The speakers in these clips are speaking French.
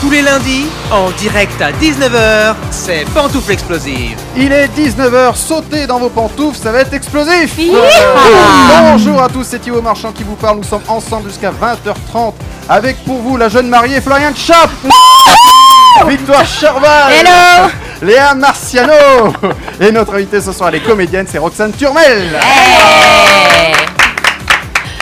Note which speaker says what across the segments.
Speaker 1: Tous les lundis, en direct à 19h, c'est Pantoufle Explosive.
Speaker 2: Il est 19h, sautez dans vos pantoufles, ça va être explosif
Speaker 3: Yeeha
Speaker 2: Bonjour à tous, c'est Thibaut Marchand qui vous parle, nous sommes ensemble jusqu'à 20h30 avec pour vous la jeune mariée Florian Chap Victoire Charval
Speaker 3: Hello
Speaker 2: Léa Marciano Et notre invitée ce soir, elle est comédienne, c'est Roxane Turmel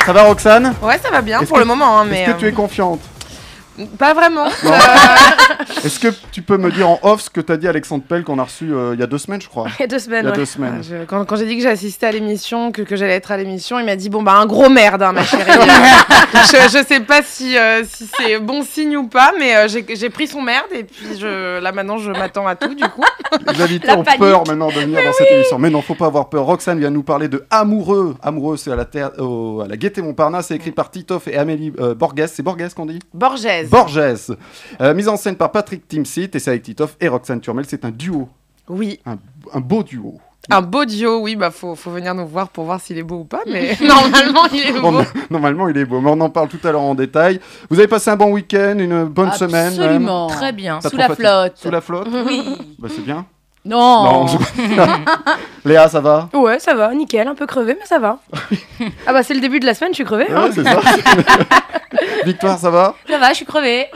Speaker 2: Ça va Roxane
Speaker 4: Ouais, ça va bien
Speaker 2: Est-ce
Speaker 4: pour
Speaker 2: que-
Speaker 4: le moment, hein, mais
Speaker 2: Est-ce que tu es confiante
Speaker 4: euh, pas vraiment.
Speaker 2: Non.
Speaker 4: Euh,
Speaker 2: Est-ce que tu peux me dire en off ce que t'as dit à Alexandre Pell qu'on a reçu euh, il y a deux semaines je crois
Speaker 4: il y a deux semaines.
Speaker 2: Il y a
Speaker 4: ouais.
Speaker 2: deux semaines.
Speaker 4: Je- quand quand j'ai dit que j'assistais à l'émission, que, que j'allais être à l'émission, il m'a dit bon bah un gros merde, hein, ma chérie. je, je sais pas si euh, si c'est bon signe ou pas, mais euh, j'ai j'ai pris son merde et puis je là maintenant je m'attends à tout du coup.
Speaker 2: Les invités
Speaker 3: La
Speaker 2: ont
Speaker 3: panique.
Speaker 2: peur maintenant de venir dans cette émission. Mais non, faut pas avoir peur. Roxane vient nous parler de Amoureux. Amoureux, c'est à la, terre, au- à la Gaîté Montparnasse. C'est écrit par Titoff et Amélie euh, Borges. C'est Borges qu'on dit
Speaker 4: Borges.
Speaker 2: Borges. Euh, mise en scène par Patrick Timsit. Et c'est avec Titoff et Roxane Turmel. C'est un duo.
Speaker 4: oui,
Speaker 2: Un beau duo.
Speaker 4: un beau duo. Oui, bah faut faut venir nous voir pour voir s'il est beau ou pas, mais normalement il est
Speaker 2: Bon,
Speaker 4: beau.
Speaker 2: normalement, il est beau. Mais on en parle tout à l'heure en détail. Vous avez passé un bon week-end, une bonne semaine même
Speaker 3: Absolument. Très bien.
Speaker 2: Pas
Speaker 3: Sous
Speaker 2: trop
Speaker 3: la
Speaker 2: fatigué.
Speaker 3: flotte.
Speaker 2: Sous la flotte
Speaker 3: Oui.
Speaker 2: Bah, C'est bien.
Speaker 5: Oh.
Speaker 3: Non.
Speaker 2: Non. Léa, ça va
Speaker 5: Ouais, ça va, nickel, un peu crevé, mais ça va. ah bah c'est le début de la semaine, je suis crevée. hein.
Speaker 2: Ouais, c'est ça. Victoire, ça va
Speaker 3: Ça va, je suis crevée.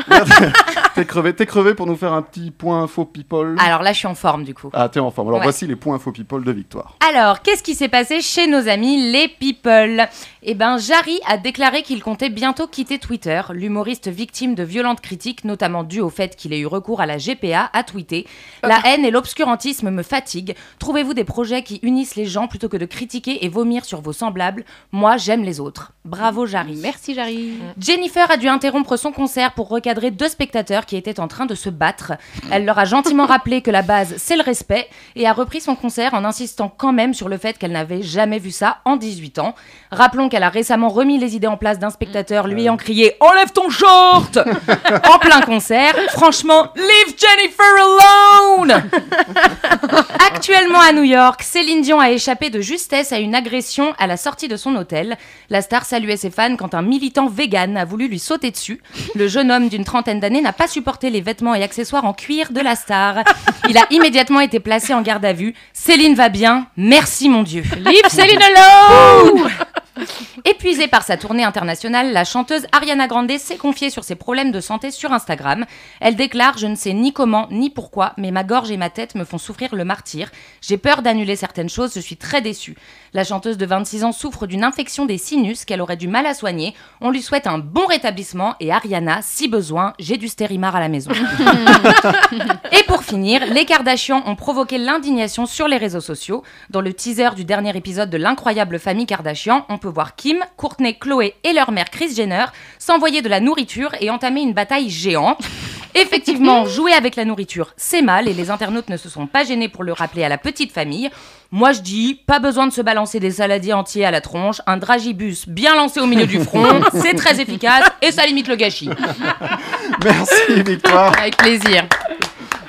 Speaker 2: T'es crevé, t'es crevé pour nous faire un petit point info people. Ah,
Speaker 3: Alors là, je suis en forme du coup.
Speaker 2: t'es en forme. Alors
Speaker 3: Ouais.
Speaker 2: voici les points info people de Victoire.
Speaker 3: Alors, qu'est-ce qui s'est passé chez nos amis les people Eh ben, Jarry a déclaré qu'il comptait bientôt quitter Twitter. L'humoriste victime de violentes critiques, notamment dû au fait qu'il ait eu recours à la GPA, a tweeté La haine et l'obscurantisme me fatiguent. Trouvez-vous des projets qui unissent les gens plutôt que de critiquer et vomir sur vos semblables. Moi, j'aime les autres. Bravo, Jarry.
Speaker 6: Merci Jarry.
Speaker 3: Jennifer a dû interrompre son concert pour recadrer deux spectateurs qui étaient en train de se battre. Elle leur a gentiment rappelé que la base, c'est le respect, et a repris son concert en insistant quand même sur le fait qu'elle n'avait jamais vu ça en 18 ans. Rappelons qu'elle a récemment remis les idées en place d'un spectateur lui ayant crié « Enlève ton short !» en plein concert. Franchement, « Leave Jennifer alone !» Actuellement à New York, Céline Dion a échappé de justesse à une agression à la sortie de son hôtel. La star saluait ses fans quand un militant vegan a voulu lui sauter dessus. Le jeune homme d'une trentaine d'années n'a pas supporté les vêtements et accessoires en cuir de la star. Il a immédiatement été placé en garde à vue. Céline va bien, merci mon Dieu. Leave Céline alone Épuisée par sa tournée internationale, la chanteuse Ariana Grande s'est confiée sur ses problèmes de santé sur Instagram. Elle déclare Je ne sais ni comment ni pourquoi, mais ma gorge et ma tête me font souffrir le martyr. J'ai peur d'annuler certaines choses, je suis très déçue. La chanteuse de 26 ans souffre d'une infection des sinus qu'elle aurait du mal à soigner. On lui souhaite un bon rétablissement et Ariana, si besoin, j'ai du stérimar à la maison. Et pour finir, les Kardashians ont provoqué l'indignation sur les réseaux sociaux. Dans le teaser du dernier épisode de l'incroyable famille Kardashian, on peut voir Kim, Courtney, Chloé et leur mère Kris Jenner s'envoyer de la nourriture et entamer une bataille géante. Effectivement, jouer avec la nourriture, c'est mal et les internautes ne se sont pas gênés pour le rappeler à la petite famille. Moi je dis, pas besoin de se balancer des saladiers entiers à la tronche, un dragibus bien lancé au milieu du front, c'est très efficace et ça limite le gâchis.
Speaker 2: Merci Victoire.
Speaker 6: Avec plaisir.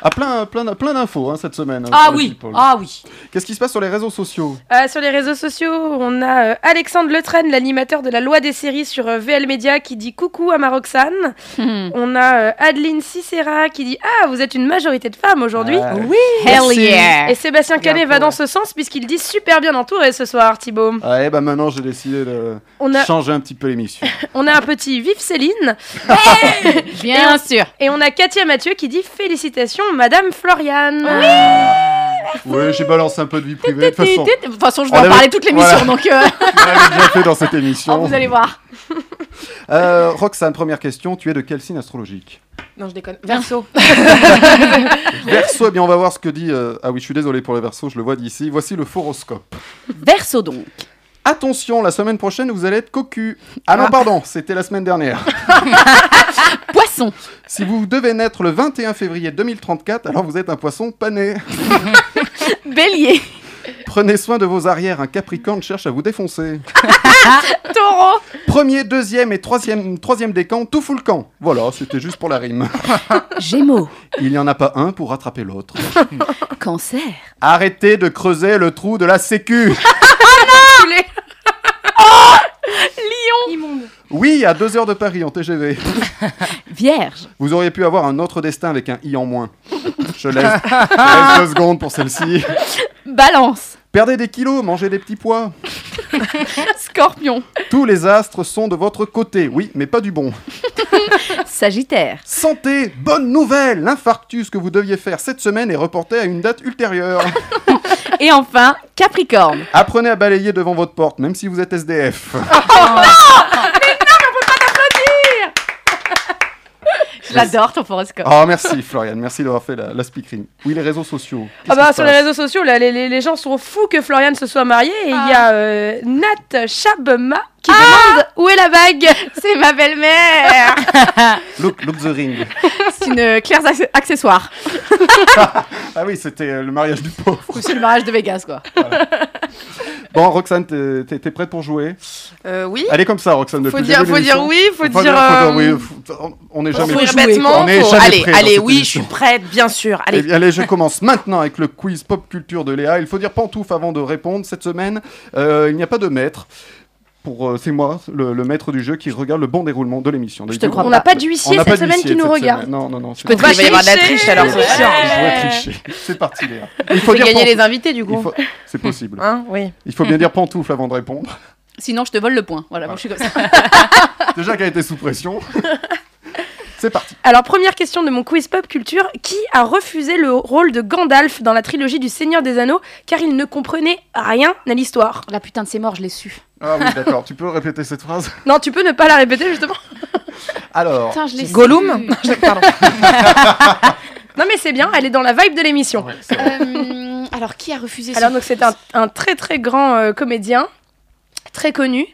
Speaker 2: À plein, plein, plein d'infos hein, cette semaine. hein,
Speaker 3: Ah
Speaker 2: sur les
Speaker 3: oui,
Speaker 2: people.
Speaker 3: ah oui.
Speaker 2: Qu'est-ce qui se passe sur les réseaux sociaux
Speaker 5: Euh, sur les réseaux sociaux, on a euh, Alexandre Letraine, l'animateur de la loi des séries sur euh, VL Media, qui dit coucou à Maroxane. On a euh, Adeline Cicera qui dit Ah, vous êtes une majorité de femmes aujourd'hui.
Speaker 2: Ah,
Speaker 6: Hell yeah.
Speaker 5: Et Sébastien
Speaker 4: Bien
Speaker 5: Canet va
Speaker 4: pour
Speaker 5: dans
Speaker 4: elle.
Speaker 5: ce sens puisqu'il dit super bien entouré ce soir, Thibaut.
Speaker 2: Ouais, bah maintenant j'ai décidé de
Speaker 5: On a,
Speaker 2: changer un petit peu l'émission.
Speaker 5: on a un petit vive Céline
Speaker 6: Bien sûr.
Speaker 5: et on a Katia Mathieu qui dit félicitations Madame Floriane.
Speaker 2: ouais, j'ai balancé un peu de vie privée. De toute façon,
Speaker 6: De toute façon, je
Speaker 2: On
Speaker 6: vais en
Speaker 2: avait-
Speaker 6: parler toute l'émission,
Speaker 2: Voilà.
Speaker 6: donc euh, Oh,
Speaker 2: on l'avait déjà fait dans cette émission.
Speaker 6: vous allez voir.
Speaker 2: Euh, Roxane, première question. Tu es de quel signe astrologique
Speaker 4: Non, je déconne. Verso.
Speaker 2: Verseau, eh bien on va voir ce que dit. euh, Ah oui, je suis désolé pour les versos, je le vois d'ici. Voici le foroscope.
Speaker 6: Verso donc.
Speaker 2: Attention, la semaine prochaine, vous allez être cocu. Ah non, pardon, c'était la semaine dernière.
Speaker 6: Poisson.
Speaker 2: Si vous devez naître le 21 février 2034, alors vous êtes un poisson pané.
Speaker 6: Bélier.
Speaker 2: Prenez soin de vos arrières, un capricorne cherche à vous défoncer.
Speaker 5: Taureau.
Speaker 2: Premier, deuxième et troisième, troisième décan, tout fout le camp. Voilà, c'était juste pour la rime.
Speaker 6: Gémeaux.
Speaker 2: Il n'y en a pas un pour rattraper l'autre.
Speaker 6: Cancer.
Speaker 2: Arrêtez de creuser le trou de la sécu.
Speaker 6: Ah
Speaker 5: Immonde.
Speaker 6: Oh
Speaker 2: Oui, à deux heures de Paris en TGV.
Speaker 6: Vierge.
Speaker 2: Vous auriez pu avoir un autre destin avec un i en moins. Je laisse, je laisse deux secondes pour celle-ci.
Speaker 6: Balance.
Speaker 2: Perdez des kilos, mangez des petits pois.
Speaker 6: Scorpion.
Speaker 2: Tous les astres sont de votre côté, oui, mais pas du bon.
Speaker 6: Sagittaire.
Speaker 2: Santé, bonne nouvelle L'infarctus que vous deviez faire cette semaine est reporté à une date ultérieure.
Speaker 6: Et enfin, Capricorne.
Speaker 2: Apprenez à balayer devant votre porte, même si vous êtes SDF.
Speaker 6: Je l'adore ton horoscope.
Speaker 2: Oh, merci Florian, merci d'avoir fait la, la speakerine. Oui, les réseaux sociaux.
Speaker 5: Ah
Speaker 2: Qu'est-ce
Speaker 5: bah
Speaker 2: qui se
Speaker 5: sur les
Speaker 2: passe
Speaker 5: réseaux sociaux, là, les, les- les gens sont fous que Florian se soit marié. Et il y a euh, Nat Chabma qui demande Ah où est la bague.
Speaker 6: C'est ma belle-mère.
Speaker 2: Look, look the ring.
Speaker 6: C'est une euh, Claire's acc- accessoire.
Speaker 2: Ah oui, c'était euh, le mariage du pauvre.
Speaker 6: C'est le mariage de Vegas, quoi.
Speaker 2: Bon, Roxane, t'es- t'es t'es prête pour jouer
Speaker 4: Euh, oui.
Speaker 2: Allez comme ça, Roxane. depuis
Speaker 4: Faut
Speaker 2: le
Speaker 4: dire,
Speaker 2: début de
Speaker 4: faut dire
Speaker 2: l'émission.
Speaker 4: oui, faut
Speaker 2: Faut
Speaker 4: dire.
Speaker 2: faut
Speaker 4: euh,
Speaker 2: oui, faut- on- on n'est
Speaker 4: faut
Speaker 2: jamais
Speaker 4: dire
Speaker 2: prêt.
Speaker 4: bêtement.
Speaker 2: On est
Speaker 4: faut-
Speaker 2: jamais
Speaker 4: Allez,
Speaker 2: prêt dans
Speaker 4: allez,
Speaker 2: cette
Speaker 4: oui, je
Speaker 2: émission.
Speaker 4: suis prête, bien sûr.
Speaker 2: Eh
Speaker 4: Allez.
Speaker 2: bien, Allez. je commence maintenant avec le quiz pop culture de Léa. Il faut dire pantouf avant de répondre. Cette semaine, euh, il n'y a pas de maître. Pour, euh, c'est moi, le, le maître du jeu, qui regarde le bon déroulement de l'émission.
Speaker 6: Je te crois
Speaker 5: On
Speaker 2: On
Speaker 5: n'a pas
Speaker 2: n'a
Speaker 5: d'huissier
Speaker 2: pas
Speaker 5: cette semaine
Speaker 2: d'huissier
Speaker 5: qui nous
Speaker 2: cette
Speaker 5: regarde.
Speaker 2: semaine. Non, non, non. c'est
Speaker 6: peux
Speaker 2: pas-
Speaker 6: te
Speaker 4: Il va y avoir de la
Speaker 5: tricher.
Speaker 4: triche alors, c'est sûr.
Speaker 2: Je vais tricher. C'est parti, Léa. Il
Speaker 4: Faut gagner
Speaker 2: pantouf.
Speaker 4: les invités du
Speaker 2: Il
Speaker 4: coup.
Speaker 2: faut- C'est possible.
Speaker 4: Hein, oui.
Speaker 2: Il faut bien dire pantoufle avant de répondre.
Speaker 6: Sinon, je te vole le point. Voilà, moi, je suis comme ça.
Speaker 2: Déjà qu'elle était sous pression. C'est parti.
Speaker 5: Alors première question de mon quiz pop culture, qui a refusé le rôle de Gandalf dans la trilogie du Seigneur des Anneaux car il ne comprenait rien à l'histoire
Speaker 6: La putain de ces morts, je l'ai su.
Speaker 2: Ah oui, d'accord. Tu peux répéter cette phrase
Speaker 5: Non, tu peux ne pas la répéter justement.
Speaker 2: Alors,
Speaker 6: Putain, je l'ai su.
Speaker 4: Gollum Non, je- Pardon.
Speaker 5: Non mais c'est bien, elle est dans la vibe de l'émission.
Speaker 2: ouais, c'est vrai.
Speaker 6: Euh, alors, qui a refusé
Speaker 5: Alors
Speaker 6: ce-
Speaker 5: donc c'est un, un très très grand euh, comédien, très connu.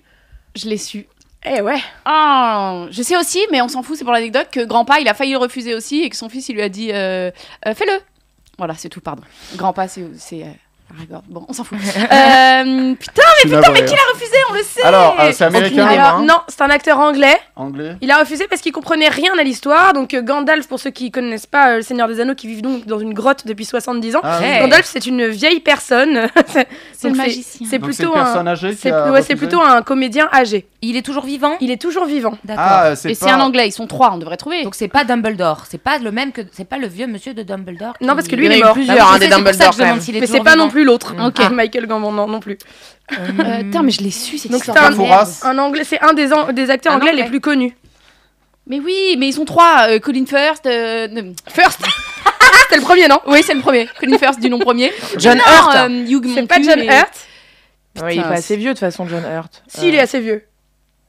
Speaker 6: Je l'ai su.
Speaker 5: Eh ouais.
Speaker 6: Ah, je sais aussi, mais on s'en fout, c'est pour l'anecdote, que grand-pa, il a failli le refuser aussi et que son fils, il lui a dit euh, Euh, Fais-le Voilà, c'est tout, pardon. Grand-pa, c'est. c'est, euh, Aragorn. Bon, on s'en fout. Euh, putain,
Speaker 2: Je suis navré, hein.
Speaker 6: refusé, on le sait
Speaker 2: Alors, euh, c'est américain,
Speaker 4: Aucune idée.
Speaker 5: Alors
Speaker 4: hein.
Speaker 5: non, c'est un acteur anglais.
Speaker 2: anglais
Speaker 5: Il a refusé parce qu'il comprenait rien à l'histoire. Donc euh, Gandalf, pour ceux qui connaissent pas euh, le Seigneur des Anneaux, qui vivent donc dans une grotte depuis 70 ans.
Speaker 2: Ah oui.
Speaker 3: Hey.
Speaker 5: Gandalf, c'est une vieille personne.
Speaker 6: C'est le
Speaker 5: Donc,
Speaker 6: magicien.
Speaker 5: C'est
Speaker 2: Donc,
Speaker 5: plutôt
Speaker 2: une
Speaker 5: un.
Speaker 2: personne âgée qui
Speaker 5: C'est
Speaker 2: a
Speaker 5: ouais, c'est
Speaker 2: refusé
Speaker 5: plutôt un comédien âgé.
Speaker 3: Il est toujours vivant
Speaker 5: Il est toujours vivant.
Speaker 3: D'accord.
Speaker 2: Ah, c'est
Speaker 6: Et
Speaker 2: pas...
Speaker 6: c'est un anglais, ils sont trois, on devrait trouver.
Speaker 3: Donc c'est pas Dumbledore, c'est pas le même que c'est pas le vieux monsieur de Dumbledore.
Speaker 5: Non, parce que
Speaker 4: Il y
Speaker 5: lui,
Speaker 4: en
Speaker 5: il
Speaker 4: a
Speaker 5: est
Speaker 4: eu
Speaker 5: mort.
Speaker 3: Bah,
Speaker 4: plusieurs
Speaker 3: oui,
Speaker 4: hein,
Speaker 3: je
Speaker 4: des
Speaker 3: sais, c'est pour ça
Speaker 4: Dumbledore
Speaker 3: que
Speaker 4: quand
Speaker 3: je demande
Speaker 4: même.
Speaker 3: s'il est
Speaker 5: Mais c'est
Speaker 3: toujours
Speaker 5: pas
Speaker 3: vivant.
Speaker 5: non plus l'autre.
Speaker 3: Mm.
Speaker 5: Ah, Michael Gambon, non, non plus. Mm.
Speaker 6: Euh, Putain, mais je l'ai su, cette
Speaker 5: Donc,
Speaker 6: histoire
Speaker 5: c'est un
Speaker 6: de
Speaker 2: Fouras.
Speaker 6: merde.
Speaker 5: Un anglais, c'est un des, an- des acteurs
Speaker 3: Un
Speaker 5: anglais,
Speaker 3: Anglais.
Speaker 5: les plus connus.
Speaker 6: Mais oui, mais ils sont trois. euh, Colin First. euh, non, First
Speaker 5: C'était le premier, non
Speaker 6: Oui, c'est le premier. Colin First du nom premier.
Speaker 4: John
Speaker 6: Non,
Speaker 4: Hurt.
Speaker 6: euh, Hugh
Speaker 5: C'est
Speaker 6: Mon
Speaker 5: pas
Speaker 6: cul,
Speaker 5: John
Speaker 6: mais-
Speaker 5: Hurt.
Speaker 4: Ouais, il est
Speaker 6: Putain,
Speaker 4: pas assez
Speaker 6: c'est-
Speaker 4: vieux de toute façon, John Hurt.
Speaker 5: Euh, Si, il est assez vieux.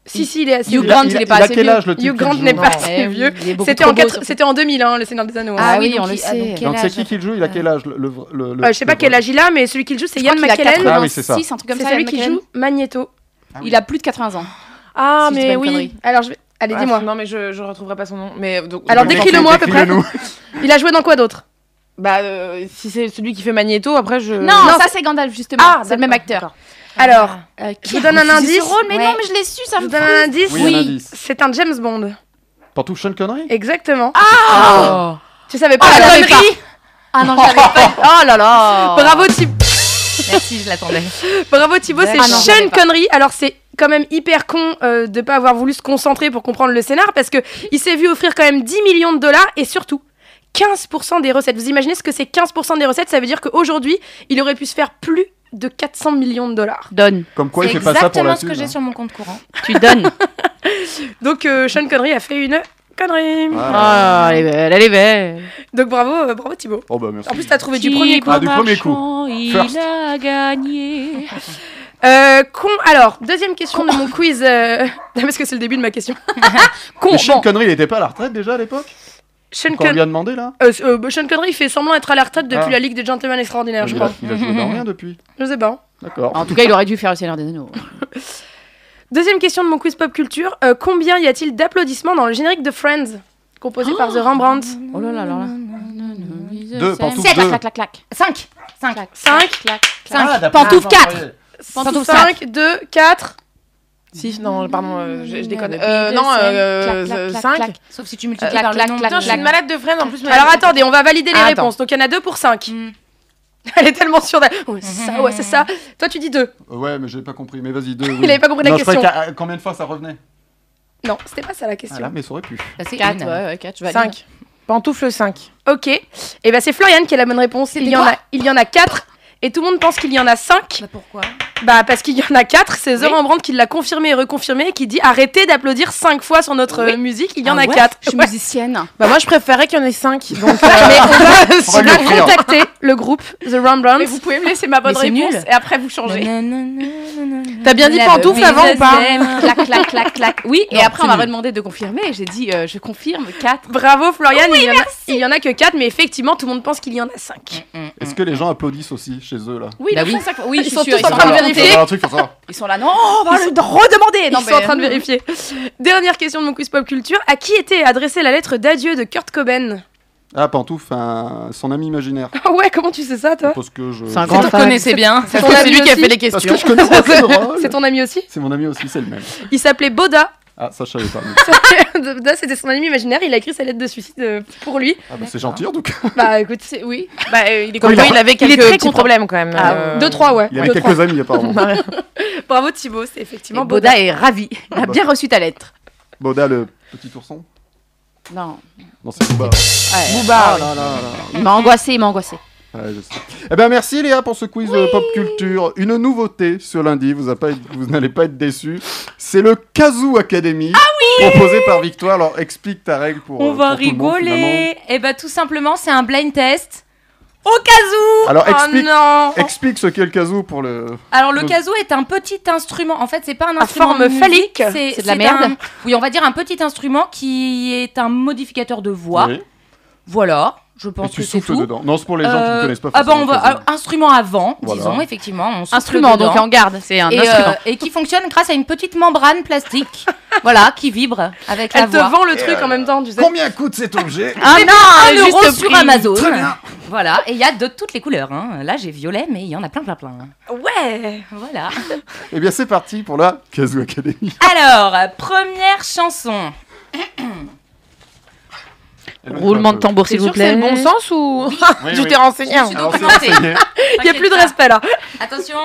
Speaker 5: Si, si, il est assez
Speaker 6: Euh, Hugh
Speaker 5: vieux.
Speaker 2: a-
Speaker 6: Grant, il
Speaker 2: a-
Speaker 6: est pas
Speaker 2: il a
Speaker 6: assez
Speaker 2: quel
Speaker 6: vieux.
Speaker 2: âge le type
Speaker 5: Hugh
Speaker 2: qui
Speaker 5: Grant
Speaker 2: joue
Speaker 5: n'est
Speaker 2: dans-
Speaker 5: pas
Speaker 6: Eh
Speaker 5: assez
Speaker 6: oui,
Speaker 5: vieux.
Speaker 6: il est beaucoup
Speaker 5: C'était
Speaker 6: trop
Speaker 5: en,
Speaker 6: beau,
Speaker 5: quatre-
Speaker 6: surtout.
Speaker 5: c'était en 2000, hein, le Seigneur des Anneaux.
Speaker 3: Ah,
Speaker 6: Ah oui,
Speaker 3: oui, donc
Speaker 6: on le
Speaker 3: il- ah,
Speaker 6: sait.
Speaker 3: donc quel
Speaker 2: Donc c'est
Speaker 3: âge
Speaker 2: qui qui le joue Il a quel âge le, le- le- le-
Speaker 5: Euh, je sais pas quel âge il a, mais celui qui le joue, c'est
Speaker 6: Je crois
Speaker 5: Ian
Speaker 6: qu'il a
Speaker 5: McKellen.
Speaker 6: 86,
Speaker 2: Ah oui, c'est ça.
Speaker 6: un truc comme
Speaker 5: C'est
Speaker 6: ça.
Speaker 5: celui
Speaker 6: Ian
Speaker 5: qui
Speaker 6: McKellen.
Speaker 5: joue Magneto.
Speaker 2: Ah oui.
Speaker 6: Il a plus de 80 ans.
Speaker 5: Ah,
Speaker 6: Si je dis pas
Speaker 5: mais
Speaker 6: une
Speaker 5: oui.
Speaker 6: connerie.
Speaker 5: Alors, je vais... Allez,
Speaker 4: Ah,
Speaker 5: dis-moi.
Speaker 4: Non, mais je, je retrouverai pas son nom. Mais donc,
Speaker 5: Alors,
Speaker 4: donc,
Speaker 5: dès qu'il- décris-le-moi à peu près.
Speaker 2: Décris-le-nous.
Speaker 5: Il a joué dans quoi d'autre
Speaker 4: Bah, euh, si c'est celui qui fait Magneto, après je.
Speaker 6: Non,
Speaker 5: non,
Speaker 6: ça c'est Gandalf justement.
Speaker 5: Ah,
Speaker 6: c'est le même acteur.
Speaker 5: Alors,
Speaker 6: Euh,
Speaker 5: Je vous donne un
Speaker 6: refusé ce
Speaker 5: indice
Speaker 6: rôle, mais non,
Speaker 5: Ouais.
Speaker 6: mais je l'ai su, ça
Speaker 5: je vous
Speaker 6: me
Speaker 5: donne
Speaker 6: frustre.
Speaker 5: un indice.
Speaker 2: Oui, un indice.
Speaker 5: C'est un James Bond.
Speaker 2: Pantouf Sean Connery
Speaker 5: Exactement. Ah.
Speaker 4: Oh.
Speaker 5: Tu savais pas
Speaker 6: Ah,
Speaker 5: la
Speaker 6: j'avais
Speaker 5: connerie
Speaker 6: Ah non, je l'avais pas. Oh là là.
Speaker 5: Bravo, Thib-
Speaker 3: Merci, je l'attendais.
Speaker 5: Bravo Thibaut, c'est
Speaker 3: Ah non,
Speaker 5: Sean
Speaker 6: j'avais pas.
Speaker 5: Connery. Alors c'est quand même hyper con euh, de pas avoir voulu se concentrer pour comprendre le scénar parce que il s'est vu offrir quand même 10 millions de dollars et surtout 15% des recettes. Vous imaginez ce que c'est 15% des recettes Ça veut dire qu'aujourd'hui, il aurait pu se faire plus de 400 millions de dollars.
Speaker 6: Donne,
Speaker 2: Comme quoi, il
Speaker 3: c'est
Speaker 2: fait pas ça pour hein.
Speaker 3: exactement
Speaker 2: la
Speaker 3: ce
Speaker 2: thune.
Speaker 3: que j'ai sur mon compte courant.
Speaker 6: tu donnes.
Speaker 5: Donc euh, Sean Connery a fait une connerie.
Speaker 2: Ah.
Speaker 6: Oh, elle est belle, elle est belle.
Speaker 5: Donc bravo, euh, bravo Thibaut.
Speaker 2: Oh bah merci.
Speaker 5: En plus, t'as trouvé du premier coup.
Speaker 2: Ah, du premier coup.
Speaker 6: Marchand,
Speaker 2: First.
Speaker 6: Il a gagné.
Speaker 5: Euh, con. Alors, deuxième question de mon quiz. euh, Non, parce que c'est le début de ma question. con.
Speaker 2: Mais Sean
Speaker 5: Bon,
Speaker 2: Connery, il était pas à la retraite déjà à l'époque
Speaker 5: Sean,
Speaker 2: Quand on
Speaker 5: Con-
Speaker 2: lui a demandé là
Speaker 5: euh, euh, bah, Sean Connery il fait semblant être à la retraite depuis
Speaker 2: Ah.
Speaker 5: la Ligue des Gentlemen Extraordinaires, je
Speaker 2: il,
Speaker 5: crois.
Speaker 2: a, il a joué dans rien depuis.
Speaker 5: Je sais pas.
Speaker 2: D'accord.
Speaker 6: En tout cas, il aurait dû faire le Seigneur des Anneaux.
Speaker 5: Deuxième question de mon quiz pop culture. Euh, combien y a-t-il d'applaudissements dans le générique de Friends Composé par The Rembrandt.
Speaker 6: Oh là là là. là.
Speaker 2: Deux, pantoufles,
Speaker 6: Sept.
Speaker 2: deux.
Speaker 6: Clac, clac, clac.
Speaker 3: 5 5
Speaker 5: 5,
Speaker 2: Ah,
Speaker 6: Pantoufles, quatre. Pantoufles,
Speaker 5: 5, 2, 4.
Speaker 4: Si, non, pardon, euh, je, je déconne.
Speaker 6: Le pays
Speaker 4: Euh,
Speaker 6: de
Speaker 4: non,
Speaker 6: Seine.
Speaker 4: euh,
Speaker 6: Clac, clac, clac,
Speaker 4: 5.
Speaker 6: clac.
Speaker 3: Sauf si tu multiplies
Speaker 6: Euh,
Speaker 3: par le
Speaker 6: clac,
Speaker 3: nombre.
Speaker 6: clac,
Speaker 4: Putain, je suis une
Speaker 6: clac.
Speaker 4: malade de Friends en plus. mais-
Speaker 5: Alors attendez, on va valider les
Speaker 4: Ah, attends. Hmm.
Speaker 5: réponses. Donc il y en a deux pour 5.
Speaker 3: Mm.
Speaker 5: Elle est tellement sûre d'elle. Ouais, c'est ça, ouais, c'est ça. Toi, tu dis 2.
Speaker 2: Euh, Ouais, mais j'ai pas compris. Mais vas-y, deux.
Speaker 5: Il avait pas compris la
Speaker 2: non, je croyais
Speaker 5: question.
Speaker 2: qu'à- à- combien de fois ça revenait
Speaker 5: Non, c'était pas ça la question.
Speaker 2: Ah là, mais ça aurait pu.
Speaker 3: Ça, c'est
Speaker 6: 4,
Speaker 3: une.
Speaker 6: ouais, ouais, 4, je valide.
Speaker 4: 5. Pantoufle 5.
Speaker 5: Ok. Et ben c'est Florian qui a la bonne réponse. Il y, en a, il y en a 4. Et tout le monde pense qu'il y en a 5.
Speaker 3: Bah, pourquoi
Speaker 5: Bah parce qu'il y en a 4. C'est Zoran Brandt qui l'a confirmé et reconfirmé et qui dit arrêtez d'applaudir 5 fois sur notre euh, musique. Il y en
Speaker 6: Ah
Speaker 5: a
Speaker 6: ouais,
Speaker 5: 4.
Speaker 6: Je suis musicienne.
Speaker 4: Bah, moi, je préférais qu'il y en ait 5. Donc, euh,
Speaker 2: On va
Speaker 5: Il
Speaker 2: lui
Speaker 5: a
Speaker 2: offrir.
Speaker 5: contacté le groupe The Ron
Speaker 6: Mais
Speaker 5: Browns.
Speaker 6: vous pouvez me laisser ma bonne
Speaker 3: Mais c'est
Speaker 6: réponse
Speaker 3: nul.
Speaker 6: et après vous changez.
Speaker 4: T'as bien dit pantoufle avant ou pas
Speaker 6: Eh ben, Clac, clac, clac, clac. Oui, et
Speaker 3: Non,
Speaker 6: après on
Speaker 3: c'est
Speaker 6: m'a
Speaker 3: nul.
Speaker 6: redemandé de confirmer. J'ai dit, euh, je confirme 4.
Speaker 5: Bravo Florian, il, y en a, il y en a que 4, mais effectivement tout le monde pense qu'il y en a 5.
Speaker 2: Est-ce que les gens applaudissent aussi chez eux là
Speaker 6: Oui,
Speaker 3: Bah
Speaker 6: ils
Speaker 3: oui.
Speaker 6: font ça- oui,
Speaker 5: Ils
Speaker 6: je suis
Speaker 5: sont
Speaker 6: sûre,
Speaker 5: tous
Speaker 6: ils
Speaker 5: en
Speaker 6: sont
Speaker 5: train de
Speaker 6: là.
Speaker 5: vérifier.
Speaker 2: Il y a un truc pour ça.
Speaker 6: Ils sont là, non, on
Speaker 5: Oh,
Speaker 6: va le redemander.
Speaker 5: Ils
Speaker 6: Non,
Speaker 5: sont
Speaker 6: mais-
Speaker 5: en train de vérifier. Dernière question de mon quiz pop culture. À qui était adressée la lettre d'adieu de Kurt Cobain
Speaker 2: Ah, Pantouf, un- son ami imaginaire.
Speaker 5: Ah ouais, comment tu sais ça toi
Speaker 2: Parce que je.
Speaker 4: C'est un
Speaker 2: je-
Speaker 4: grand
Speaker 3: Vous
Speaker 4: fan.
Speaker 3: connaissez bien.
Speaker 4: Parce
Speaker 5: ton
Speaker 4: que c'est
Speaker 5: avis
Speaker 4: lui qui a
Speaker 5: aussi
Speaker 4: fait les
Speaker 2: Parce
Speaker 4: questions.
Speaker 2: que je connais Rock'n'Roll.
Speaker 5: C'est ton ami aussi
Speaker 2: C'est mon ami aussi, c'est le même.
Speaker 5: Il s'appelait Boda.
Speaker 2: Ah, ça, je savais pas. mais-
Speaker 5: Boda, c'était son ami imaginaire. Il a écrit sa lettre de suicide euh, pour lui.
Speaker 2: Ah, bah, c'est gentil en tout cas.
Speaker 5: Bah écoute,
Speaker 6: C'est- Oui.
Speaker 4: Bah, euh, il est
Speaker 2: Comme
Speaker 4: content,
Speaker 2: il
Speaker 4: il avait quelques
Speaker 5: très
Speaker 4: petits
Speaker 5: content.
Speaker 4: problèmes quand même.
Speaker 5: ah,
Speaker 4: euh,
Speaker 5: deux trois ouais.
Speaker 2: Il avait
Speaker 5: Deux, trois.
Speaker 2: quelques amis apparemment.
Speaker 5: Bravo Thibaut, c'est effectivement
Speaker 6: Et
Speaker 5: Boda.
Speaker 6: Boda est ravi. Il a bien reçu ta lettre.
Speaker 2: Boda, le petit ourson
Speaker 6: Non.
Speaker 2: Non, c'est Booba.
Speaker 6: Ouais.
Speaker 2: Booba Ah, là, là, là.
Speaker 6: Il m'a angoissé, il m'a angoissé.
Speaker 2: Ouais, je sais. Eh ben merci Léa pour ce quiz euh, pop culture. Une nouveauté ce lundi, vous, a pas- vous n'allez pas être déçus. C'est le Kazoo Academy proposé par Victoire. Alors explique ta règle pour. euh,
Speaker 3: On va
Speaker 2: pour tout le monde, finalement.
Speaker 3: rigoler. Et bah, tout simplement, c'est un blind test. Au cas où
Speaker 2: Alors
Speaker 5: Oh
Speaker 2: explique,
Speaker 5: non
Speaker 2: explique ce qu'est le Kazoo pour le.
Speaker 3: Alors le
Speaker 2: Donc-
Speaker 3: kazoo est un petit instrument. En fait, c'est pas un instrument
Speaker 5: forme
Speaker 3: de musique,
Speaker 5: phallique.
Speaker 6: C'est de la merde.
Speaker 3: un- Oui, on va dire un petit instrument qui est un modificateur de voix.
Speaker 2: Oui.
Speaker 3: Voilà, je
Speaker 2: Et
Speaker 3: pense
Speaker 2: tu
Speaker 3: que c'est
Speaker 2: souffles
Speaker 3: tout.
Speaker 2: dedans. Non, c'est pour les gens qui ne
Speaker 3: Euh,
Speaker 2: connaissent pas.
Speaker 3: ah bah on
Speaker 2: forcément
Speaker 3: va
Speaker 2: le Kazoo.
Speaker 3: alors, instrument avant,
Speaker 2: Voilà.
Speaker 3: disons effectivement. On souffle
Speaker 6: Instrument, donc
Speaker 3: dedans.
Speaker 6: en garde, c'est un
Speaker 3: et, euh,
Speaker 6: instrument.
Speaker 3: et qui fonctionne grâce à une petite membrane plastique, voilà, qui vibre avec la
Speaker 5: Elle te
Speaker 3: voix.
Speaker 5: vend le truc en même temps, tu sais.
Speaker 2: Combien coûte cet objet
Speaker 6: Ah non,
Speaker 3: Un
Speaker 6: juste
Speaker 3: euro
Speaker 6: le
Speaker 3: sur
Speaker 6: prix.
Speaker 3: Amazon.
Speaker 2: Très bien.
Speaker 3: Voilà, et il y a de toutes les couleurs. hein. Là, j'ai violet, mais il y en a plein, plein, plein.
Speaker 5: Ouais.
Speaker 3: Voilà.
Speaker 2: Eh bien c'est parti pour la Kazoo Academy.
Speaker 3: Alors, première chanson.
Speaker 6: Roulement de tambour,
Speaker 4: T'es
Speaker 6: s'il vous
Speaker 4: sûr que c'est le
Speaker 6: plaît.
Speaker 4: bon sens ou
Speaker 2: Oui,
Speaker 4: tu
Speaker 2: oui.
Speaker 4: t'es renseigné
Speaker 3: Je suis donc
Speaker 2: Alors, c'est
Speaker 3: présentée.
Speaker 2: renseigné.
Speaker 5: Il y a
Speaker 3: T'inquiète
Speaker 5: plus de
Speaker 3: pas.
Speaker 5: respect là.
Speaker 3: Attention.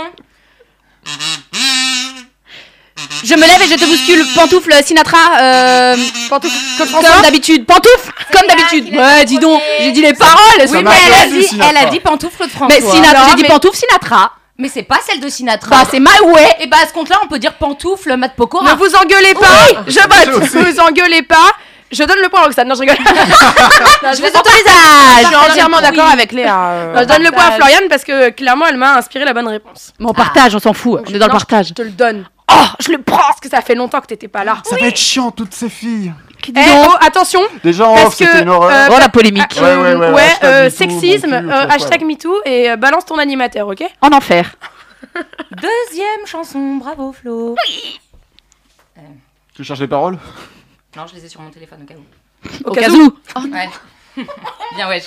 Speaker 6: Je me lève et je te bouscule. Pantoufle, Sinatra, euh,
Speaker 5: Pantoufle, Claude François.
Speaker 6: comme d'habitude. Pantoufle, comme
Speaker 3: là
Speaker 6: d'habitude.
Speaker 3: qu'il a
Speaker 6: Ouais, dis donc,
Speaker 3: proposé.
Speaker 6: j'ai dit les paroles. elles
Speaker 3: Oui,
Speaker 6: sont
Speaker 3: mais
Speaker 2: marche
Speaker 3: Eh ben, elle a,
Speaker 2: aussi,
Speaker 3: dit,
Speaker 2: Sinatra.
Speaker 3: elle a dit pantoufle de François.
Speaker 6: Mais Sinatra,
Speaker 3: Non,
Speaker 6: j'ai dit
Speaker 3: mais-
Speaker 6: pantoufle Sinatra.
Speaker 3: Mais c'est pas celle de Sinatra.
Speaker 6: Bah, c'est my way.
Speaker 3: et bah à ce compte-là, on peut dire pantoufle, mat
Speaker 5: Ne
Speaker 3: pokora.
Speaker 5: vous engueulez pas Je vote Ne vous engueulez pas Je donne le point à Roxane. Non, je rigole. Non,
Speaker 6: Je
Speaker 5: je,
Speaker 6: vous
Speaker 5: donne-
Speaker 4: Je
Speaker 6: autorise
Speaker 4: suis
Speaker 6: à.
Speaker 4: entièrement d'accord avec Léa.
Speaker 5: non,
Speaker 4: euh,
Speaker 5: je donne le point à
Speaker 6: partage.
Speaker 5: Florian parce que clairement, elle m'a inspiré la bonne réponse.
Speaker 6: Mais on partage, on s'en fout. On est dans le
Speaker 5: Non, Je
Speaker 6: partage.
Speaker 5: te le donne. Oh, je le prends parce que ça fait longtemps que t'étais pas là.
Speaker 2: Ça va être chiant toutes ces filles.
Speaker 5: Eh, oh, attention
Speaker 2: Déjà en
Speaker 5: Parce
Speaker 2: off, c'était
Speaker 5: que,
Speaker 2: une horreur.
Speaker 5: euh,
Speaker 6: Oh la polémique.
Speaker 2: Ouais, ouais, ouais,
Speaker 5: Euh,
Speaker 2: hashtag
Speaker 5: euh,
Speaker 2: MeToo,
Speaker 5: sexisme,
Speaker 2: mon cul,
Speaker 5: euh,
Speaker 2: je sais pas.
Speaker 5: hashtag MeToo et euh, balance ton animateur, ok
Speaker 4: Oh,
Speaker 6: En enfer.
Speaker 3: Deuxième chanson, bravo Flo.
Speaker 2: Tu cherches les paroles
Speaker 3: Non, je les ai sur mon téléphone au cas où.
Speaker 6: Au
Speaker 5: cas
Speaker 6: cas où.
Speaker 3: Ouais. Bien wesh.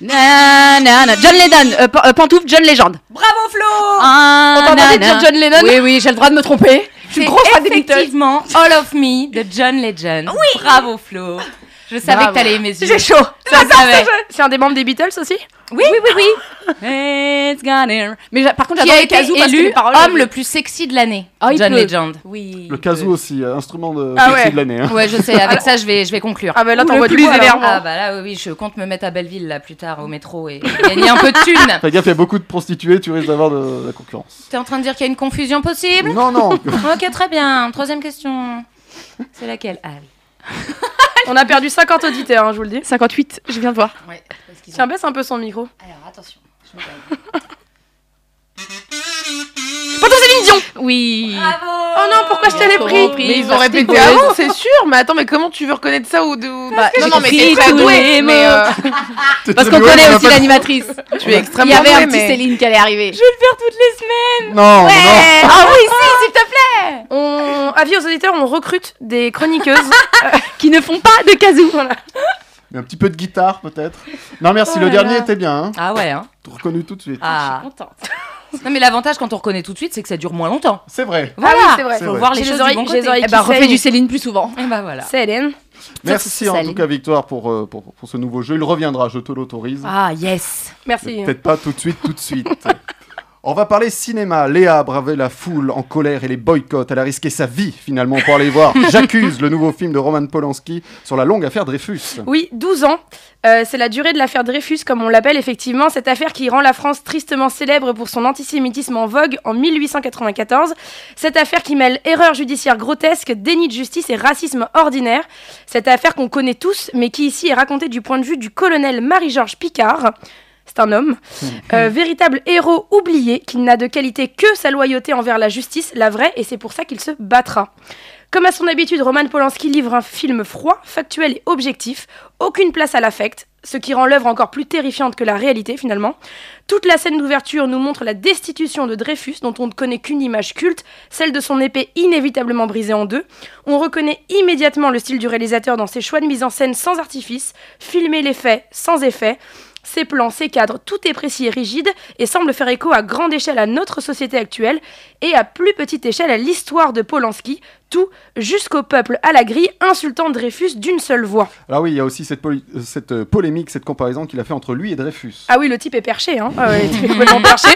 Speaker 6: Na, na, na. John Lennon. euh, pan- euh, pantoufle, John Légende.
Speaker 3: Bravo Flo
Speaker 6: Ah,
Speaker 5: On t'a entendu
Speaker 6: na,
Speaker 5: dire
Speaker 6: na.
Speaker 5: John Lennon
Speaker 6: Oui, oui, j'ai le droit de me tromper. Je suis
Speaker 3: C'est
Speaker 6: une grosse fan des Beatles.
Speaker 3: effectivement All of Me de John Legend. Oui Bravo Flo Je savais
Speaker 6: Bravo.
Speaker 3: que t'allais aimer ce
Speaker 5: J'ai chaud
Speaker 3: Je le savais.
Speaker 5: C'est un des membres des Beatles aussi
Speaker 3: Oui, oui, oui, oui.
Speaker 6: It's gonna air. Mais j'a- par contre,
Speaker 3: Qui
Speaker 6: j'adore
Speaker 3: a
Speaker 6: les
Speaker 3: été
Speaker 6: casous parce que
Speaker 3: élu
Speaker 6: les paroles.
Speaker 3: homme le plus sexy de l'année.
Speaker 6: Ah, il
Speaker 3: John
Speaker 6: peut.
Speaker 3: Legend.
Speaker 6: Oui.
Speaker 2: Le kazoo aussi, euh, instrument de
Speaker 5: Ah
Speaker 2: sexy
Speaker 5: ouais.
Speaker 2: de l'année. hein.
Speaker 3: Ouais, je sais, avec ça, je vais, je vais conclure.
Speaker 5: Ah bah là,
Speaker 6: Ou
Speaker 5: t'envoies
Speaker 6: le
Speaker 5: du
Speaker 6: plus
Speaker 5: bois, alors.
Speaker 6: énervant.
Speaker 3: Ah bah là oui, oui, je compte me mettre à Belleville là plus tard au métro et gagner un peu de thunes.
Speaker 2: Fais gaffe, il y a beaucoup de prostituées, tu risques d'avoir de, de la concurrence.
Speaker 3: T'es en train de dire qu'il y a une confusion possible
Speaker 2: Non, non
Speaker 3: Ok, très bien. Troisième question. C'est laquelle Ah oui.
Speaker 5: On a perdu 50 auditeurs, hein, je vous le dis.
Speaker 6: 58, je viens de voir.
Speaker 3: Ouais, parce qu'ils ont-
Speaker 5: Tiens, baisse un peu son micro.
Speaker 3: Alors attention. je me calme.
Speaker 6: Oui.
Speaker 3: Bravo
Speaker 5: Oh non, pourquoi je te l'ai
Speaker 6: Bravo.
Speaker 5: pris
Speaker 4: Mais ils ont
Speaker 6: Parce
Speaker 4: répété
Speaker 6: que-
Speaker 4: avant, c'est sûr. Mais attends, mais comment tu veux reconnaître ça ou de...
Speaker 6: Parce que
Speaker 4: Non,
Speaker 6: j'ai
Speaker 4: non, mais
Speaker 6: compris
Speaker 4: t'es très
Speaker 6: tous les
Speaker 4: doué. Mais
Speaker 6: mots.
Speaker 4: euh,
Speaker 6: Parce qu'on connaît aussi l'animatrice.
Speaker 4: tu es
Speaker 6: Il
Speaker 4: extrêmement
Speaker 6: y avait un
Speaker 4: doué,
Speaker 6: petit
Speaker 4: mais...
Speaker 6: Céline qui allait arriver.
Speaker 2: Non, non
Speaker 6: Ah oui, si, s'il te plaît.
Speaker 5: On... Avis aux auditeurs, on recrute des chroniqueuses. euh,
Speaker 6: Qui ne font pas de casous.
Speaker 2: Mais un petit peu de guitare, peut-être. Non, merci, le dernier était bien, hein.
Speaker 3: Ah ouais, hein
Speaker 2: reconnu tout de suite.
Speaker 3: ah.
Speaker 6: contente.
Speaker 3: Non mais l'avantage quand on reconnaît tout de suite, c'est que ça dure moins longtemps.
Speaker 2: C'est vrai.
Speaker 3: Voilà
Speaker 5: Ah c'est vrai.
Speaker 2: C'est
Speaker 3: Faut
Speaker 2: vrai.
Speaker 3: voir les
Speaker 5: J'ai
Speaker 3: choses
Speaker 5: les oreilles-
Speaker 3: du bon
Speaker 5: j'ai les
Speaker 3: côté.
Speaker 5: oreilles
Speaker 6: Eh ben,
Speaker 5: qui
Speaker 6: refais
Speaker 5: saignent.
Speaker 6: du Céline plus souvent.
Speaker 3: Et bah voilà.
Speaker 5: C'est Hélène.
Speaker 2: Merci en
Speaker 7: Salut.
Speaker 2: tout cas, Victoire, pour, euh, pour, pour ce nouveau jeu. Il reviendra, je te l'autorise.
Speaker 3: Ah, yes
Speaker 5: Merci.
Speaker 2: Peut-être pas tout de suite, tout de suite. On va parler cinéma. Léa a bravé la foule en colère et les boycotts. Elle a risqué sa vie finalement pour aller voir J'accuse, le nouveau film de Roman Polanski sur la longue affaire Dreyfus.
Speaker 5: Oui, 12 ans. Euh, c'est la durée de l'affaire Dreyfus, comme on l'appelle effectivement, cette affaire qui rend la France tristement célèbre pour son antisémitisme en vogue en 1894. Cette affaire qui mêle erreur judiciaire grotesque, déni de justice et racisme ordinaire. Cette affaire qu'on connaît tous, mais qui ici est racontée du point de vue du colonel Marie-Georges Picard. C'est un homme, euh, véritable héros oublié, qui n'a de qualité que sa loyauté envers la justice, la vraie, et c'est pour ça qu'il se battra. Comme à son habitude, Roman Polanski livre un film froid, factuel et objectif, aucune place à l'affect, ce qui rend l'œuvre encore plus terrifiante que la réalité finalement. Toute la scène d'ouverture nous montre la destitution de Dreyfus, dont on ne connaît qu'une image culte, celle de son épée inévitablement brisée en deux. On reconnaît immédiatement le style du réalisateur dans ses choix de mise en scène sans artifice, filmer les faits sans effet. Ses plans, ses cadres, tout est précis et rigide et semble faire écho à grande échelle à notre société actuelle et à plus petite échelle à l'histoire de Polanski, tout jusqu'au peuple à la grille insultant Dreyfus d'une seule voix.
Speaker 2: Alors oui, il y a aussi cette, poli- euh, cette euh, polémique, cette comparaison qu'il a fait entre lui et Dreyfus.
Speaker 5: Ah oui, le type est perché, hein. Ah ouais, le type est complètement perché.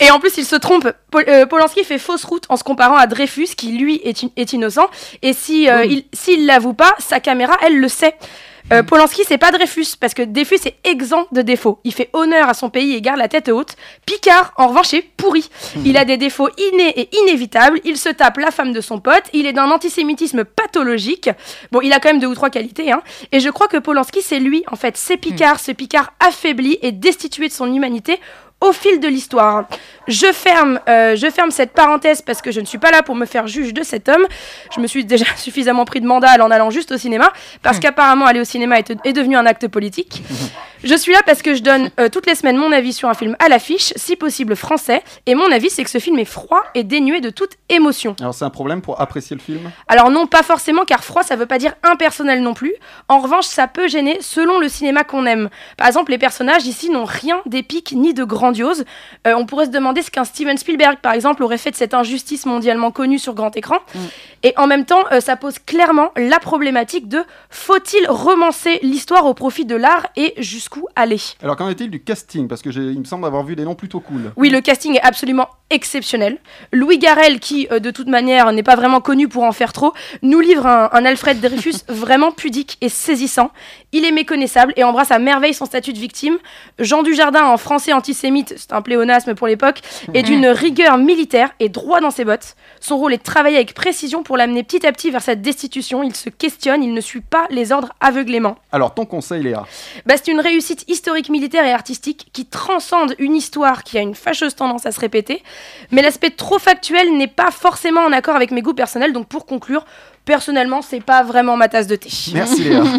Speaker 5: Et en plus, il se trompe. Pol- euh, Polanski fait fausse route en se comparant à Dreyfus, qui lui est, in- est innocent. Et si euh, il s'il l'avoue pas, sa caméra, elle le sait. Euh, Polanski, c'est pas Dreyfus, parce que Dreyfus est exempt de défauts. Il fait honneur à son pays et garde la tête haute. Picard, en revanche, est pourri. Il a des défauts innés et inévitables. Il se tape la femme de son pote. Il est d'un antisémitisme pathologique. Bon, il a quand même deux ou trois qualités, hein. Et je crois que Polanski, c'est lui, en fait. C'est Picard, ce Picard affaibli et destitué de son humanité au fil de l'histoire. Je ferme, euh, je ferme cette parenthèse parce que je ne suis pas là pour me faire juge de cet homme. Je me suis déjà suffisamment pris de mandal en allant juste au cinéma, parce qu'apparemment aller au cinéma est, est devenu un acte politique. Je suis là parce que je donne euh, toutes les semaines mon avis sur un film à l'affiche, si possible français, et mon avis c'est que ce film est froid et dénué de toute émotion.
Speaker 2: Alors c'est un problème pour apprécier le film
Speaker 5: Alors non, pas forcément, car froid, ça veut pas dire impersonnel non plus. En revanche, ça peut gêner selon le cinéma qu'on aime. Par exemple, les personnages ici n'ont rien d'épique ni de grandiose. Euh, on pourrait se demander ce qu'un Steven Spielberg, par exemple, aurait fait de cette injustice mondialement connue sur grand écran. Et en même temps, euh, ça pose clairement la problématique de faut-il romancer l'histoire au profit de l'art et jusqu'où aller
Speaker 2: Alors qu'en est-il du casting Parce que j'ai- il me semble avoir vu des noms plutôt cool.
Speaker 5: oui, le casting est absolument exceptionnel. Louis Garrel, qui euh, de toute manière n'est pas vraiment connu pour en faire trop, nous livre un, un Alfred Dreyfus vraiment pudique et saisissant. Il est méconnaissable et embrasse à merveille son statut de victime. Jean Dujardin, en français antisémite, c'est un pléonasme pour l'époque, est d'une rigueur militaire et droit dans ses bottes. Son rôle est de travailler avec précision pour l'amener petit à petit vers sa destitution. Il se questionne, il ne suit pas les ordres aveuglément.
Speaker 2: Alors ton conseil, Léa
Speaker 5: Bah, c'est une réussite historique, militaire et artistique qui transcende une histoire qui a une fâcheuse tendance à se répéter. Mais l'aspect trop factuel n'est pas forcément en accord avec mes goûts personnels. Donc pour conclure, personnellement, c'est pas vraiment ma tasse de thé.
Speaker 2: Merci Léa.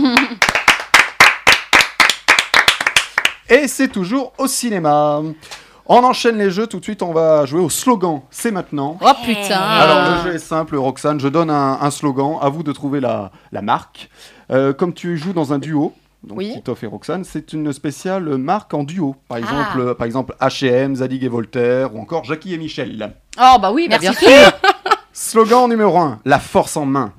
Speaker 2: Et c'est toujours au cinéma. On enchaîne les jeux tout de suite, on va jouer au slogan. C'est maintenant.
Speaker 7: Oh putain.
Speaker 2: Alors le jeu est simple, Roxane, je donne un, un slogan, à vous de trouver la, la marque. Euh, comme tu joues dans un duo, donc
Speaker 4: Oui.
Speaker 2: Titoff et Roxane, c'est une spéciale marque en duo.
Speaker 7: Ah.
Speaker 2: Par exemple, euh, par exemple H&M, Zadig et Voltaire, ou encore Jackie et Michel.
Speaker 6: Oh bah oui, merci.
Speaker 2: Slogan numéro 1, la force en main.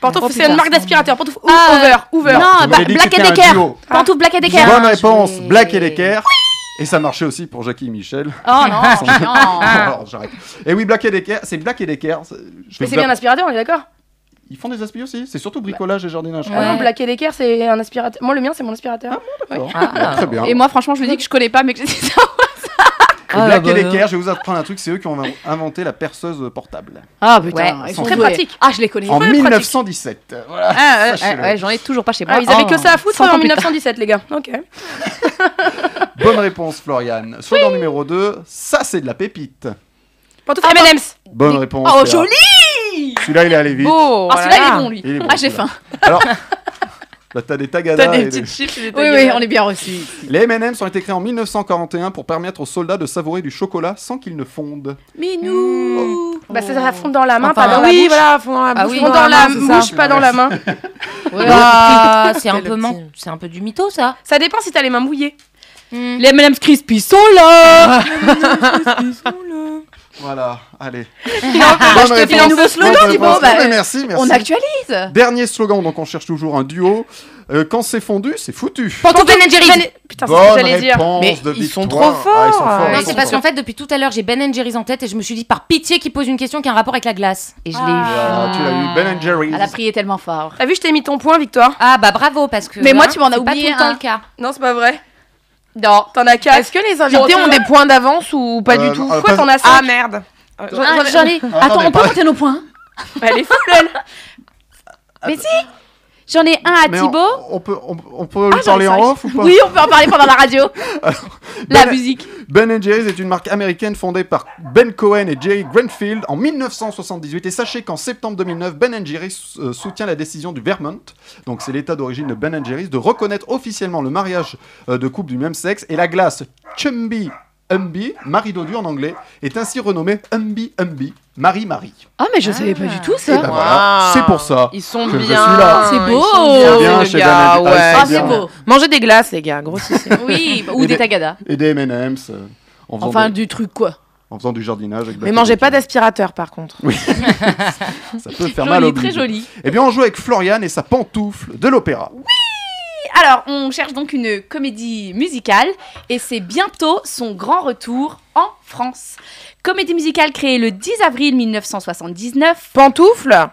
Speaker 5: Pantoufle,
Speaker 7: Oh,
Speaker 5: c'est une
Speaker 7: putain,
Speaker 5: marque
Speaker 7: c'est
Speaker 5: d'aspirateur. Pantoufle, ou
Speaker 7: Ah,
Speaker 5: Over, Over.
Speaker 7: Non,
Speaker 2: vous m'avez
Speaker 7: bah,
Speaker 2: dit
Speaker 7: Black
Speaker 2: que
Speaker 7: et
Speaker 2: c'était un
Speaker 7: Decker.
Speaker 2: duo.
Speaker 7: Pantoufle Black et Decker.
Speaker 2: Bonne réponse,
Speaker 7: joué.
Speaker 2: Black et Decker. Et ça marchait aussi pour Jackie et Michel.
Speaker 6: Oh non, non.
Speaker 2: Alors, j'arrête. Et oui, Black et Decker, c'est Black et Decker. c'est- je fais
Speaker 5: Mais c'est
Speaker 2: Black-
Speaker 5: bien un aspirateur, on est d'accord
Speaker 2: Ils font des aspis aussi. C'est surtout bricolage et jardinage.
Speaker 5: Ah non, Black Decker, c'est un aspirateur. Moi, le mien, c'est mon aspirateur.
Speaker 2: D'accord.
Speaker 3: Ah.
Speaker 2: bah, Très bien.
Speaker 6: Et moi, franchement, je me dis que je connais pas, mais que c'est ça.
Speaker 2: Et Black
Speaker 3: bah,
Speaker 2: et
Speaker 3: non.
Speaker 2: Decker, je vais vous apprendre un truc, c'est eux qui ont invent- inventé la perceuse portable.
Speaker 6: Ah
Speaker 7: putain, ils sont
Speaker 5: très pratiques.
Speaker 6: Ah, je les connais.
Speaker 2: En 1917. Voilà.
Speaker 7: Ah, ouais,
Speaker 2: Sachez-le.
Speaker 7: ouais, ouais, j'en ai toujours pas chez moi.
Speaker 5: Ah, ils avaient
Speaker 6: Oh,
Speaker 5: que ça à foutre
Speaker 6: 100 ans
Speaker 5: en
Speaker 6: plus tard.
Speaker 5: 1917, les gars. Ok.
Speaker 2: Bonne réponse, Florian. Slogan numéro 2, ça c'est de la pépite.
Speaker 5: Pantoufle
Speaker 6: Ah,
Speaker 5: M&M's.
Speaker 2: Bonne réponse.
Speaker 6: Oh,
Speaker 2: Léa.
Speaker 6: joli
Speaker 2: Celui-là, il est allé vite.
Speaker 4: Beau,
Speaker 6: Ah, celui-là,
Speaker 4: voilà.
Speaker 6: il est bon, lui.
Speaker 2: Il est bon,
Speaker 6: ah, j'ai
Speaker 2: celui-là.
Speaker 6: faim.
Speaker 2: Alors, bah, t'as des tagadas.
Speaker 4: T'as des
Speaker 2: et des-
Speaker 4: petites chips, il est
Speaker 6: Oui, oui,
Speaker 4: dégueulasse.
Speaker 6: on est bien reçus.
Speaker 2: Les M&M's ont été créés en 1941 pour permettre aux soldats de savourer du chocolat sans qu'ils ne fondent.
Speaker 6: Mais nous
Speaker 5: Bah, ça ça fond dans la main,
Speaker 3: Enfin,
Speaker 5: pas dans la
Speaker 4: Ah oui,
Speaker 5: bouche.
Speaker 4: voilà, fond dans la bouche.
Speaker 6: Ah oui.
Speaker 5: Fond
Speaker 4: fond
Speaker 5: dans la
Speaker 4: main, c'est ça.
Speaker 5: bouche, pas dans la main.
Speaker 3: Bah, c'est un
Speaker 4: Quel
Speaker 3: peu
Speaker 4: petit.
Speaker 3: man- c'est un peu du mytho ça.
Speaker 5: Ça dépend si t'as les mains mouillées.
Speaker 6: Les Madame Crispy sont là
Speaker 2: Voilà, allez.
Speaker 6: Ah, je te file un nouveau slogan,
Speaker 2: bonne
Speaker 6: Thibaut.
Speaker 2: réponse.
Speaker 6: Bah,
Speaker 2: Mais merci, merci.
Speaker 6: On actualise.
Speaker 2: Dernier slogan, donc on cherche toujours un duo. Euh, quand c'est fondu, c'est foutu.
Speaker 3: Pantoufles Ben Jerry's.
Speaker 5: Putain, c'est ce que
Speaker 2: Bonne
Speaker 5: j'allais dire.
Speaker 2: réponse
Speaker 4: Mais
Speaker 2: de
Speaker 4: ils sont
Speaker 2: victoire.
Speaker 4: trop
Speaker 2: Ah, ils sont forts,
Speaker 4: forts. Ouais,
Speaker 3: Non,
Speaker 2: ils
Speaker 3: c'est
Speaker 2: sont
Speaker 3: parce
Speaker 2: forts.
Speaker 3: qu'en fait, depuis tout à l'heure, j'ai Ben Jerry's en tête et je me suis dit, par pitié, qu'il pose une question qui a un rapport avec la glace. Et je l'ai eu.
Speaker 2: Ah, tu l'as eu, Ben and Jerry's.
Speaker 6: Ah, la prix est tellement fort.
Speaker 5: T'as vu, je t'ai mis ton point, Victoire
Speaker 3: Ah bah bravo, parce que.
Speaker 6: Mais moi,
Speaker 3: hein,
Speaker 6: tu m'en as
Speaker 3: c'est
Speaker 6: oublié
Speaker 3: Pas tout le temps
Speaker 6: un.
Speaker 3: le cas.
Speaker 5: Non, c'est pas vrai.
Speaker 6: Non.
Speaker 5: T'en as quatre.
Speaker 4: Est-ce que les invités ont des points d'avance ou pas
Speaker 2: Euh,
Speaker 4: du tout
Speaker 2: non, euh,
Speaker 5: Pourquoi
Speaker 2: pas-
Speaker 5: t'en as
Speaker 4: Ah
Speaker 5: cinq
Speaker 4: merde. Euh, j'en-
Speaker 6: Ah,
Speaker 4: j'en-
Speaker 6: j'en ai- Attends,
Speaker 2: Attendez,
Speaker 6: on peut
Speaker 2: pas-
Speaker 6: compter nos points
Speaker 5: Elle est folle, elle.
Speaker 6: Mais si J'en ai un à
Speaker 2: Mais on-
Speaker 6: Thibaut.
Speaker 2: on, peut, on, on peut
Speaker 6: Ah,
Speaker 2: lui
Speaker 6: j'en
Speaker 2: parler
Speaker 6: ai
Speaker 2: en
Speaker 6: cinq.
Speaker 2: off ou pas
Speaker 6: Oui, on peut en parler pendant la radio. la
Speaker 2: Ben-
Speaker 6: musique.
Speaker 2: Ben Jerry's est une marque américaine fondée par Ben Cohen et Jerry Grenfield en 1978. Et sachez qu'en septembre 2009, Ben Jerry's euh, soutient la décision du Vermont, donc c'est l'état d'origine de Ben Jerry's, de reconnaître officiellement le mariage euh, de couple du même sexe. Et la glace Chumby Umby, Marie Dodu en anglais, est ainsi renommée Umby Umby, Marie Marie.
Speaker 6: Ah, mais je savais pas du tout
Speaker 2: Et
Speaker 6: ça.
Speaker 2: ben voilà,
Speaker 4: Wow.
Speaker 2: c'est pour ça.
Speaker 4: Ils sont
Speaker 2: que je
Speaker 4: bien.
Speaker 2: suis là.
Speaker 6: C'est beau.
Speaker 4: Ils sont bien,
Speaker 2: Bien
Speaker 4: les
Speaker 2: chez
Speaker 4: gars,
Speaker 2: Banana-
Speaker 4: ouais,
Speaker 2: Ah,
Speaker 6: Ah,
Speaker 4: ils
Speaker 6: c'est
Speaker 4: sont-
Speaker 6: beau.
Speaker 4: Mangez des glaces, les gars, grossissez.
Speaker 6: Oui, bah, ou
Speaker 2: Et
Speaker 6: des
Speaker 2: des-
Speaker 6: tagadas.
Speaker 2: Et des M&M's euh, en, faisant
Speaker 6: Enfin,
Speaker 2: des-
Speaker 6: du truc quoi.
Speaker 2: en faisant du jardinage. Avec
Speaker 4: Mais mangez pas d'aspirateur par contre.
Speaker 2: Ça peut faire mal au
Speaker 6: Joli, très
Speaker 2: bide.
Speaker 6: joli.
Speaker 2: Eh bien, on joue avec Floriane et sa pantoufle de l'opéra.
Speaker 6: Alors, on cherche donc une comédie musicale et c'est bientôt son grand retour en France. Comédie musicale créée le 10 avril 1979.
Speaker 4: Pantoufles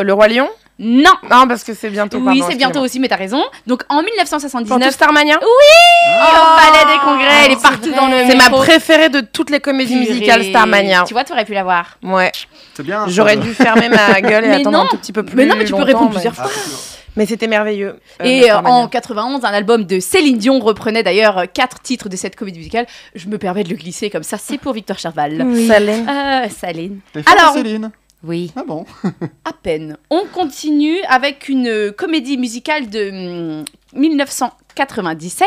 Speaker 4: Euh, Le Roi Lion
Speaker 6: Non,
Speaker 4: Non, parce que c'est bientôt.
Speaker 6: oui,
Speaker 4: pardon,
Speaker 6: c'est bientôt aussi, mais t'as raison. Donc en 1979,
Speaker 5: Pantoufles Starmania
Speaker 6: au Palais des Congrès, elle est
Speaker 3: c'est
Speaker 6: partout
Speaker 3: vrai.
Speaker 6: dans le
Speaker 4: excusez-moi. Ah. C'est ma
Speaker 6: métro.
Speaker 4: préférée de toutes les comédies
Speaker 6: Purée.
Speaker 4: musicales Starmania.
Speaker 6: Tu vois, t'aurais pu la voir.
Speaker 4: Ouais,
Speaker 2: C'est bien.
Speaker 4: j'aurais dû fermer ma gueule et
Speaker 6: Mais
Speaker 4: attendre
Speaker 6: non.
Speaker 4: un tout petit peu plus.
Speaker 6: Mais non, mais tu peux
Speaker 4: longtemps,
Speaker 6: répondre
Speaker 4: mais-
Speaker 6: plusieurs fois.
Speaker 2: Ah,
Speaker 4: Mais c'était merveilleux. euh,
Speaker 6: Et
Speaker 4: le
Speaker 6: euh, en
Speaker 4: Starmania.
Speaker 6: 91, un album de Céline Dion reprenait d'ailleurs euh, quatre titres de cette comédie musicale. Je me permets de le glisser comme ça, c'est pour Victor Charval.
Speaker 4: Ça l'est.
Speaker 6: Euh, Saline. Alors-
Speaker 2: Alors, Céline.
Speaker 3: Oui.
Speaker 2: Ah bon.
Speaker 6: À peine. On continue avec une euh, comédie musicale de hum, 1997,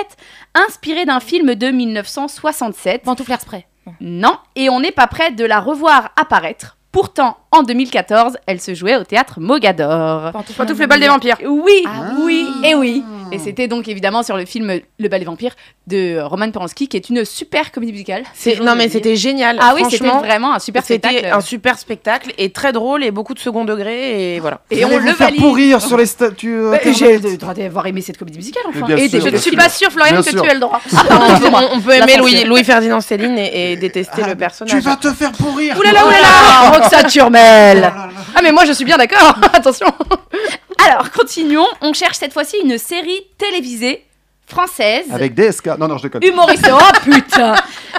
Speaker 6: inspirée d'un film de 1967.
Speaker 3: Pantoufles Spray.
Speaker 6: Non, et on n'est pas près de la revoir apparaître. Pourtant, en 2014, elle se jouait au théâtre Mogador.
Speaker 5: Pantoufles le bal des vampires.
Speaker 6: Oui,
Speaker 2: Ah.
Speaker 6: oui, et oui. Et c'était donc évidemment sur le film Le Bal des Vampires de Roman Polanski, qui est une super comédie musicale.
Speaker 4: C'est-
Speaker 6: C'est-
Speaker 4: Non, mais c'était génial.
Speaker 6: Ah oui, c'était
Speaker 4: Franchement,
Speaker 6: vraiment un super spectacle.
Speaker 4: C'était un super spectacle et très drôle et beaucoup de second degré et voilà.
Speaker 6: Et
Speaker 2: Je
Speaker 6: on
Speaker 2: vais vous
Speaker 6: le
Speaker 2: faire
Speaker 6: valide.
Speaker 2: pourrir sur les statues. euh,
Speaker 6: Bah,
Speaker 2: Internet.
Speaker 6: J'ai le droit d'avoir aimé cette comédie musicale, enfin.
Speaker 2: Mais bien
Speaker 6: et
Speaker 2: sûr,
Speaker 6: je ne
Speaker 2: bien
Speaker 6: suis
Speaker 2: sûr.
Speaker 6: pas sûre, Florian,
Speaker 2: Bien
Speaker 6: que
Speaker 2: sûr.
Speaker 6: tu as le droit. Ah,
Speaker 4: on, on- on peut
Speaker 6: La
Speaker 4: aimer Louis,
Speaker 6: censure.
Speaker 4: Louis Ferdinand Céline et, et détester le personnage.
Speaker 2: Euh, ah, Tu vas te faire pourrir.
Speaker 6: Oulala, oulala, Roxane Turmel. Ah, mais moi, je suis bien d'accord. Attention. Alors, continuons. On cherche cette fois-ci une série télévisée française.
Speaker 2: Avec DSK. Non, non, je déconne.
Speaker 6: Humoristique. Oh putain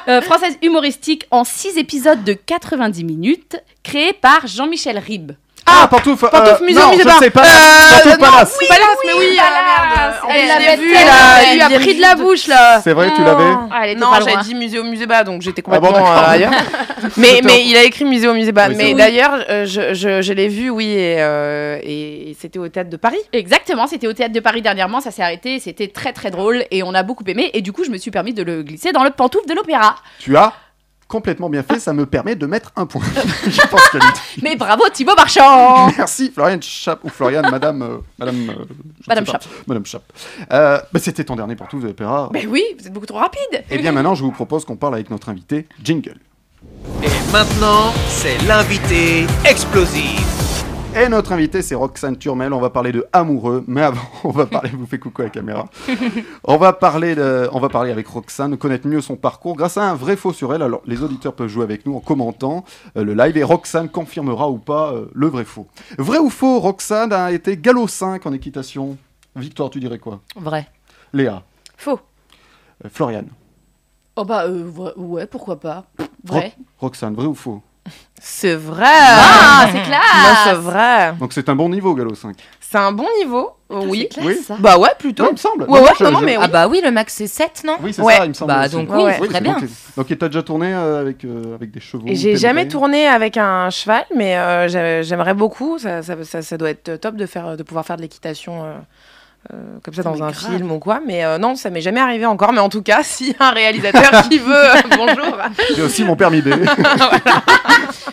Speaker 6: Euh, Française humoristique en 6 épisodes de 90 minutes, créée par Jean-Michel Ribes.
Speaker 2: Ah, pantoufle. euh,
Speaker 4: Pantoufle Museum,
Speaker 2: non,
Speaker 4: Musée
Speaker 2: je
Speaker 4: Bar.
Speaker 2: sais pas.
Speaker 4: Euh,
Speaker 2: Pantoufle
Speaker 4: non,
Speaker 2: Palace.
Speaker 4: oui, Palace, mais oui,
Speaker 6: Palace.
Speaker 4: ah, la merde.
Speaker 6: Elle
Speaker 4: On
Speaker 6: l'avait
Speaker 4: l'a vu,
Speaker 6: tellement
Speaker 4: là,
Speaker 6: bien,
Speaker 4: il lui a
Speaker 6: bien
Speaker 4: pris
Speaker 6: vu.
Speaker 4: de la bouche, là.
Speaker 2: C'est vrai, tu l'avais.
Speaker 6: Ah, elle était
Speaker 4: Non,
Speaker 6: pas
Speaker 4: j'ai
Speaker 6: loin.
Speaker 4: dit musée au musée bas, donc j'étais
Speaker 2: Ah bon,
Speaker 4: complètement
Speaker 2: d'accord.
Speaker 4: euh, ailleurs. mais, mais il a écrit musée au musée bas.
Speaker 2: Oui, c'est
Speaker 4: mais
Speaker 2: vrai.
Speaker 4: d'ailleurs, euh, je, je, je l'ai vu, oui, et, euh, et c'était au théâtre de Paris.
Speaker 6: Exactement, c'était au théâtre de Paris dernièrement, ça s'est arrêté, c'était très très drôle et on a beaucoup aimé et du coup je me suis permis de le glisser dans le pantoufle de l'opéra.
Speaker 2: Tu as complètement bien fait. Ça me permet de mettre un point. je pense que
Speaker 6: Mais bravo Thibaut Marchand
Speaker 2: Merci, Floriane Chap ou Floriane, Madame, euh, Madame, euh, je ne
Speaker 6: Madame
Speaker 2: sais pas. Madame Chap. Euh, bah, c'était ton dernier pour tout, vous avez peur.
Speaker 6: Mais Ben oui, vous êtes beaucoup trop rapide
Speaker 2: Et bien maintenant, je vous propose qu'on parle avec notre invité, Jingle.
Speaker 1: Et maintenant, c'est l'invité explosif.
Speaker 2: Et notre invité, c'est Roxane Turmel. On va parler de amoureux, mais avant, on va parler. Vous faites coucou à la caméra. On va parler, de- on va parler avec Roxane, connaître mieux son parcours grâce à un vrai faux sur elle. Alors, les auditeurs peuvent jouer avec nous en commentant euh, le live et Roxane confirmera ou pas euh, le vrai faux. Vrai ou faux, Roxane a été galop 5 en équitation. Victoire, tu dirais quoi
Speaker 3: Vrai.
Speaker 2: Léa.
Speaker 5: Faux.
Speaker 2: Euh, Floriane.
Speaker 6: Oh bah euh, ouais, ouais, pourquoi pas.
Speaker 2: Ro-
Speaker 6: Vrai.
Speaker 2: Roxane, vrai ou faux
Speaker 4: C'est vrai.
Speaker 6: Ah, c'est
Speaker 4: Non, c'est
Speaker 6: clair
Speaker 4: vrai.
Speaker 2: Donc, c'est un bon niveau, galop 5.
Speaker 4: C'est un bon niveau, oui.
Speaker 6: classe,
Speaker 2: Oui.
Speaker 6: ça.
Speaker 4: Bah ouais, plutôt.
Speaker 2: Ouais, il me semble.
Speaker 4: Ouais, ouais,
Speaker 2: je-
Speaker 4: non, non,
Speaker 2: je-
Speaker 4: mais oui.
Speaker 3: Ah bah oui, le max c'est 7, non
Speaker 2: Oui, c'est
Speaker 4: Ouais.
Speaker 2: ça, il me semble.
Speaker 3: Bah,
Speaker 2: aussi. Ah
Speaker 3: donc
Speaker 4: oui, Ouais, ouais.
Speaker 3: très
Speaker 2: c'est
Speaker 3: bien.
Speaker 2: donc- Donc, et t'as déjà tourné euh, avec, euh, avec des chevaux
Speaker 4: Et j'ai jamais
Speaker 2: pédalés
Speaker 4: tourné avec un cheval, mais euh, j'ai- j'aimerais beaucoup. Ça, ça, ça- ça doit être top de, faire, de pouvoir faire de l'équitation euh, euh, comme ça
Speaker 6: Non,
Speaker 4: dans un
Speaker 6: mais grave.
Speaker 4: film ou quoi. Mais euh, non, ça m'est jamais arrivé encore. Mais en tout cas, s'il y a un réalisateur qui veut, euh, bonjour.
Speaker 2: J'ai aussi mon permis B.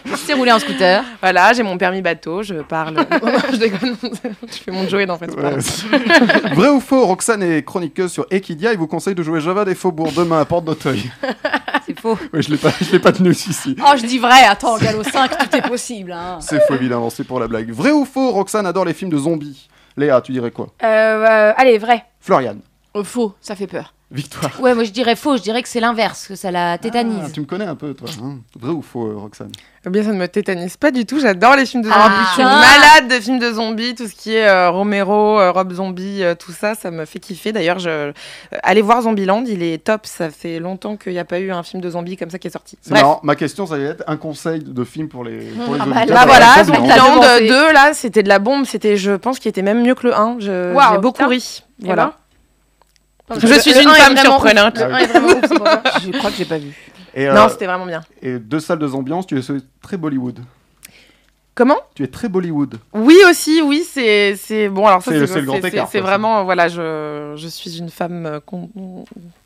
Speaker 6: Je sais rouler en scooter.
Speaker 4: Voilà, j'ai mon permis bateau, je parle. je déconne, je fais mon Joey dans Friends.
Speaker 2: Ouais. Vrai ou faux, Roxane est chroniqueuse sur Equidia et vous conseille de jouer Java des Faubourgs demain à Porte d'Auteuil.
Speaker 6: C'est
Speaker 3: faux.
Speaker 2: Oui, je l'ai pas, je l'ai pas tenu ici.
Speaker 6: Oh, je dis vrai, attends, Gallo 5, tout est possible. Hein.
Speaker 2: C'est faux évidemment, c'est pour la blague. Vrai ou faux, Roxane adore les films de zombies. Léa, tu dirais quoi
Speaker 5: Euh, euh, allez, vrai.
Speaker 2: Florian,
Speaker 6: Euh, faux, ça fait peur.
Speaker 2: Victoire.
Speaker 3: Ouais, moi je dirais faux, je dirais que c'est l'inverse, que ça la
Speaker 2: Ah,
Speaker 3: tétanise.
Speaker 2: tu me connais un peu toi. hein vrai ou faux, euh, Roxane
Speaker 4: Eh bien, ça ne me tétanise pas du tout. J'adore les films de zombies.
Speaker 3: Ah,
Speaker 4: je suis
Speaker 6: putain.
Speaker 4: malade des films de zombies. Tout ce qui est euh, Romero, euh, Rob Zombie, euh, tout ça, ça me fait kiffer. D'ailleurs, je... euh, allez voir Zombieland, il est top. Ça fait longtemps qu'il n'y a pas eu un film de zombies comme ça qui est sorti.
Speaker 2: C'est
Speaker 4: Bref.
Speaker 2: marrant. Ma question, ça allait être un conseil de film pour les. Pour les
Speaker 6: Ah bah
Speaker 2: auditeurs.
Speaker 4: Bah
Speaker 6: là, Bah,
Speaker 4: voilà,
Speaker 2: Ça,
Speaker 6: raison,
Speaker 2: c'est marrant.
Speaker 6: t'as
Speaker 4: Zombieland
Speaker 6: devancé.
Speaker 4: 2, là, c'était de la bombe. C'était, je pense, qu'il était même mieux que le 1. Je-
Speaker 5: Waouh,
Speaker 4: J'ai beaucoup
Speaker 5: putain.
Speaker 4: ri.
Speaker 5: Eh
Speaker 4: Voilà.
Speaker 5: ben.
Speaker 4: Je suis une femme
Speaker 6: Ah
Speaker 4: surprenante.
Speaker 5: Le un est vraiment ouf, c'est pour ça.
Speaker 6: Je crois que j'ai pas vu.
Speaker 2: Et, euh,
Speaker 4: Non, c'était vraiment bien.
Speaker 2: et deux salles de ambiance, tu es très Bollywood.
Speaker 4: Comment
Speaker 2: Tu es très Bollywood.
Speaker 4: Oui aussi, oui, c'est c'est- bon. Alors ça,
Speaker 2: C'est-
Speaker 4: c'est
Speaker 2: c'est le grand
Speaker 4: c'est-
Speaker 2: écart,
Speaker 4: C'est
Speaker 2: quoi,
Speaker 4: vraiment, euh, voilà, je, je suis une femme euh, con-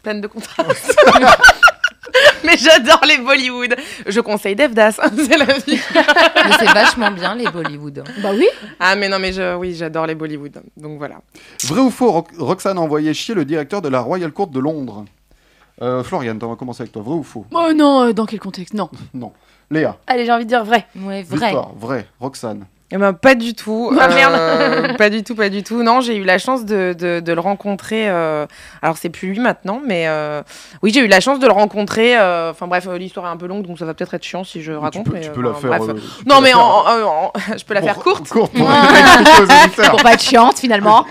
Speaker 4: pleine de contrastes. Mais j'adore les Bollywood. Je conseille Devdas, hein, c'est la vie.
Speaker 3: Mais c'est vachement bien les Bollywood.
Speaker 6: Bah oui.
Speaker 4: Ah mais non, mais je, oui, j'adore les Bollywood. Donc voilà.
Speaker 2: Vrai ou faux, Ro- Roxane a envoyé chier le directeur de la Royal Court de Londres. Euh, Florian, on va commencer avec toi. Vrai ou faux
Speaker 6: Oh non, euh, dans quel contexte Non.
Speaker 2: Léa,
Speaker 5: Allez, j'ai envie de dire vrai.
Speaker 3: Ouais, vrai.
Speaker 2: Victoire, vrai. Roxane.
Speaker 4: Eh ben, pas du tout.
Speaker 5: Ah,
Speaker 4: euh, pas du tout, pas du tout. Non, j'ai eu la chance de, de- de le rencontrer. euh, alors, c'est plus lui maintenant, mais euh, oui, j'ai eu la chance de le rencontrer. euh, Enfin, bref, euh, l'histoire est un peu longue, donc ça va peut-être être chiant si je raconte.
Speaker 2: tu peux,
Speaker 4: mais,
Speaker 2: tu
Speaker 4: euh,
Speaker 2: peux la
Speaker 4: enfin,
Speaker 2: faire.
Speaker 4: bref.
Speaker 2: euh, tu peux
Speaker 4: Non,
Speaker 2: la
Speaker 4: mais
Speaker 2: faire,
Speaker 4: en- en- en- je peux la faire
Speaker 2: pour-
Speaker 4: courte.
Speaker 2: Courte pour expliquer aux auditeurs.
Speaker 6: Pour pas être chiante finalement.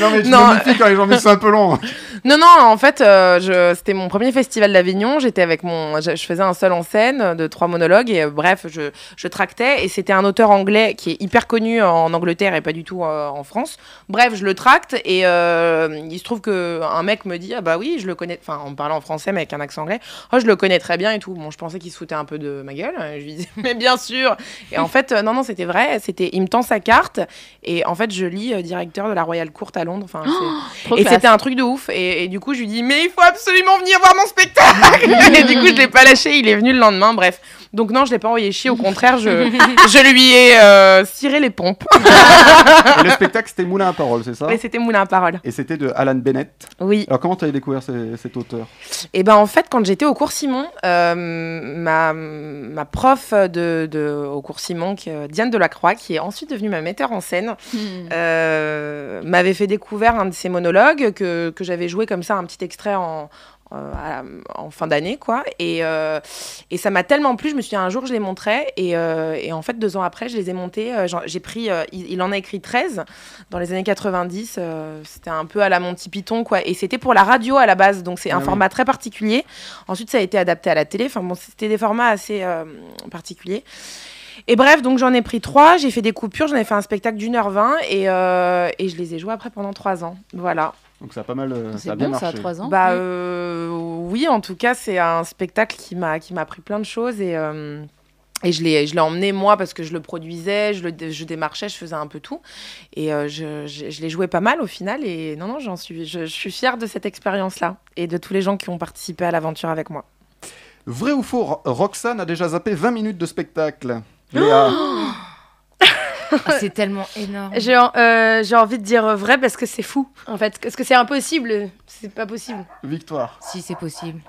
Speaker 2: Non, mais je
Speaker 4: Non.
Speaker 2: me méfie quand les gens disent c'est un peu long.
Speaker 4: Non, non, en fait, euh, je- c'était mon premier festival d'Avignon. J'étais avec mon. Je, je faisais un seul en scène euh, de trois monologues et euh, bref, je, je tractais. Et c'était un auteur anglais qui est hyper connu euh, en Angleterre et pas du tout euh, en France. Bref, je le tracte et euh, il se trouve que un mec me dit Ah bah oui, je le connais. Enfin, en me parlant en français, mais avec un accent anglais. Oh, je le connais très bien et tout. Bon, je pensais qu'il se foutait un peu de ma gueule. Je lui disais Mais bien sûr Et en fait, euh, non, non, c'était vrai. C'était. Il me tend sa carte et en fait, je lis euh, directeur de la Royal Court à Londres. Enfin, c'est- et c'était un truc de ouf. Et, et du coup, je lui dis, mais il faut absolument venir voir mon spectacle. et du coup, je l'ai pas lâché. Il est venu le lendemain. Bref. Donc, non, je l'ai pas envoyé chier. Au contraire, je, je lui ai euh, ciré les pompes.
Speaker 2: Et le spectacle, c'était Moulin à parole, c'est ça
Speaker 4: Mais c'était moulin à parole.
Speaker 2: Et c'était de Alan Bennett.
Speaker 4: Oui.
Speaker 2: Alors, comment tu as découvert ce- cet auteur
Speaker 4: Et ben, en fait, quand j'étais au cours Simon, euh, ma, ma prof de, de- au cours Simon, qui est euh, Diane Delacroix, qui est ensuite devenue ma metteur en scène,
Speaker 6: Hmm.
Speaker 4: euh, m'avait fait découvrir un de ses monologues que, que j'avais joué comme ça, un petit extrait en, euh, à la- en fin d'année, quoi. Et, euh, et ça m'a tellement plu, je me suis dit, un jour, je les montrais. Et, euh, et en fait, deux ans après, je les ai montés. euh, j'en- J'ai pris, euh, il, il en a écrit 13 dans les années 90. euh, c'était un peu à la Monty Python, quoi. Et c'était pour la radio à la base, donc c'est
Speaker 2: Ah
Speaker 4: un
Speaker 2: oui.
Speaker 4: format très particulier. Ensuite, ça a été adapté à la télé. Enfin bon, c'était des formats assez euh, particuliers. Et bref, donc j'en ai pris trois, j'ai fait des coupures, j'en ai fait un spectacle d'une heure vingt et, euh, et je les ai joués après pendant trois ans. Voilà.
Speaker 2: Donc, ça a pas mal. euh,
Speaker 6: C'est
Speaker 2: Ça a bien
Speaker 6: bon ça, à
Speaker 2: marché.
Speaker 6: 3 ans.
Speaker 4: Bah euh, oui, en tout cas, c'est un spectacle qui m'a qui m'a appris plein de choses et euh, et je l'ai je l'ai emmené moi parce que je le produisais, je le dé- je démarchais, je faisais un peu tout et euh, je, je, je l'ai joué pas mal au final et non non, j'en suis je, je suis fière de cette expérience là et de tous les gens qui ont participé à l'aventure avec moi.
Speaker 2: Vrai ou faux, Ro- Roxane a déjà zappé 20 minutes de spectacle. Léa,
Speaker 3: Ah, c'est tellement énorme.
Speaker 5: J'ai en- euh, j'ai envie de dire vrai parce que c'est fou, en fait. Parce que c'est impossible. C'est pas possible.
Speaker 2: victoire.
Speaker 3: Si c'est possible.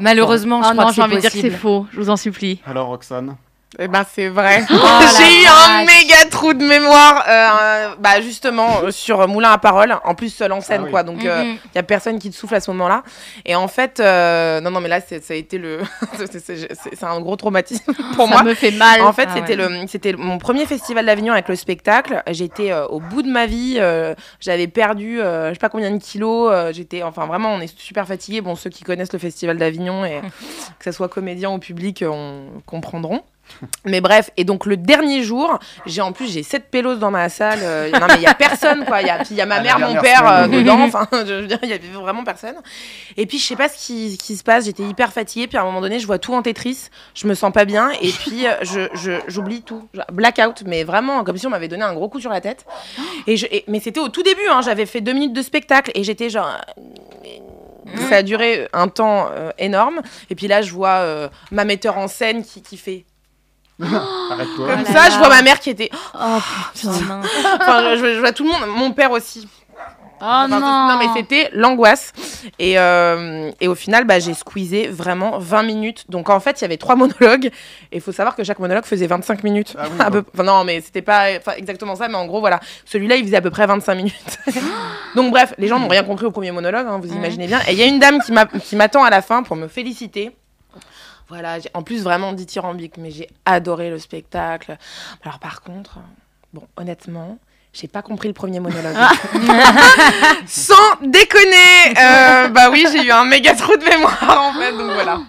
Speaker 3: Malheureusement, je
Speaker 6: Ah
Speaker 3: crois
Speaker 6: non,
Speaker 3: que
Speaker 6: j'ai
Speaker 3: c'est
Speaker 6: envie de dire que c'est
Speaker 3: possible.
Speaker 6: faux, je vous en supplie.
Speaker 2: Alors, Roxane
Speaker 4: Eh ben c'est vrai.
Speaker 3: la
Speaker 4: J'ai eu un
Speaker 3: vache.
Speaker 4: méga trou de mémoire, euh, bah justement euh, sur Moulin à parole, en plus seul en scène
Speaker 2: Ah oui.
Speaker 4: quoi, donc il
Speaker 3: Mhm.
Speaker 4: y a personne qui te souffle à ce moment-là. Et en fait, euh, non non mais là c'est- ça a été le, c'est- c'est c'est- c'est un gros traumatisme pour moi. Oh,
Speaker 6: ça me fait mal.
Speaker 4: En fait,
Speaker 3: Ah
Speaker 4: c'était le, c'était mon premier festival d'Avignon avec le spectacle. J'étais euh, au bout de ma vie. euh, J'avais perdu, euh, je sais pas combien de kilos. euh, J'étais, enfin vraiment, on est super fatigué. Bon, ceux qui connaissent le festival d'Avignon et que ça soit comédien ou public, euh, on comprendront. Mais bref, et donc le dernier jour, j'ai en plus j'ai sept pélos dans ma salle. euh, non mais il y a personne quoi. Il y a, puis il y a
Speaker 2: À
Speaker 4: ma
Speaker 2: Ah, la
Speaker 4: mère, mon
Speaker 2: dernière
Speaker 4: père euh,
Speaker 2: semaine.
Speaker 4: dedans. Enfin, je veux dire, il y avait vraiment personne. Et puis je sais pas ce qui, qui se passe. J'étais hyper fatiguée. Puis à un moment donné, je vois tout en Tetris je me sens pas bien et puis euh, je je- j'oublie tout Je- blackout mais vraiment comme si on m'avait donné un gros coup sur la tête et je et- mais c'était au tout début hein, j'avais fait deux minutes de spectacle et j'étais genre euh, ça a duré un temps euh, énorme et puis là je vois euh, ma metteur en scène qui, qui fait
Speaker 2: Arrête-toi.
Speaker 4: comme
Speaker 6: là
Speaker 4: ça
Speaker 6: là.
Speaker 4: je vois ma mère qui était
Speaker 6: Oh putain.
Speaker 4: enfin je, je vois tout le monde mon père aussi
Speaker 6: Oh
Speaker 4: Enfin,
Speaker 6: non.
Speaker 4: mais c'était l'angoisse. Et, euh, et au final, bah, j'ai squeezé vraiment 20 minutes. Donc en fait, il y avait trois monologues. Et il faut savoir que chaque monologue faisait 25 minutes.
Speaker 2: Ah oui,
Speaker 4: À peu- enfin, non, mais c'était pas enfin, exactement ça, mais en gros, voilà. Celui-là, il faisait à peu près 25 minutes. Donc bref, les gens n'ont rien compris au premier monologue, hein, vous imaginez bien. Et il y a une dame qui m'a- qui m'attend à la fin pour me féliciter. Voilà, j'ai- en plus vraiment dithyrambique, mais j'ai adoré le spectacle. Alors par contre, bon, honnêtement, j'ai pas compris le premier monologue.
Speaker 6: Ah.
Speaker 4: Sans déconner Euh, Bah oui, j'ai eu un méga trou de mémoire en fait, donc voilà.
Speaker 6: Oh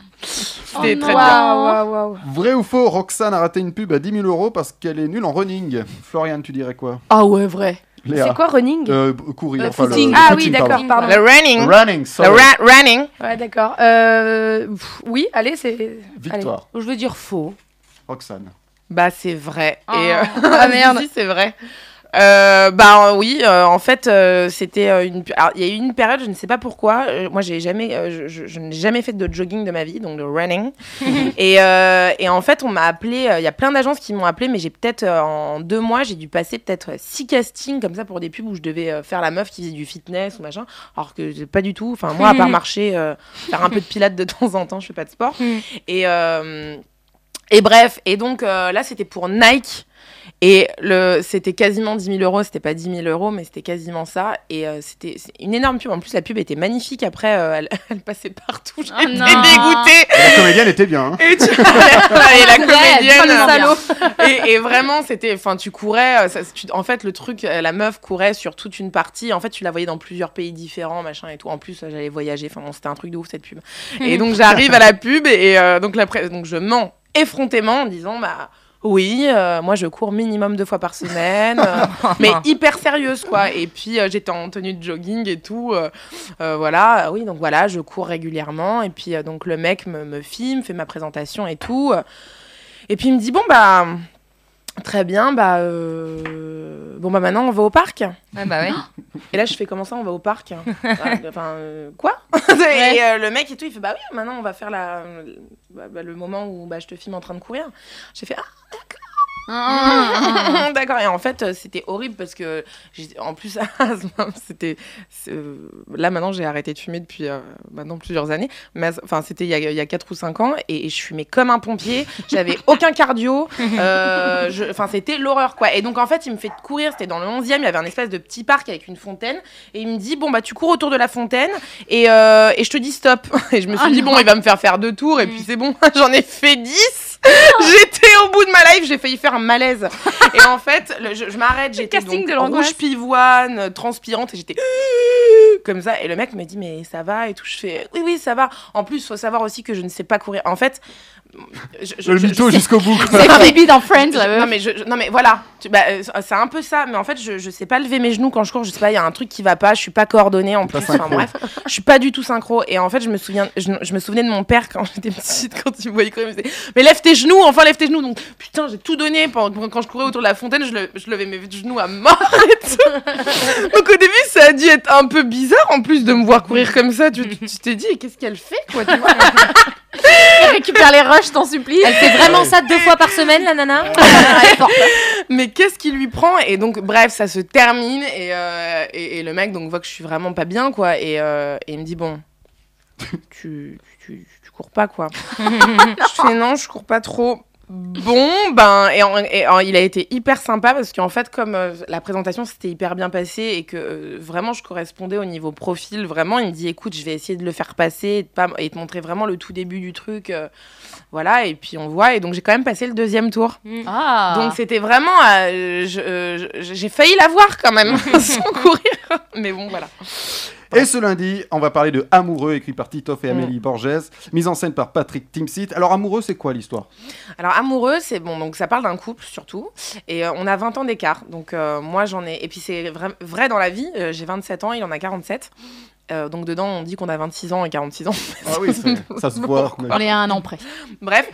Speaker 4: C'était très dur.
Speaker 5: Waouh, waouh, waouh.
Speaker 2: Vrai ou faux, Roxane a raté une pub à 10 000 euros parce qu'elle est nulle en running. Florian, tu dirais quoi
Speaker 6: Ah ouais, vrai.
Speaker 2: Léa
Speaker 5: C'est quoi running
Speaker 2: Euh, b- courir.
Speaker 6: Euh,
Speaker 2: enfin, le-
Speaker 6: footing.
Speaker 2: le
Speaker 5: Ah oui,
Speaker 2: footing,
Speaker 5: d'accord,
Speaker 2: pardon.
Speaker 5: pardon.
Speaker 4: Le running,
Speaker 2: Le Running,
Speaker 4: le
Speaker 2: sorry.
Speaker 4: ra- running.
Speaker 5: Ouais, d'accord. Euh, pff, oui, allez, c'est.
Speaker 2: Victoire,
Speaker 3: Je veux dire faux.
Speaker 2: Roxane.
Speaker 4: Bah c'est vrai. Et euh,
Speaker 6: Ah merde.
Speaker 4: si, si, c'est vrai. Euh, bah euh, oui, euh, en fait, euh, c'était euh, une. alors, il y a eu une période, je ne sais pas pourquoi. euh, moi, j'ai jamais, euh, je, je- je n'ai jamais fait de jogging de ma vie, donc de running. et, euh, et en fait, on m'a appelé. euh, Il y a plein d'agences qui m'ont appelé, mais j'ai peut-être euh, en deux mois, j'ai dû passer peut-être euh, six castings comme ça pour des pubs où je devais euh, faire la meuf qui faisait du fitness ou machin, alors que j'ai pas du tout. Enfin, moi, à part marcher, euh, faire un peu de pilates de temps en temps, je fais pas de sport. et euh, et bref, et donc euh, là, c'était pour Nike. Et le, c'était quasiment 10 000 euros, c'était pas 10 000 euros, mais c'était quasiment ça. Et euh, c'était c'est une énorme pub. En plus, la pub était magnifique. Après, euh, elle, elle passait partout. J'étais
Speaker 6: non.
Speaker 4: dégoûtée.
Speaker 2: La comédienne était bien. hein.
Speaker 4: Et, tu... et la
Speaker 6: Ouais, pas le
Speaker 4: comédienne. hein.
Speaker 6: salaud.
Speaker 4: Et, et vraiment, c'était. Enfin, tu courais. euh, ça- tu- en fait, le truc, euh, la meuf courait sur toute une partie. En fait, tu la voyais dans plusieurs pays différents, machin et tout. En plus, euh, j'allais voyager. Enfin, bon, c'était un truc de ouf cette pub. Et donc, j'arrive à la pub et euh, donc, la pré- donc je mens effrontément en disant, bah. Oui, euh, moi je cours minimum deux fois par semaine, euh, mais hyper sérieuse quoi. Et puis euh, j'étais en tenue de jogging et tout, euh, euh, voilà. Oui, donc voilà, je cours régulièrement. Et puis euh, donc le mec me, me filme, fait ma présentation et tout. Et puis il me dit bon bah très bien bah euh, bon bah maintenant on va au parc.
Speaker 3: Ah bah ouais.
Speaker 4: Et là je fais comment ça on va au parc Enfin euh, quoi Et euh, le mec et tout il fait bah oui maintenant on va faire la bah, bah, le moment où bah, je te filme en train de courir. J'ai fait
Speaker 6: Mm.
Speaker 4: ah d'accord et en fait euh, c'était horrible parce que j'ai- en plus à ce moment, c'était c'est, euh, là maintenant j'ai arrêté de fumer depuis euh, maintenant plusieurs années mais à ce- enfin c'était il y a, il y a 4 ou 5 ans et, et je fumais comme un pompier j'avais aucun cardio euh, je- enfin c'était l'horreur quoi et donc en fait il me fait courir c'était dans le 11e il y avait un espèce de petit parc avec une fontaine et il me dit bon bah tu cours autour de la fontaine et, euh, et je te dis stop et je me suis
Speaker 6: Ah,
Speaker 4: dit
Speaker 6: non.
Speaker 4: bon il va me faire faire deux tours et puis c'est bon j'en ai fait 10 j'étais au bout de ma life j'ai failli faire un malaise et en fait le- je, je m'arrête j'étais
Speaker 5: casting
Speaker 4: donc
Speaker 5: de l'angoisse.
Speaker 4: rouge pivoine euh, transpirante et j'étais comme ça et le mec me dit mais ça va et tout je fais oui oui ça va en plus faut savoir aussi que je ne sais pas courir en fait je, je-
Speaker 2: le
Speaker 4: je-
Speaker 2: mytho
Speaker 4: je-
Speaker 2: jusqu'au bout. quoi.
Speaker 6: C'est comme Bibi dans Friends,
Speaker 4: je-
Speaker 6: la meuf.
Speaker 4: non mais, je, je- non mais voilà, Tu- bah, euh, c'est un peu ça, mais en fait je, je sais pas lever mes genoux quand je cours, je sais pas, il y a un truc qui va pas, je suis pas coordonnée en
Speaker 2: T'es pas
Speaker 4: plus, enfin
Speaker 2: synchro.
Speaker 4: bref, je suis pas du tout synchro, et en fait je me souviens, je, je me souvenais de mon père quand j'étais petite, quand il me voyait courir, il me disait, mais lève tes genoux, enfin lève tes genoux, donc putain j'ai tout donné, pendant, quand je courais autour de la fontaine, je, le- je levais mes genoux à mort et tout, donc au début ça a dû être un peu bizarre en plus de me voir courir comme ça, tu tu- tu t'es dit, Et qu'est-ce qu'elle fait quoi, tu vois
Speaker 6: Récupère les rushs, t'en supplie.
Speaker 3: Elle fait vraiment ça deux fois par semaine, la nana
Speaker 4: mais qu'est-ce qui lui prend Et donc, bref, ça se termine. Et, euh, et, et le mec donc voit que je suis vraiment pas bien, quoi. Et, euh, et il me dit Bon, tu, tu, tu cours pas, quoi. je fais Non, je cours pas trop. Bon, ben, et, en- et en- il a été hyper sympa parce qu'en fait, comme euh, la présentation s'était hyper bien passée et que euh, vraiment je correspondais au niveau profil, vraiment, il me dit écoute, je vais essayer de le faire passer et de, pas, et de te montrer vraiment le tout début du truc. euh, voilà, et puis on voit. Et donc, j'ai quand même passé le deuxième tour.
Speaker 3: Mm.
Speaker 6: Ah.
Speaker 4: Donc c'était vraiment, euh, je- euh, je- j'ai failli la voir quand même sans courir, mais bon voilà.
Speaker 2: Et ce lundi, on va parler de Amoureux, écrit par Titoff et Amélie Borges, mise en scène par Patrick Timsit. Alors, Amoureux, c'est quoi l'histoire
Speaker 4: Alors amoureux, c'est bon, donc ça parle d'un couple surtout, et euh, on a 20 ans d'écart, donc euh, moi j'en ai, et puis c'est vrai, vrai dans la vie, euh, j'ai 27 ans, il en a 47. Euh, donc dedans, on dit qu'on a 26 ans et 46 ans.
Speaker 2: Ah oui, c'est- ça se voit. mais-
Speaker 6: On est à un an près.
Speaker 4: Bref,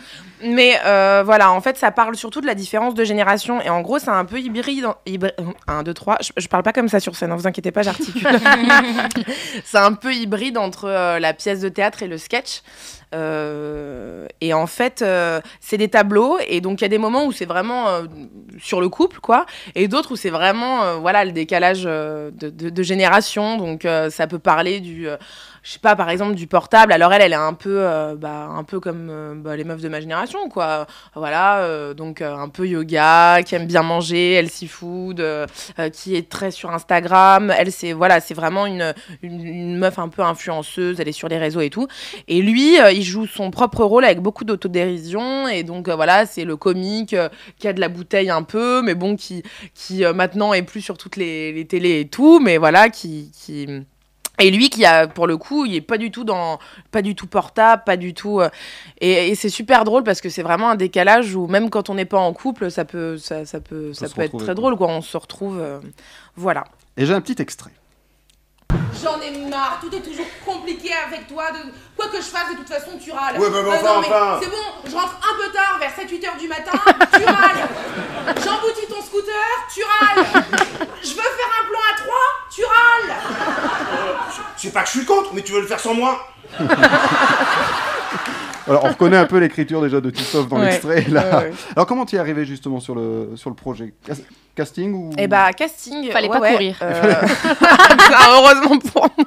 Speaker 4: mais euh, voilà, en fait, ça parle surtout de la différence de génération. Et en gros, c'est un peu hybride. 1, 2, 3. Je, je parle pas comme ça sur scène, ne vous inquiétez pas, j'articule. c'est un peu hybride entre euh, la pièce de théâtre et le sketch. Euh, et en fait, euh, c'est des tableaux. Et donc, il y a des moments où c'est vraiment euh, sur le couple, quoi. Et d'autres où c'est vraiment euh, voilà, le décalage euh, de, de- de génération. Donc, euh, ça peut parler du. euh, je sais pas, par exemple, du portable. Alors elle, elle est un peu, euh, bah, un peu comme euh, bah, les meufs de ma génération, quoi. Voilà, euh, donc euh, un peu yoga, qui aime bien manger, elle seafood, euh, euh, qui est très sur Instagram. Elle, c'est voilà, c'est vraiment une, une, une meuf un peu influenceuse. Elle est sur les réseaux et tout. Et lui, euh, il joue son propre rôle avec beaucoup d'autodérision. Et donc euh, voilà, c'est le comique euh, qui a de la bouteille un peu, mais bon, qui, qui euh, maintenant est plus sur toutes les, les télés et tout, mais voilà, qui, qui et lui qui a pour le coup il est pas du tout dans pas du tout portable pas du tout euh, et, et c'est super drôle parce que c'est vraiment un décalage où même quand on n'est pas en couple ça peut ça, ça peut ça,
Speaker 2: se
Speaker 4: peut être
Speaker 2: retrouver,
Speaker 4: très
Speaker 2: quoi.
Speaker 4: drôle quoi on se retrouve euh, voilà
Speaker 2: Et j'ai un petit extrait.
Speaker 7: J'en ai marre, tout est toujours compliqué avec toi. De... Quoi que je fasse, de toute façon, tu râles.
Speaker 2: Ouais, bah, bah,
Speaker 7: Ah
Speaker 2: enfin,
Speaker 7: non, mais
Speaker 2: enfin.
Speaker 7: C'est bon, je rentre un peu tard, vers 7-8 heures du matin, tu râles. J'emboutis ton scooter, tu râles. Je veux faire un plan à 3, tu râles.
Speaker 8: C'est pas que je suis contre, mais tu veux le faire sans moi
Speaker 2: Alors, on reconnaît un peu l'écriture déjà de Tissot dans
Speaker 4: Ouais.
Speaker 2: l'extrait. Là.
Speaker 4: Ouais, ouais.
Speaker 2: Alors, comment tu es arrivé justement sur le, sur le projet Cas- Casting ou
Speaker 4: et bah casting
Speaker 6: Fallait
Speaker 4: ouais,
Speaker 6: pas
Speaker 4: ouais,
Speaker 6: courir.
Speaker 4: euh, ça, heureusement pour moi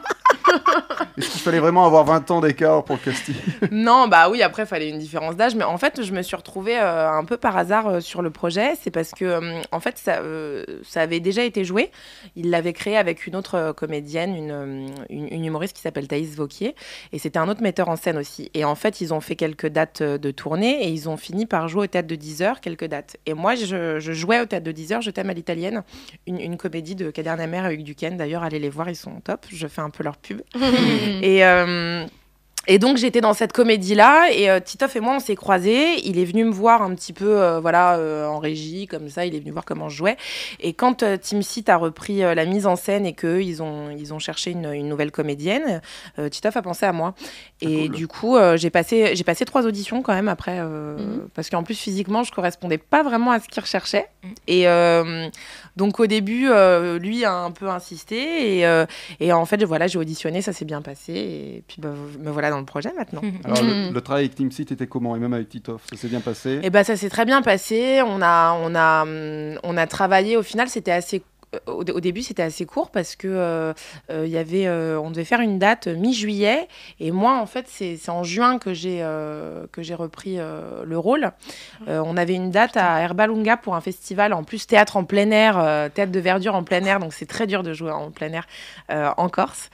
Speaker 2: Est-ce qu'il fallait vraiment avoir 20 ans d'écart pour le casting
Speaker 4: Non, bah oui, après, fallait une différence d'âge. Mais en fait, je me suis retrouvée euh, un peu par hasard euh, sur le projet. C'est parce que, euh, en fait, ça, euh, ça avait déjà été joué. Il l'avait créé avec une autre euh, comédienne, une, euh, une, une humoriste qui s'appelle Thaïs Vauquier. Et c'était un autre metteur en scène aussi. Et en fait, ils ont fait quelques dates euh, de tournée et ils ont fini par jouer au théâtre de 10 heures quelques dates. Et moi, je, je jouais au théâtre de 10 heures, je t'aime à l'italienne, une, une comédie de Caderna Mère avec Duquesne. D'ailleurs, allez les voir, ils sont top. Je fais un peu leur pub. Et, euh, et donc j'étais dans cette comédie-là et euh, Titoff et moi on s'est croisés. Il est venu me voir un petit peu euh, voilà euh, en régie comme ça. Il est venu voir comment je jouais. Et quand euh, Team Seat a repris euh, la mise en scène et qu'eux ils ont ils ont cherché une, une nouvelle comédienne, euh, Titoff a pensé à moi. Et du coup euh, j'ai passé j'ai passé trois auditions quand même après euh, parce qu'en plus physiquement je correspondais pas vraiment à ce qu'ils recherchaient. Et euh, donc au début euh, lui a un peu insisté et euh, et en fait, voilà, j'ai auditionné, ça s'est bien passé, et puis bah, me voilà dans le projet maintenant.
Speaker 2: Alors, le,
Speaker 6: Mm.
Speaker 2: le travail avec Team Seat était comment Et même avec Titoff, ça s'est bien passé
Speaker 4: Et bah, ça s'est très bien passé. On a, on a, hum, on a travaillé. Au final, c'était assez. euh, Au, au début, c'était assez court parce que euh, euh, il y avait, euh, on devait faire une date euh, mi-juillet. Et moi, en fait, c'est c'est en juin que j'ai euh, que j'ai repris euh, le rôle. Euh, on avait une date à Herbalunga pour un festival. En plus, théâtre en plein air, euh, théâtre de verdure en plein air. Donc, c'est très dur de jouer en plein air euh, en Corse.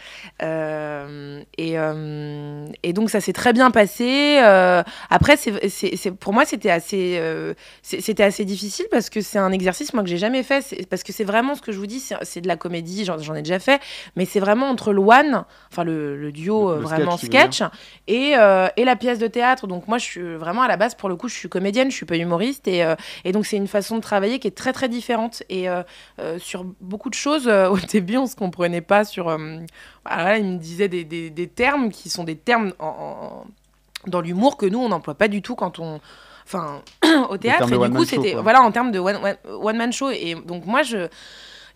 Speaker 4: Euh, et, euh, et donc, ça s'est très bien passé. Euh, après, c'est, c'est- c'est- pour moi, c'était assez, euh, c'est- c'était assez difficile parce que c'est un exercice moi que j'ai jamais fait. C'est- parce que c'est vraiment ce que je vous dis, c'est, c'est de la comédie, j'en, j'en ai déjà fait, mais c'est vraiment entre le one, enfin le, le duo
Speaker 2: Le-
Speaker 4: euh,
Speaker 2: le
Speaker 4: vraiment
Speaker 2: sketch, tu veux
Speaker 4: sketch, et, euh, et la pièce de théâtre. Donc moi, je suis vraiment à la base pour le coup, je suis comédienne, je suis pas humoriste, et, euh, et donc c'est une façon de travailler qui est très très différente. Et euh, euh, sur beaucoup de choses, euh, au début, on se comprenait pas sur. euh, alors là, il me disait des, des- des termes qui sont des termes en- en- dans l'humour que nous, on n'emploie pas du tout quand on. Enfin, au théâtre.
Speaker 2: termes de
Speaker 4: Et du
Speaker 2: one-man
Speaker 4: coup,
Speaker 2: show,
Speaker 4: c'était.
Speaker 2: quoi.
Speaker 4: Voilà, en termes de one-man show. Et donc, moi, je.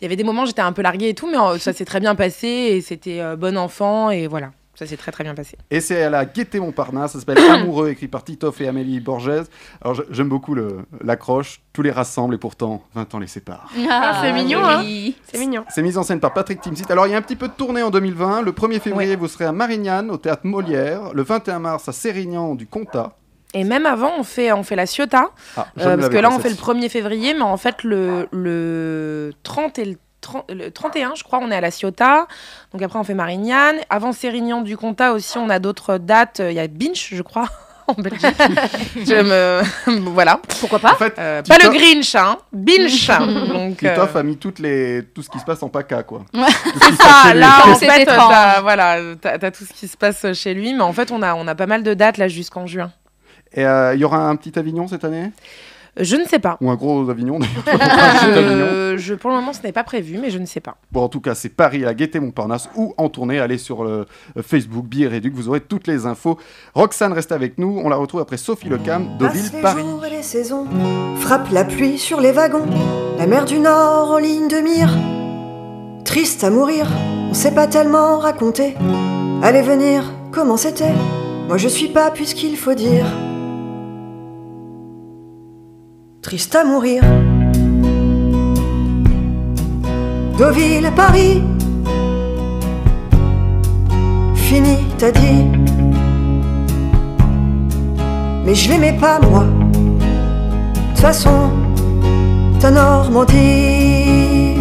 Speaker 4: Il y avait des moments, j'étais un peu larguée et tout, mais euh, ça s'est très bien passé et c'était euh, bon enfant et voilà. Ça s'est très très bien passé.
Speaker 2: Et c'est à la Gaieté Montparnasse, ça s'appelle Amoureux, écrit par Titoff et Amélie Borges. Alors je- j'aime beaucoup le- l'accroche, tous les rassemblent et pourtant 20 ans les séparent.
Speaker 4: Mm.
Speaker 5: Ah, c'est mignon,
Speaker 6: joli.
Speaker 5: C'est mignon.
Speaker 2: C'est mis en scène par Patrick Timsit. Alors il y a un petit peu de tournée en 2020. Le 1er février, vous serez à Marignane, au théâtre Molière. Le 21 mars, à Sérignan du Comtat.
Speaker 4: Et même avant, on fait, on fait la Ciotat.
Speaker 2: Ah, je ne
Speaker 4: Euh, parce
Speaker 2: l'avais
Speaker 4: que là,
Speaker 2: pas,
Speaker 4: on fait le
Speaker 2: celle-ci.
Speaker 4: 1er février, mais en fait, le, le 30 et le, 30 le 31, je crois, on est à la Ciotat. Donc après, on fait Marignane. Avant Sérignan du Comtat aussi, on a d'autres dates. Il y a Binch, je crois, en Belgique. je me... voilà.
Speaker 6: Pourquoi pas
Speaker 2: En fait,
Speaker 4: Euh,
Speaker 2: Titoff-
Speaker 4: pas le Grinch, hein. Binch. Donc, euh,
Speaker 2: Titoff a mis toutes les... tout ce qui se passe en PACA, quoi.
Speaker 6: Ouais.
Speaker 2: Tout ce qui se passe
Speaker 4: ça,
Speaker 2: chez lui.
Speaker 4: ah là, en
Speaker 6: C'est
Speaker 4: fait,
Speaker 6: étrange.
Speaker 4: t'as, voilà, t'as, t'as tout ce qui se passe chez lui. Mais en fait, on a, on a pas mal de dates, là, jusqu'en juin.
Speaker 2: Et euh, il y aura un petit Avignon cette année
Speaker 4: Je ne sais pas.
Speaker 2: Ou un gros Avignon. d'ailleurs.
Speaker 4: Euh, je, pour le moment, ce n'est pas prévu, mais je ne sais pas.
Speaker 2: Bon, en tout cas, c'est Paris à Gaieté Montparnasse ou en tournée. Allez sur le euh, Facebook Bière et Duc, vous aurez toutes les infos. Roxane reste avec nous. On la retrouve après Sophie Lecam, Deauville,
Speaker 9: Passent les
Speaker 2: Paris.
Speaker 9: jours et les saisons, frappe la pluie sur les wagons, la mer du Nord en ligne de mire. Triste à mourir, on sait pas tellement raconter. Allez venir, comment c'était Moi je suis pas puisqu'il faut dire. Triste à mourir. Deauville, Paris. Fini, t'as dit. Mais je l'aimais pas moi. De toute façon, ta Normandie.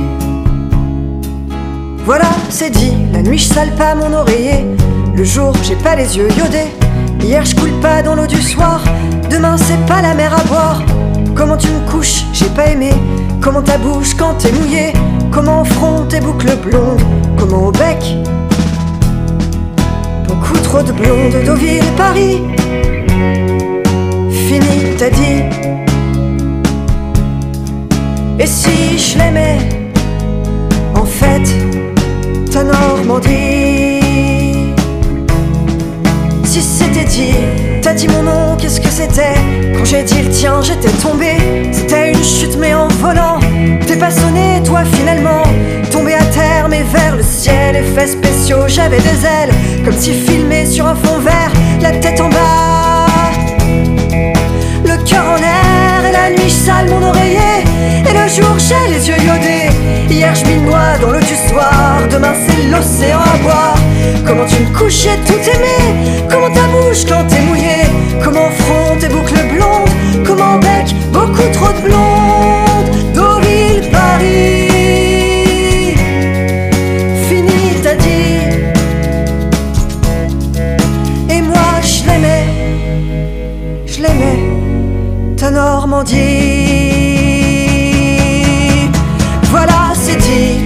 Speaker 9: Voilà, c'est dit, la nuit je sale pas mon oreiller. Le jour, j'ai pas les yeux iodés. Hier, je coule pas dans l'eau du soir. Demain, c'est pas la mer à boire. Comment tu me couches, j'ai pas aimé. Comment ta bouche quand t'es mouillée. Comment au front tes boucles blondes. Comment au bec. Beaucoup trop de blondes, Deauville et Paris. Fini, t'as dit. Et si je l'aimais, en fait, ta Normandie. Si c'était dit, t'as dit mon nom, qu'est-ce que c'était Quand j'ai dit le tien, j'étais tombé. C'était une chute, mais en volant. T'es pas sonné, toi, finalement. Tombé à terre, mais vers le ciel. Effets spéciaux, j'avais des ailes. Comme si filmé sur un fond vert, la tête en bas le cœur en l'air et la nuit je sale mon oreiller et le jour j'ai les yeux iodés hier je mille moi dans l'eau du soir demain c'est l'océan à boire comment tu me couches j'ai tout aimé comment ta bouche quand t'es mouillée comment au front tes boucles blondes comment au bec beaucoup trop de blondes Deauville Paris fini t'as dit et moi je l'aimais je l'aimais ta Normandie. Voilà, c'est dit.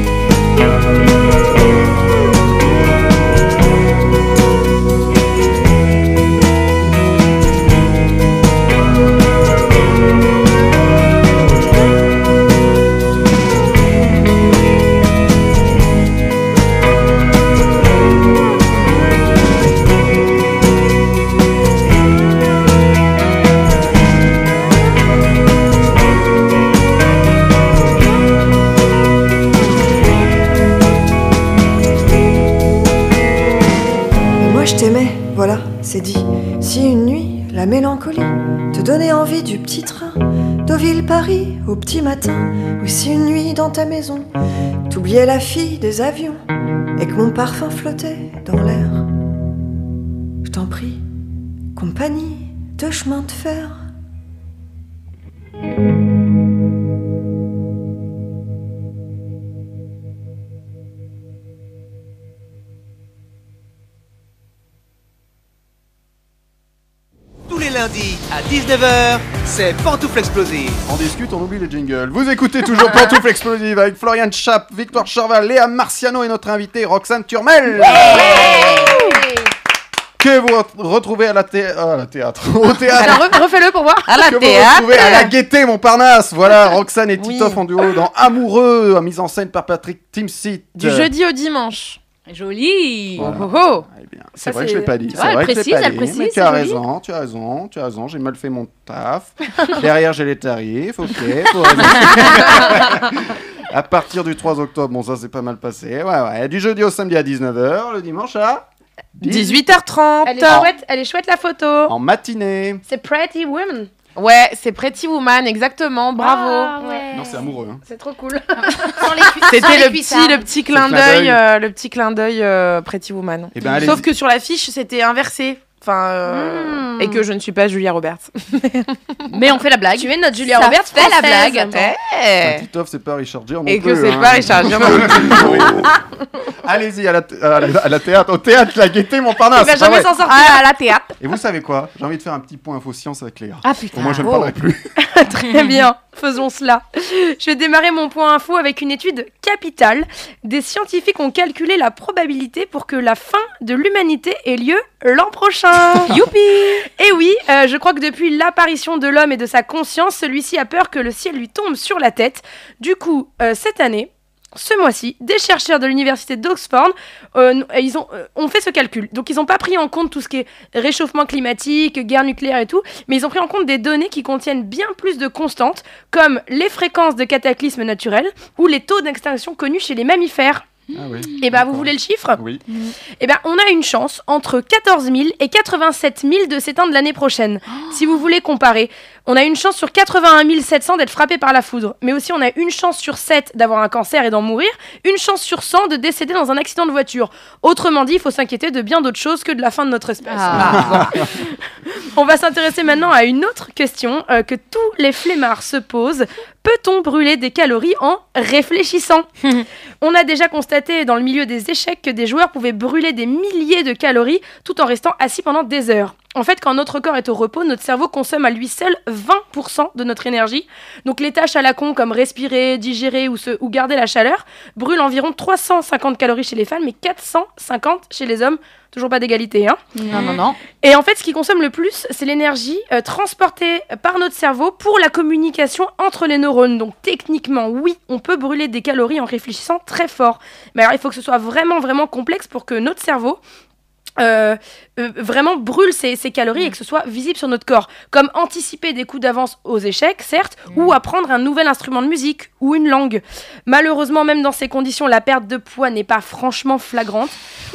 Speaker 9: Et moi je t'aimais, voilà, c'est dit. Si une nuit, la mélancolie te donnait envie du petit train, Deauville, Paris, au petit matin, ou si une nuit dans ta maison, t'oubliais la fille des avions, et que mon parfum flottait dans l'air. Je t'en prie, compagnie de chemin de fer.
Speaker 1: Tous les lundis à 19h, c'est Pantoufle Explosive.
Speaker 2: On discute, on oublie les jingles. Vous écoutez toujours Pantoufle Explosive avec Florian Chap, Victoire Charval, Léa Marciano et notre invitée Roxane Turmel. que vous re- retrouvez à la, thé- à la théâtre, au théâtre.
Speaker 6: Alors, re- refais-le pour voir.
Speaker 3: À la
Speaker 2: que vous
Speaker 3: théâtre
Speaker 2: retrouvez à la gaieté Montparnasse. Voilà, Roxane et Titoff en duo dans Amoureux, à mise en scène par Patrick Timsit.
Speaker 4: Du jeudi au dimanche.
Speaker 6: Joli.
Speaker 2: Euh, Voilà.
Speaker 4: Oh oh
Speaker 2: Eh bien, c'est
Speaker 6: Ça,
Speaker 2: vrai que
Speaker 6: c'est-
Speaker 2: je l'ai pas dit.
Speaker 6: tu
Speaker 2: C'est
Speaker 6: vois, elle
Speaker 2: vrai que je l'ai
Speaker 6: précise,
Speaker 2: pas
Speaker 6: elle
Speaker 2: dit.
Speaker 6: précise,
Speaker 2: Mais tu
Speaker 6: c'est
Speaker 2: as
Speaker 6: joli.
Speaker 2: raison, tu as raison, tu as raison. J'ai mal fait mon taf. Derrière, j'ai les tarifs. Ok. faut raison. à partir du 3 octobre, bon, ça c'est pas mal passé. Ouais, ouais. Du jeudi au samedi à 19h, le dimanche à
Speaker 4: 18h30.
Speaker 5: Elle est, chouette, elle est chouette la
Speaker 4: Oh.
Speaker 5: photo.
Speaker 2: en matinée.
Speaker 5: C'est Pretty Women. Ah,
Speaker 4: Ouais, c'est Pretty Woman, exactement.
Speaker 6: Ah.
Speaker 4: Bravo.
Speaker 2: Non, c'est amoureux. hein.
Speaker 5: C'est trop cool.
Speaker 4: C'était le petit, le petit clin
Speaker 2: Le clin d'œil.
Speaker 4: d'œil, euh, le petit clin d'œil euh, Pretty Woman.
Speaker 2: Eh ben, allez
Speaker 4: Sauf que sur l'affiche, c'était inversé. Enfin, euh,
Speaker 6: Hmm.
Speaker 5: Mm.
Speaker 4: et que je ne suis pas Julia Roberts.
Speaker 6: Mais on fait la blague.
Speaker 5: Tu es notre Julia
Speaker 6: Ça
Speaker 5: Roberts.
Speaker 6: fait la
Speaker 5: française.
Speaker 6: blague.
Speaker 5: Attends.
Speaker 4: Eh.
Speaker 2: Titoff, c'est pas Richard Gere. non
Speaker 4: Et que
Speaker 2: plus,
Speaker 4: c'est
Speaker 2: hein.
Speaker 4: pas Richard Gere.
Speaker 2: Allez-y à la, th- à la- à la théâtre, au théâtre, la gaieté Montparnasse.
Speaker 5: Il va
Speaker 2: c'est pas
Speaker 5: jamais
Speaker 2: vrai.
Speaker 5: s'en sortir.
Speaker 6: Ah, à la théâtre.
Speaker 2: Et vous savez quoi J'ai envie de faire un petit point info science avec Léa.
Speaker 6: Ah putain.
Speaker 2: Pour moi, je ne
Speaker 6: Oh.
Speaker 2: parlerai plus.
Speaker 5: Très Eh bien. Faisons cela. Je vais démarrer mon point info avec une étude capitale. Des scientifiques ont calculé la probabilité pour que la fin de l'humanité ait lieu l'an prochain. Youpi Et oui, euh, je crois que depuis l'apparition de l'homme et de sa conscience, celui-ci a peur que le ciel lui tombe sur la tête. Du coup, euh, cette année, ce mois-ci, des chercheurs de l'université d'Oxford euh, n- ils ont, euh, ont fait ce calcul. Donc ils n'ont pas pris en compte tout ce qui est réchauffement climatique, guerre nucléaire et tout, mais ils ont pris en compte des données qui contiennent bien plus de constantes, comme les fréquences de cataclysmes naturels ou les taux d'extinction connus chez les mammifères.
Speaker 2: Ah oui.
Speaker 5: Et ben
Speaker 2: D'accord.
Speaker 5: vous voulez le chiffre
Speaker 2: Ah Oui.
Speaker 5: Eh ben, on a une chance entre 14 000 et 87 000 de s'éteindre l'année prochaine. Si vous voulez comparer, on a une chance sur 81 700 d'être frappé par la foudre, mais aussi on a une chance sur 7 d'avoir un cancer et d'en mourir, une chance sur 100 de décéder dans un accident de voiture. Autrement dit, il faut s'inquiéter de bien d'autres choses que de la fin de notre espèce.
Speaker 6: Ah.
Speaker 5: On va s'intéresser maintenant à une autre question euh, que tous les flemmards se posent. Peut-on brûler des calories en réfléchissant On a déjà constaté dans le milieu des échecs que des joueurs pouvaient brûler des milliers de calories tout en restant assis pendant des heures. En fait, quand notre corps est au repos, notre cerveau consomme à lui seul 20% de notre énergie. Donc les tâches à la con comme respirer, digérer ou, se- ou garder la chaleur brûlent environ 350 calories chez les femmes et 450 chez les hommes. Toujours pas d'égalité, hein
Speaker 6: Non, non, non.
Speaker 5: et en fait, ce qui consomme le plus, c'est l'énergie euh, transportée par notre cerveau pour la communication entre les neurones. Donc techniquement, oui, on peut brûler des calories en réfléchissant très fort. Mais alors, il faut que ce soit vraiment, vraiment complexe pour que notre cerveau... euh, euh, vraiment brûle ses, ses calories et que ce soit visible sur notre corps. Comme anticiper des coups d'avance aux échecs, certes, ou apprendre un nouvel instrument de musique ou une langue. Malheureusement, même dans ces conditions, la perte de poids n'est pas franchement flagrante.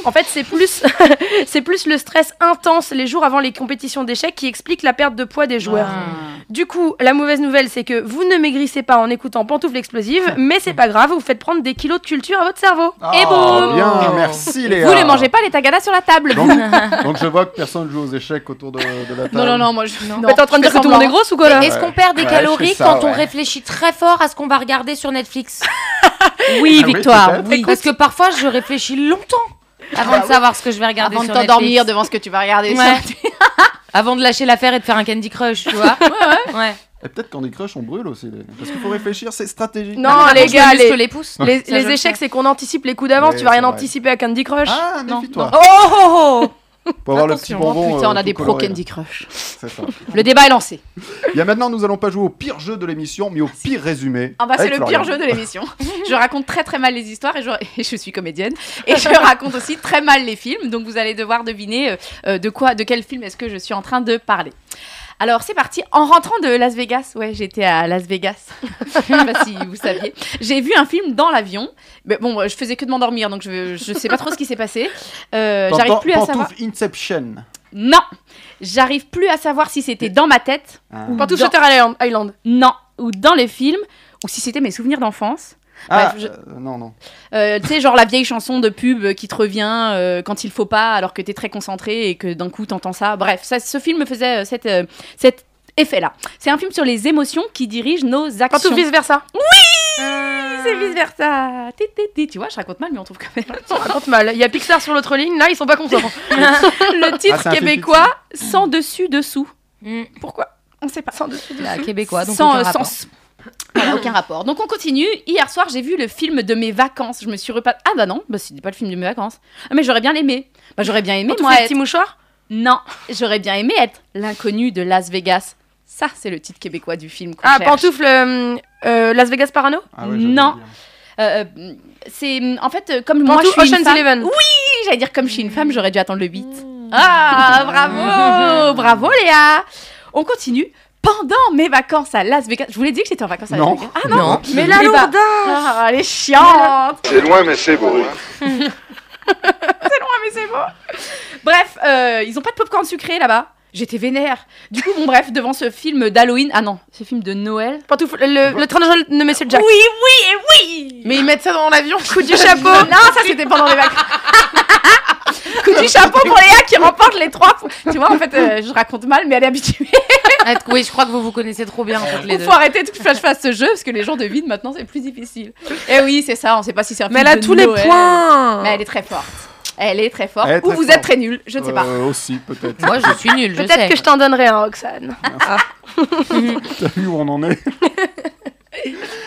Speaker 5: En fait, c'est plus c'est plus le stress intense les jours avant les compétitions d'échecs qui explique la perte de poids des joueurs.
Speaker 6: Ah.
Speaker 5: Du coup, la mauvaise nouvelle, c'est que vous ne maigrissez pas en écoutant Pantoufle Explosive,
Speaker 6: Ah.
Speaker 5: mais c'est pas grave, vous faites prendre des kilos de culture à votre cerveau.
Speaker 3: Ah,
Speaker 6: Et boum
Speaker 2: Ah, Bien, merci Léa.
Speaker 6: Oh. Vous ne mangez pas les tagadas sur la table.
Speaker 2: Donc, donc je vois que personne joue aux échecs autour de, de la table.
Speaker 6: Non, non, non, moi je. Non.
Speaker 5: Mais t'es en train de dire
Speaker 6: je
Speaker 5: que
Speaker 6: fais
Speaker 5: tout le monde est
Speaker 6: semblant.
Speaker 5: grosse ou quoi là
Speaker 3: Est-ce qu'on perd des
Speaker 2: Ouais, je fais
Speaker 3: calories
Speaker 2: ça,
Speaker 3: quand on
Speaker 2: ouais.
Speaker 3: réfléchit très fort à ce qu'on va regarder sur Netflix
Speaker 2: Ah oui, Victoire, peut-être.
Speaker 3: Parce que parfois, je réfléchis longtemps avant Ah, de savoir ce que je vais regarder
Speaker 6: Avant de
Speaker 3: sur
Speaker 6: t'endormir
Speaker 3: Netflix.
Speaker 6: devant ce que tu vas regarder.
Speaker 3: Ouais.
Speaker 6: sur-
Speaker 3: Avant de lâcher l'affaire et de faire un Candy Crush, tu vois Ouais.
Speaker 2: Et peut-être qu'en crush, on brûle aussi. les- Parce qu'il faut réfléchir, c'est stratégique. Ah,
Speaker 5: Non, les
Speaker 3: Je
Speaker 5: gars,
Speaker 3: me muscle
Speaker 5: les,
Speaker 3: les pouces.
Speaker 5: les-
Speaker 3: Ça, je
Speaker 5: les
Speaker 3: le
Speaker 5: échecs,
Speaker 3: fais.
Speaker 5: c'est qu'on anticipe les coups d'avance,
Speaker 2: Ouais,
Speaker 5: tu vas rien
Speaker 2: c'est vrai.
Speaker 5: anticipe à Candy Crush.
Speaker 2: Ah,
Speaker 3: Non,
Speaker 2: méfie-toi.
Speaker 3: non. Oh, oh, oh
Speaker 2: Pour avoir le petit bonbon.
Speaker 6: hein, Putain, on
Speaker 2: euh,
Speaker 6: a des
Speaker 2: tout
Speaker 6: pros
Speaker 2: coloré,
Speaker 6: Candy Crush.
Speaker 2: là. C'est ça.
Speaker 6: Le débat est lancé.
Speaker 2: Il y a maintenant, nous allons pas jouer au pire jeu de l'émission, mais au pire résumé.
Speaker 6: Ah bah c'est
Speaker 2: avec
Speaker 6: le
Speaker 2: Florian.
Speaker 6: pire jeu de l'émission. je raconte très très mal les histoires et je, et je suis comédienne et je raconte aussi très mal les films. Donc vous allez devoir deviner euh, euh, de quoi, de quel film est-ce que je suis en train de parler. Alors c'est parti. En rentrant de Las Vegas, ouais j'étais à Las Vegas. je sais pas si vous saviez. J'ai vu un film dans l'avion. Mais bon, moi, je faisais que de m'endormir donc je, je sais pas trop ce qui s'est passé. Euh,
Speaker 2: T'entends
Speaker 6: j'arrive plus à
Speaker 2: Pantoufle
Speaker 6: savoir.
Speaker 2: Inception.
Speaker 6: Non, j'arrive plus à savoir si c'était dans ma tête
Speaker 2: Ah,
Speaker 5: Pantoufle
Speaker 6: Dans-
Speaker 5: Shutter Island- Island.
Speaker 6: non, ou dans les films, ou si c'était mes souvenirs d'enfance.
Speaker 2: Ah,
Speaker 6: Bref, je-
Speaker 2: euh, non, non.
Speaker 6: Euh, tu sais, genre la vieille chanson de pub qui te revient euh, quand il faut pas, alors que t'es très concentré et que d'un coup t'entends ça. Bref, ça, ce film me faisait euh, cette, euh, cet effet-là. C'est un film sur les émotions qui dirigent nos actions.
Speaker 5: Pantoufle vice versa.
Speaker 6: c'est vice versa. Ti, ti, ti. Tu vois, je raconte mal, mais on trouve quand même.
Speaker 5: Ça raconte mal. Il y a Pixar sur l'autre ligne, là ils sont pas contents.
Speaker 6: Le
Speaker 2: Ah,
Speaker 6: titre
Speaker 2: c'est un film
Speaker 6: québécois, sans dessus dessous.
Speaker 3: Mm.
Speaker 6: Pourquoi On sait pas. Sans dessus
Speaker 3: Là, québécois, donc
Speaker 6: sans
Speaker 3: aucun
Speaker 6: euh,
Speaker 3: rapport.
Speaker 6: sens. Voilà, aucun rapport. Donc on continue. Hier soir, j'ai vu le film de mes vacances. Je me suis repas. Ah bah non, bah c'était pas le film de mes vacances. Ah, mais j'aurais bien aimé. Bah j'aurais bien aimé
Speaker 5: Pantoufle
Speaker 6: moi
Speaker 5: les
Speaker 6: être-
Speaker 5: petits mouchoirs
Speaker 6: Non, j'aurais bien aimé être l'inconnu de Las Vegas. Ça, c'est le titre québécois du film. qu'on
Speaker 5: Ah,
Speaker 6: cherche.
Speaker 5: pantoufle euh, euh, Las Vegas Parano
Speaker 2: Ah ouais, j'avais
Speaker 6: Non.
Speaker 2: oublié.
Speaker 6: Euh, euh, c'est en fait euh, comme moi je
Speaker 5: Pantoufle
Speaker 6: suis une
Speaker 5: Ocean's
Speaker 6: femme.
Speaker 5: Eleven.
Speaker 6: Oui, j'allais dire comme je suis une femme, j'aurais dû attendre le 8.
Speaker 5: Mm.
Speaker 6: Ah, bravo, bravo Léa. On continue. Pendant mes vacances à Las Vegas, je vous l'ai dit que j'étais en vacances à Las
Speaker 2: Non.
Speaker 6: Vegas. Ah non,
Speaker 5: Mais la
Speaker 6: Eh ben,
Speaker 5: lourdeur
Speaker 6: ah, elle est chiante.
Speaker 8: C'est loin, mais c'est beau.
Speaker 6: mais c'est bon. Bref, euh, ils ont pas de popcorn sucré là-bas. J'étais vénère. Du coup, bon, bref, devant ce film d'Halloween. Ah non, ce film de Noël.
Speaker 5: Pantoufle, le, le train de Jean- de Monsieur Jack.
Speaker 6: Oui, oui, et oui
Speaker 4: Mais ils mettent ça dans l'avion.
Speaker 5: Coup du chapeau.
Speaker 6: Non, ça c'était pendant les vacances. Coup du chapeau pour Léa qui remporte les trois. points. Tu vois, en fait, euh, je raconte mal, mais elle est habituée.
Speaker 3: Ah, Oui, je crois que vous vous connaissez trop bien, en fait, les
Speaker 6: Il
Speaker 3: deux.
Speaker 6: faut arrêter de que je fasse ce jeu parce que les gens devinent maintenant, c'est plus difficile. Et Eh oui, c'est ça, on sait pas si c'est un
Speaker 4: Mais
Speaker 6: film
Speaker 4: elle a
Speaker 6: de
Speaker 4: tous les
Speaker 6: Noël.
Speaker 4: points.
Speaker 6: Mais elle est très forte. Elle est très forte.
Speaker 2: Elle est
Speaker 6: Ou
Speaker 2: très
Speaker 6: vous
Speaker 2: forte.
Speaker 6: êtes très nul, je ne sais pas.
Speaker 2: Euh, aussi, peut-être.
Speaker 3: Moi, je suis nulle, je sais.
Speaker 5: Peut-être que je t'en donnerai un, Roxane.
Speaker 2: T'as vu où on en est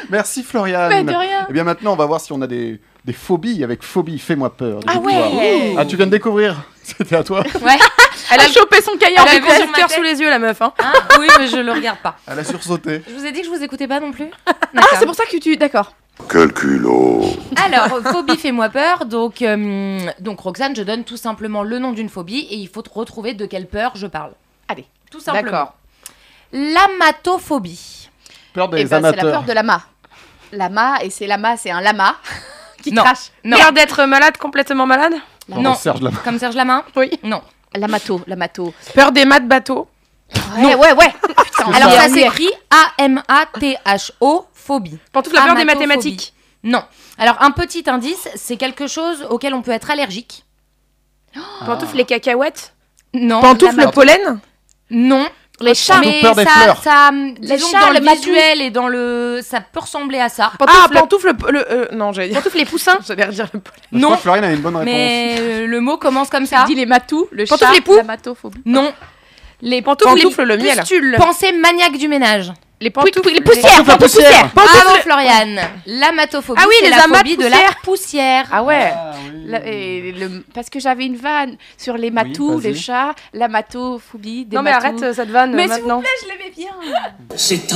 Speaker 2: Merci Florian.
Speaker 6: Mais de rien.
Speaker 2: Et bien maintenant, on va voir si on a des, des phobies avec phobie, fais-moi peur. de
Speaker 6: Ah
Speaker 2: Victoire.
Speaker 6: ouais.
Speaker 2: Ah, tu viens de découvrir C'était à toi
Speaker 6: Elle a chopé son cahier en
Speaker 5: Elle a
Speaker 6: découverte.
Speaker 5: le cœur sous les yeux, la meuf. Hein.
Speaker 3: Ah, oui, mais je le regarde pas.
Speaker 2: Elle a sursauté.
Speaker 3: Je vous ai dit que je vous écoutais pas non plus.
Speaker 6: Ah, c'est pour ça que tu. D'accord.
Speaker 8: Quel culot
Speaker 3: Alors, phobie fait-moi peur. Donc, euh, donc, Roxane, je donne tout simplement le nom d'une phobie et il faut te retrouver de quelle peur je parle.
Speaker 6: Allez.
Speaker 3: tout simplement.
Speaker 4: D'accord.
Speaker 3: L'amatophobie.
Speaker 2: Peur
Speaker 6: Eh
Speaker 2: des
Speaker 6: ben, c'est la
Speaker 2: amateurs.
Speaker 6: peur de lama. Lama, et c'est lama, c'est un lama qui
Speaker 3: Non.
Speaker 6: crache.
Speaker 3: Non.
Speaker 5: Peur d'être malade, complètement malade.
Speaker 2: Pardon,
Speaker 3: Non.
Speaker 2: Serge Lama.
Speaker 3: Comme Serge Lamain
Speaker 5: Oui.
Speaker 3: Non.
Speaker 6: Lamato, lamato.
Speaker 4: Peur des mats de bateau.
Speaker 6: Ouais, ouais, ouais. Putain,
Speaker 3: Alors,
Speaker 6: on
Speaker 3: ça
Speaker 6: y est.
Speaker 3: s'écrit A-M-A-T-H-O, phobie.
Speaker 5: Pour toute la peur des
Speaker 3: Amatophobie.
Speaker 5: mathématiques.
Speaker 3: Non. Alors, un petit indice, c'est quelque chose auquel on peut être allergique.
Speaker 6: Ah.
Speaker 5: Pantoufles, les cacahuètes.
Speaker 3: Non.
Speaker 4: Pantoufle
Speaker 3: la
Speaker 4: le
Speaker 3: ma-
Speaker 4: pollen
Speaker 3: Non. Les chats.
Speaker 2: Pantoufles, peur des
Speaker 3: ça,
Speaker 2: fleurs.
Speaker 3: ça, disons que
Speaker 6: chats,
Speaker 3: dans le
Speaker 6: le matou.
Speaker 3: visuel et dans le, ça peut ressembler à ça.
Speaker 4: Ah,
Speaker 5: Pantoufles,
Speaker 4: pantoufle le. le- euh, non, j'allais dire.
Speaker 5: pantoufles, les poussins.
Speaker 4: J'allais redire
Speaker 5: Ah.
Speaker 4: le pollen.
Speaker 2: Je crois
Speaker 3: Non.
Speaker 2: que Florian a une bonne réponse.
Speaker 3: Mais euh, le mot commence comme ça.
Speaker 6: Dis les matous, le
Speaker 5: Pantoufles
Speaker 6: chat,
Speaker 5: les poux.
Speaker 6: l'amatophobie.
Speaker 3: Non.
Speaker 5: Les pantoufles,
Speaker 4: Pantoufles, le miel.
Speaker 5: pustules.
Speaker 3: Pensée maniaque du ménage.
Speaker 5: Les pantoufles, les
Speaker 2: Pantoufles à poussière
Speaker 3: Bravo, Floriane. L'amatophobie,
Speaker 5: Ah oui,
Speaker 3: c'est
Speaker 5: les
Speaker 3: la
Speaker 5: amas de
Speaker 3: phobie de la poussière.
Speaker 6: Ah ouais.
Speaker 2: Ah oui.
Speaker 6: La- et le- parce que j'avais une vanne sur les matous,
Speaker 2: vas-y.
Speaker 6: les chats, l'amatophobie, des
Speaker 5: Non mais
Speaker 6: matous.
Speaker 5: arrête euh, cette vanne
Speaker 6: Mais
Speaker 5: euh,
Speaker 6: s'il vous
Speaker 5: maintenant.
Speaker 6: Je l'aimais bien.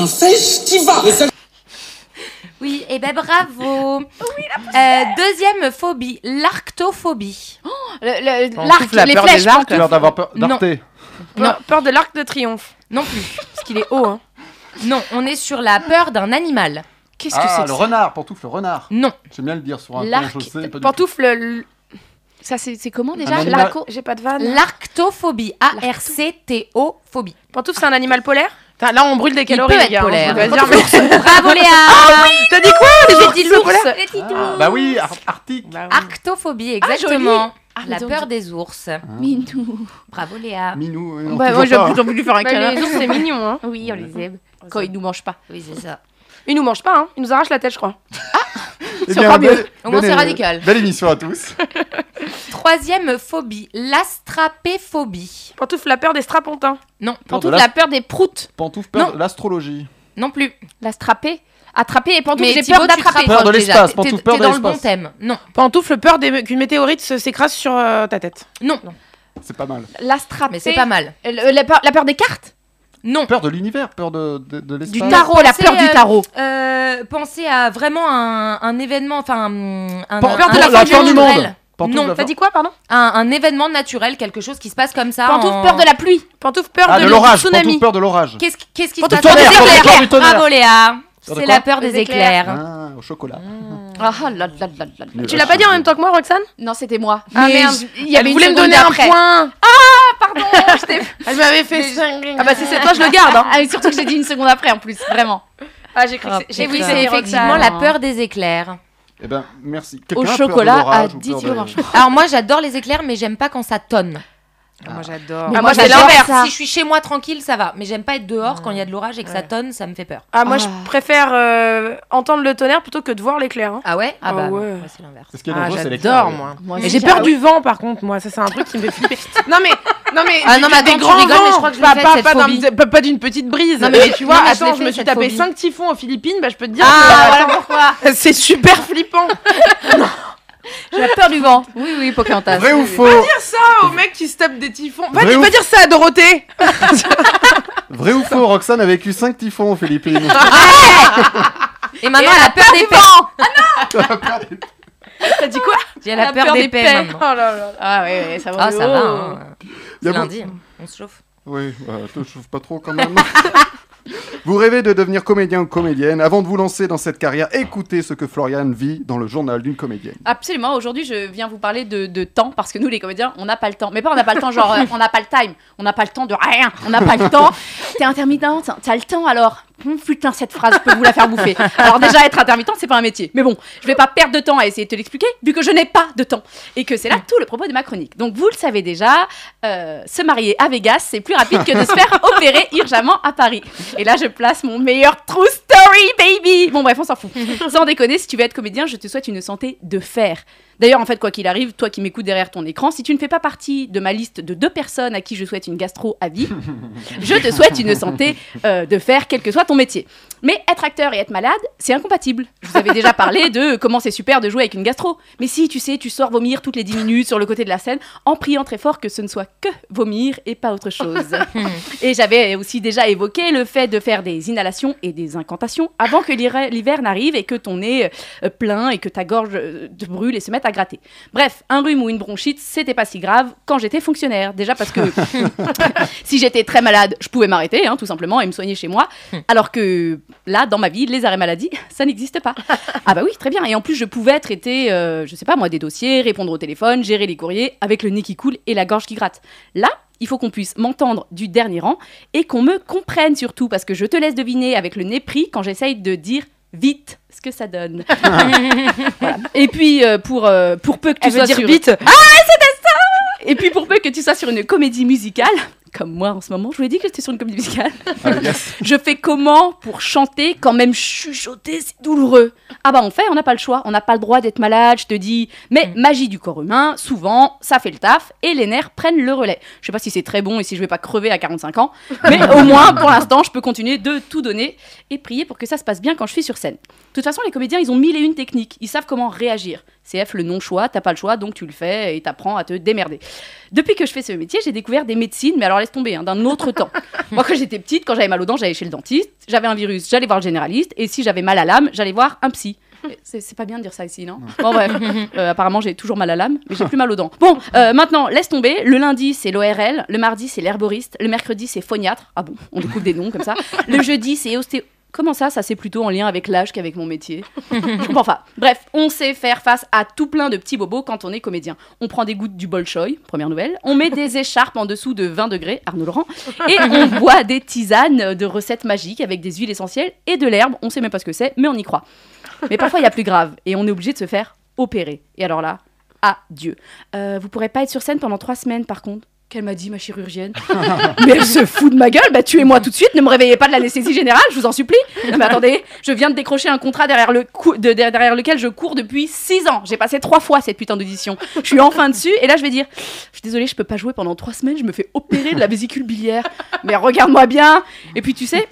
Speaker 3: Oui, et ben bravo. Euh, deuxième phobie, l'arctophobie.
Speaker 6: Le- le-
Speaker 4: Pantoufles,
Speaker 6: L'arc,
Speaker 4: la
Speaker 6: les
Speaker 4: peur
Speaker 6: flèches.
Speaker 4: des arcs.
Speaker 6: pantoufles.
Speaker 2: Peur d'avoir peur
Speaker 3: Non.
Speaker 2: d'Arte.
Speaker 3: Non.
Speaker 5: Peur- Peur de l'arc de triomphe.
Speaker 3: Non plus.
Speaker 5: Parce qu'il est haut. Hein.
Speaker 3: Non, on est sur la peur d'un animal.
Speaker 6: Qu'est-ce que
Speaker 2: Ah,
Speaker 6: c'est
Speaker 2: le
Speaker 6: que
Speaker 2: renard, pantoufle, le renard.
Speaker 3: Non.
Speaker 2: J'aime bien le dire sur un
Speaker 6: L'arc,
Speaker 2: ton, je sais, pas du
Speaker 5: Pantoufles, l-
Speaker 6: ça Ça, c'est c'est comment
Speaker 2: Un
Speaker 6: déjà
Speaker 2: animal.
Speaker 6: L'arco-
Speaker 5: j'ai euh, pas de vanne.
Speaker 3: L'arctophobie. A-R-C-T-O phobie.
Speaker 5: Pantoufles, c'est un animal polaire.
Speaker 4: Putain, là, on brûle des calories,
Speaker 3: peut
Speaker 4: les
Speaker 3: être
Speaker 4: gars. hein,
Speaker 3: polaire.
Speaker 4: je voudrais dire, mais-
Speaker 3: Bravo Léa
Speaker 2: Ah
Speaker 5: T'as dit quoi J'ai dit l'ours.
Speaker 4: polaire.
Speaker 3: Les petits
Speaker 2: tout.
Speaker 3: ours.
Speaker 2: Ah, bah oui, ar- Arctique.
Speaker 4: Bah ouais.
Speaker 6: Ah,
Speaker 3: Arctophobie, exactement. la peur des ours.
Speaker 2: Ah.
Speaker 6: Minou.
Speaker 3: Bravo Léa.
Speaker 2: Minou. oui, non,
Speaker 6: Bah,
Speaker 2: toujours
Speaker 6: moi, j'ai
Speaker 2: pas, hein.
Speaker 6: plutôt voulu faire un
Speaker 5: Bah,
Speaker 6: câlin.
Speaker 5: les ours, c'est mignon. Hein.
Speaker 6: Oui, on les aime.
Speaker 2: Ah,
Speaker 6: Quand ils nous mangent pas.
Speaker 3: Oui, c'est ça.
Speaker 5: Ils nous mangent pas. Hein. Ils nous arrachent la tête, je crois.
Speaker 2: Eh
Speaker 6: c'est
Speaker 2: bien,
Speaker 6: encore mieux.
Speaker 2: belle-
Speaker 3: Au moins,
Speaker 2: belle-
Speaker 3: c'est radical.
Speaker 2: Belle émission à tous.
Speaker 3: Troisième phobie, l'astrapéphobie.
Speaker 5: Pantoufles, la peur des strapontins.
Speaker 3: Non,
Speaker 6: Pantoufles, la peur des proutes.
Speaker 2: Pantoufle, peur de l'astrologie.
Speaker 3: non plus.
Speaker 6: L'attraper. Attraper et pantoufles.
Speaker 3: Mais
Speaker 6: J'ai
Speaker 3: Thibaut,
Speaker 6: peur
Speaker 3: tu te
Speaker 6: d'attraper.
Speaker 3: rapproches
Speaker 2: Peur de
Speaker 3: déjà.
Speaker 2: l'espace,
Speaker 3: T'es-
Speaker 2: pantoufle,
Speaker 3: t'es-
Speaker 2: peur
Speaker 3: t'es
Speaker 2: de
Speaker 3: dans le bon
Speaker 2: l'espace.
Speaker 3: thème. Non,
Speaker 4: Pantoufle peur des- qu'une météorite se- s'écrase sur euh, ta tête.
Speaker 3: non,
Speaker 2: C'est pas mal.
Speaker 6: L'attraper.
Speaker 3: mais c'est pas mal.
Speaker 5: Euh,
Speaker 6: Le- la, peur, la peur des cartes.
Speaker 3: Non.
Speaker 2: Peur de l'univers, peur de, de, de
Speaker 6: Du
Speaker 2: l'espace.
Speaker 6: tarot. La peur
Speaker 3: pensez,
Speaker 6: du
Speaker 3: euh,
Speaker 6: tarot.
Speaker 3: Euh, pensez à vraiment un, un événement, enfin un, un-
Speaker 2: Pan-
Speaker 3: un-
Speaker 2: peur de
Speaker 3: un
Speaker 2: la
Speaker 3: événement
Speaker 2: fin du monde.
Speaker 3: naturel.
Speaker 2: Pantoufle,
Speaker 3: non,
Speaker 2: la
Speaker 5: T'as
Speaker 2: peur-
Speaker 5: dit quoi, pardon
Speaker 3: Un, un événement naturel, quelque chose qui se passe comme ça.
Speaker 6: Pantoufles,
Speaker 3: en-
Speaker 6: peur de la pluie.
Speaker 5: Pantoufles, peur
Speaker 2: Ah, de
Speaker 5: de
Speaker 2: l'orage. Pantoufle,
Speaker 5: tsunami.
Speaker 2: peur de l'orage.
Speaker 3: Qu'est-ce qui- qu'est-ce qui se
Speaker 2: Peur du
Speaker 3: passe
Speaker 2: tonnerre,
Speaker 3: Des
Speaker 2: peur du-
Speaker 3: éclairs.
Speaker 2: peur du tonnerre.
Speaker 3: Bravo Léa.
Speaker 2: Peur de
Speaker 3: C'est
Speaker 2: quoi
Speaker 3: la peur des
Speaker 6: Des
Speaker 3: éclairs.
Speaker 2: Ah, au chocolat.
Speaker 6: Ah là là là là là.
Speaker 5: Tu l'as pas dit en même temps que moi, Roxane
Speaker 6: Non, c'était moi.
Speaker 5: Ah,
Speaker 6: Mais
Speaker 5: merde.
Speaker 6: je- Il y avait
Speaker 4: Elle
Speaker 6: une
Speaker 4: voulait me
Speaker 6: seconde
Speaker 4: donner un
Speaker 6: après.
Speaker 4: point.
Speaker 6: Ah, pardon, je t'ai-
Speaker 4: Elle m'avait fait.
Speaker 5: Ah bah si c'est toi, je le garde. hein.
Speaker 6: Ah, et surtout que j'ai dit une seconde après en plus, vraiment.
Speaker 5: Ah j'ai cru.
Speaker 3: Ah,
Speaker 5: que c'est-
Speaker 3: putain.
Speaker 5: j'ai cru
Speaker 3: oui,
Speaker 5: que
Speaker 3: c'est
Speaker 5: c'était
Speaker 3: effectivement
Speaker 5: Roxane.
Speaker 3: la peur des éclairs.
Speaker 2: Eh ben, merci.
Speaker 6: Au
Speaker 2: Quelqu'un a peur de
Speaker 6: chocolat à
Speaker 2: l'orage ou
Speaker 6: 10
Speaker 2: peur de-
Speaker 6: euros.
Speaker 3: Alors moi j'adore les éclairs mais j'aime pas quand ça tonne.
Speaker 4: Moi Oh. j'adore.
Speaker 5: Ah,
Speaker 3: Moi
Speaker 5: moi, c'est
Speaker 3: j'adore
Speaker 5: l'inverse.
Speaker 3: Si je suis chez moi tranquille ça va mais j'aime pas être dehors quand il y a de l'orage et que ça tonne ça me fait peur.
Speaker 5: Ah moi je
Speaker 6: Ah.
Speaker 5: préfère euh, entendre le tonnerre plutôt que de voir l'éclair. hein.
Speaker 3: Ah ouais Ah
Speaker 5: Ah
Speaker 3: bah non,
Speaker 5: ouais.
Speaker 3: moi, c'est l'inverse.
Speaker 2: C'est ce qui est
Speaker 4: Ah,
Speaker 2: dangereux, c'est
Speaker 4: j'adore
Speaker 2: l'éclair.
Speaker 4: moi.
Speaker 3: Oh,
Speaker 6: Moi
Speaker 4: Mais
Speaker 6: aussi,
Speaker 4: j'ai
Speaker 6: ah
Speaker 4: peur
Speaker 6: oui.
Speaker 4: du vent par contre, moi, ça c'est un truc qui me fait flipper. Non mais, non mais,
Speaker 3: Ah non, mais
Speaker 4: des
Speaker 3: attends, tu
Speaker 4: grands
Speaker 3: rigoles, mais
Speaker 4: vents,
Speaker 3: je crois que je
Speaker 4: pas,
Speaker 3: l'ai
Speaker 4: pas,
Speaker 3: faite,
Speaker 4: pas
Speaker 3: cette
Speaker 4: d'un-
Speaker 3: phobie.
Speaker 4: pas- pas d'une petite brise.
Speaker 3: Non, mais
Speaker 4: Et tu vois,
Speaker 3: non, mais je
Speaker 4: attends,
Speaker 3: l'ai
Speaker 4: je me
Speaker 3: faite,
Speaker 4: suis
Speaker 3: cette
Speaker 4: tapé
Speaker 3: phobie.
Speaker 4: 5 typhons aux Philippines, bah je peux te dire
Speaker 6: Ah, voilà pourquoi.
Speaker 4: que c'est super flippant.
Speaker 6: J'ai la peur du vent. Oui, oui, Pocahontas.
Speaker 2: Vrai ou
Speaker 6: Oui, oui.
Speaker 2: faux
Speaker 3: Ah,
Speaker 4: ça au mec qui se tape des typhons. Va,
Speaker 2: Vrai ou-
Speaker 4: va dire ça à Dorothée.
Speaker 2: Vrai ou faux Roxane a vécu 5 typhons aux Philippines.
Speaker 3: Et maintenant elle a peur des pères.
Speaker 5: T'as dit quoi
Speaker 3: J'ai la peur des pères
Speaker 5: Oh
Speaker 3: maintenant.
Speaker 5: là là.
Speaker 6: Ah, ouais, ouais, ça va.
Speaker 3: Ah ça va. hein.
Speaker 2: Il y a
Speaker 3: C'est
Speaker 2: beau-
Speaker 3: lundi, hein. on se chauffe.
Speaker 2: Oui, bah, je trouve pas trop quand même. vous rêvez de devenir comédien ou comédienne. Avant de vous lancer dans cette carrière, écoutez ce que Floriane vit dans le journal d'une comédienne.
Speaker 6: Absolument, aujourd'hui je viens vous parler de, de temps parce que nous les comédiens on n'a pas le temps. Mais pas on n'a pas le temps, genre euh, on n'a pas le time, on n'a pas le temps de rien, on n'a pas le temps. T'es intermittente, t'as le temps alors. Hum, Putain, cette phrase je peux vous la faire bouffer. Alors déjà être intermittente c'est pas un métier. Mais bon, je vais pas perdre de temps à essayer de te l'expliquer vu que je n'ai pas de temps. Et que c'est là tout le propos de ma chronique. Donc vous le savez déjà, euh, se marier à Vegas c'est plus rapide que de se faire opérer urgemment à Paris. Et là je place mon meilleur trouster Sorry, baby Bon, bref, on s'en fout. Sans déconner, si tu veux être comédien, je te souhaite une santé de fer. D'ailleurs, en fait, quoi qu'il arrive, toi qui m'écoutes derrière ton écran, si tu ne fais pas partie de ma liste de deux personnes à qui je souhaite une gastro à vie, je te souhaite une santé euh, de fer, quel que soit ton métier. Mais être acteur et être malade, c'est incompatible. Je vous avais déjà parlé de comment c'est super de jouer avec une gastro. Mais si, tu sais, tu sors vomir toutes les 10 minutes sur le côté de la scène en priant très fort que ce ne soit que vomir et pas autre chose. et j'avais aussi déjà évoqué le fait de faire des inhalations et des incantations avant que l'hiver l'hiver n'arrive et que ton nez euh, plein et que ta gorge euh, te brûle et se mette à gratter. Bref, un rhume ou une bronchite, c'était pas si grave quand j'étais fonctionnaire. Déjà parce que si j'étais très malade, je pouvais m'arrêter, hein, tout simplement, et me soigner chez moi.
Speaker 5: Hmm.
Speaker 6: Alors que là, dans ma vie, les arrêts maladie, ça n'existe pas. Ah bah oui, très bien. Et en plus, je pouvais traiter, euh, je sais pas moi, des dossiers, répondre au téléphone, gérer les courriers, avec le nez qui coule et la gorge qui gratte. Là, il faut qu'on puisse m'entendre du dernier rang et qu'on me comprenne surtout, parce que je te laisse deviner avec le nez pris quand j'essaye de dire vite ce que ça donne. Voilà. Et puis, euh, pour, euh, pour peu que tu
Speaker 5: Elle
Speaker 6: sois
Speaker 5: veut dire
Speaker 6: sur-
Speaker 5: vite.
Speaker 6: et puis pour peu que tu sois sur une comédie musicale, comme moi en ce moment, je vous ai dit que j'étais sur une comédie musicale. je fais comment pour chanter quand même chuchoter, c'est douloureux. Ah bah on fait, on n'a pas le choix, on n'a pas le droit d'être malade, je te dis. Mais magie du corps humain, souvent, ça fait le taf et les nerfs prennent le relais. Je sais pas si c'est très bon et si je vais pas crever à 45 ans, mais au moins pour l'instant, je peux continuer de tout donner et prier pour que ça se passe bien quand je suis sur scène. De toute façon, les comédiens, ils ont mille et une techniques, ils savent comment réagir. CF, le non-choix, t'as pas le choix, donc tu le fais et t'apprends à te démerder. Depuis que je fais ce métier, j'ai découvert des médecines, mais alors laisse tomber, hein, d'un autre temps. Moi, quand j'étais petite, quand j'avais mal aux dents, j'allais chez le dentiste. J'avais un virus, j'allais voir le généraliste. Et si j'avais mal à l'âme, j'allais voir un psy. C'est c'est pas bien de dire ça ici, non Bon, bref. Euh, apparemment, j'ai toujours mal à l'âme, mais j'ai plus mal aux dents. Bon, euh, maintenant, laisse tomber. Le lundi, c'est l'ORL. Le mardi, c'est l'herboriste. Le mercredi, c'est phoniatre. Ah bon, on découvre des noms comme ça. Le jeudi, c'est ostéo. Comment ça Ça, c'est plutôt en lien avec l'âge qu'avec mon métier. Je comprends pas. Bref, on sait faire face à tout plein de petits bobos quand on est comédien. On prend des gouttes du bolchoï, première nouvelle. On met des écharpes en dessous de 20 degrés, Arnaud Laurent. Et on boit des tisanes de recettes magiques avec des huiles essentielles et de l'herbe. On sait même pas ce que c'est, mais on y croit. Mais parfois, il y a plus grave et on est obligé de se faire opérer. Et alors là, adieu. Euh, vous pourrez pas être sur scène pendant trois semaines, par contre. Qu'elle m'a dit, ma chirurgienne. mais elle se fout de ma gueule, bah tuez-moi tout de suite, ne me réveillez pas de l'anesthésie générale, je vous en supplie. Non mais attendez, je viens de décrocher un contrat derrière, le cou- de- de- derrière lequel je cours depuis 6 ans. J'ai passé trois fois cette putain d'audition. Je suis enfin dessus et là je vais dire, je suis désolée, je peux pas jouer pendant trois semaines, je me fais opérer de la vésicule biliaire. Mais regarde-moi bien. Et puis tu sais,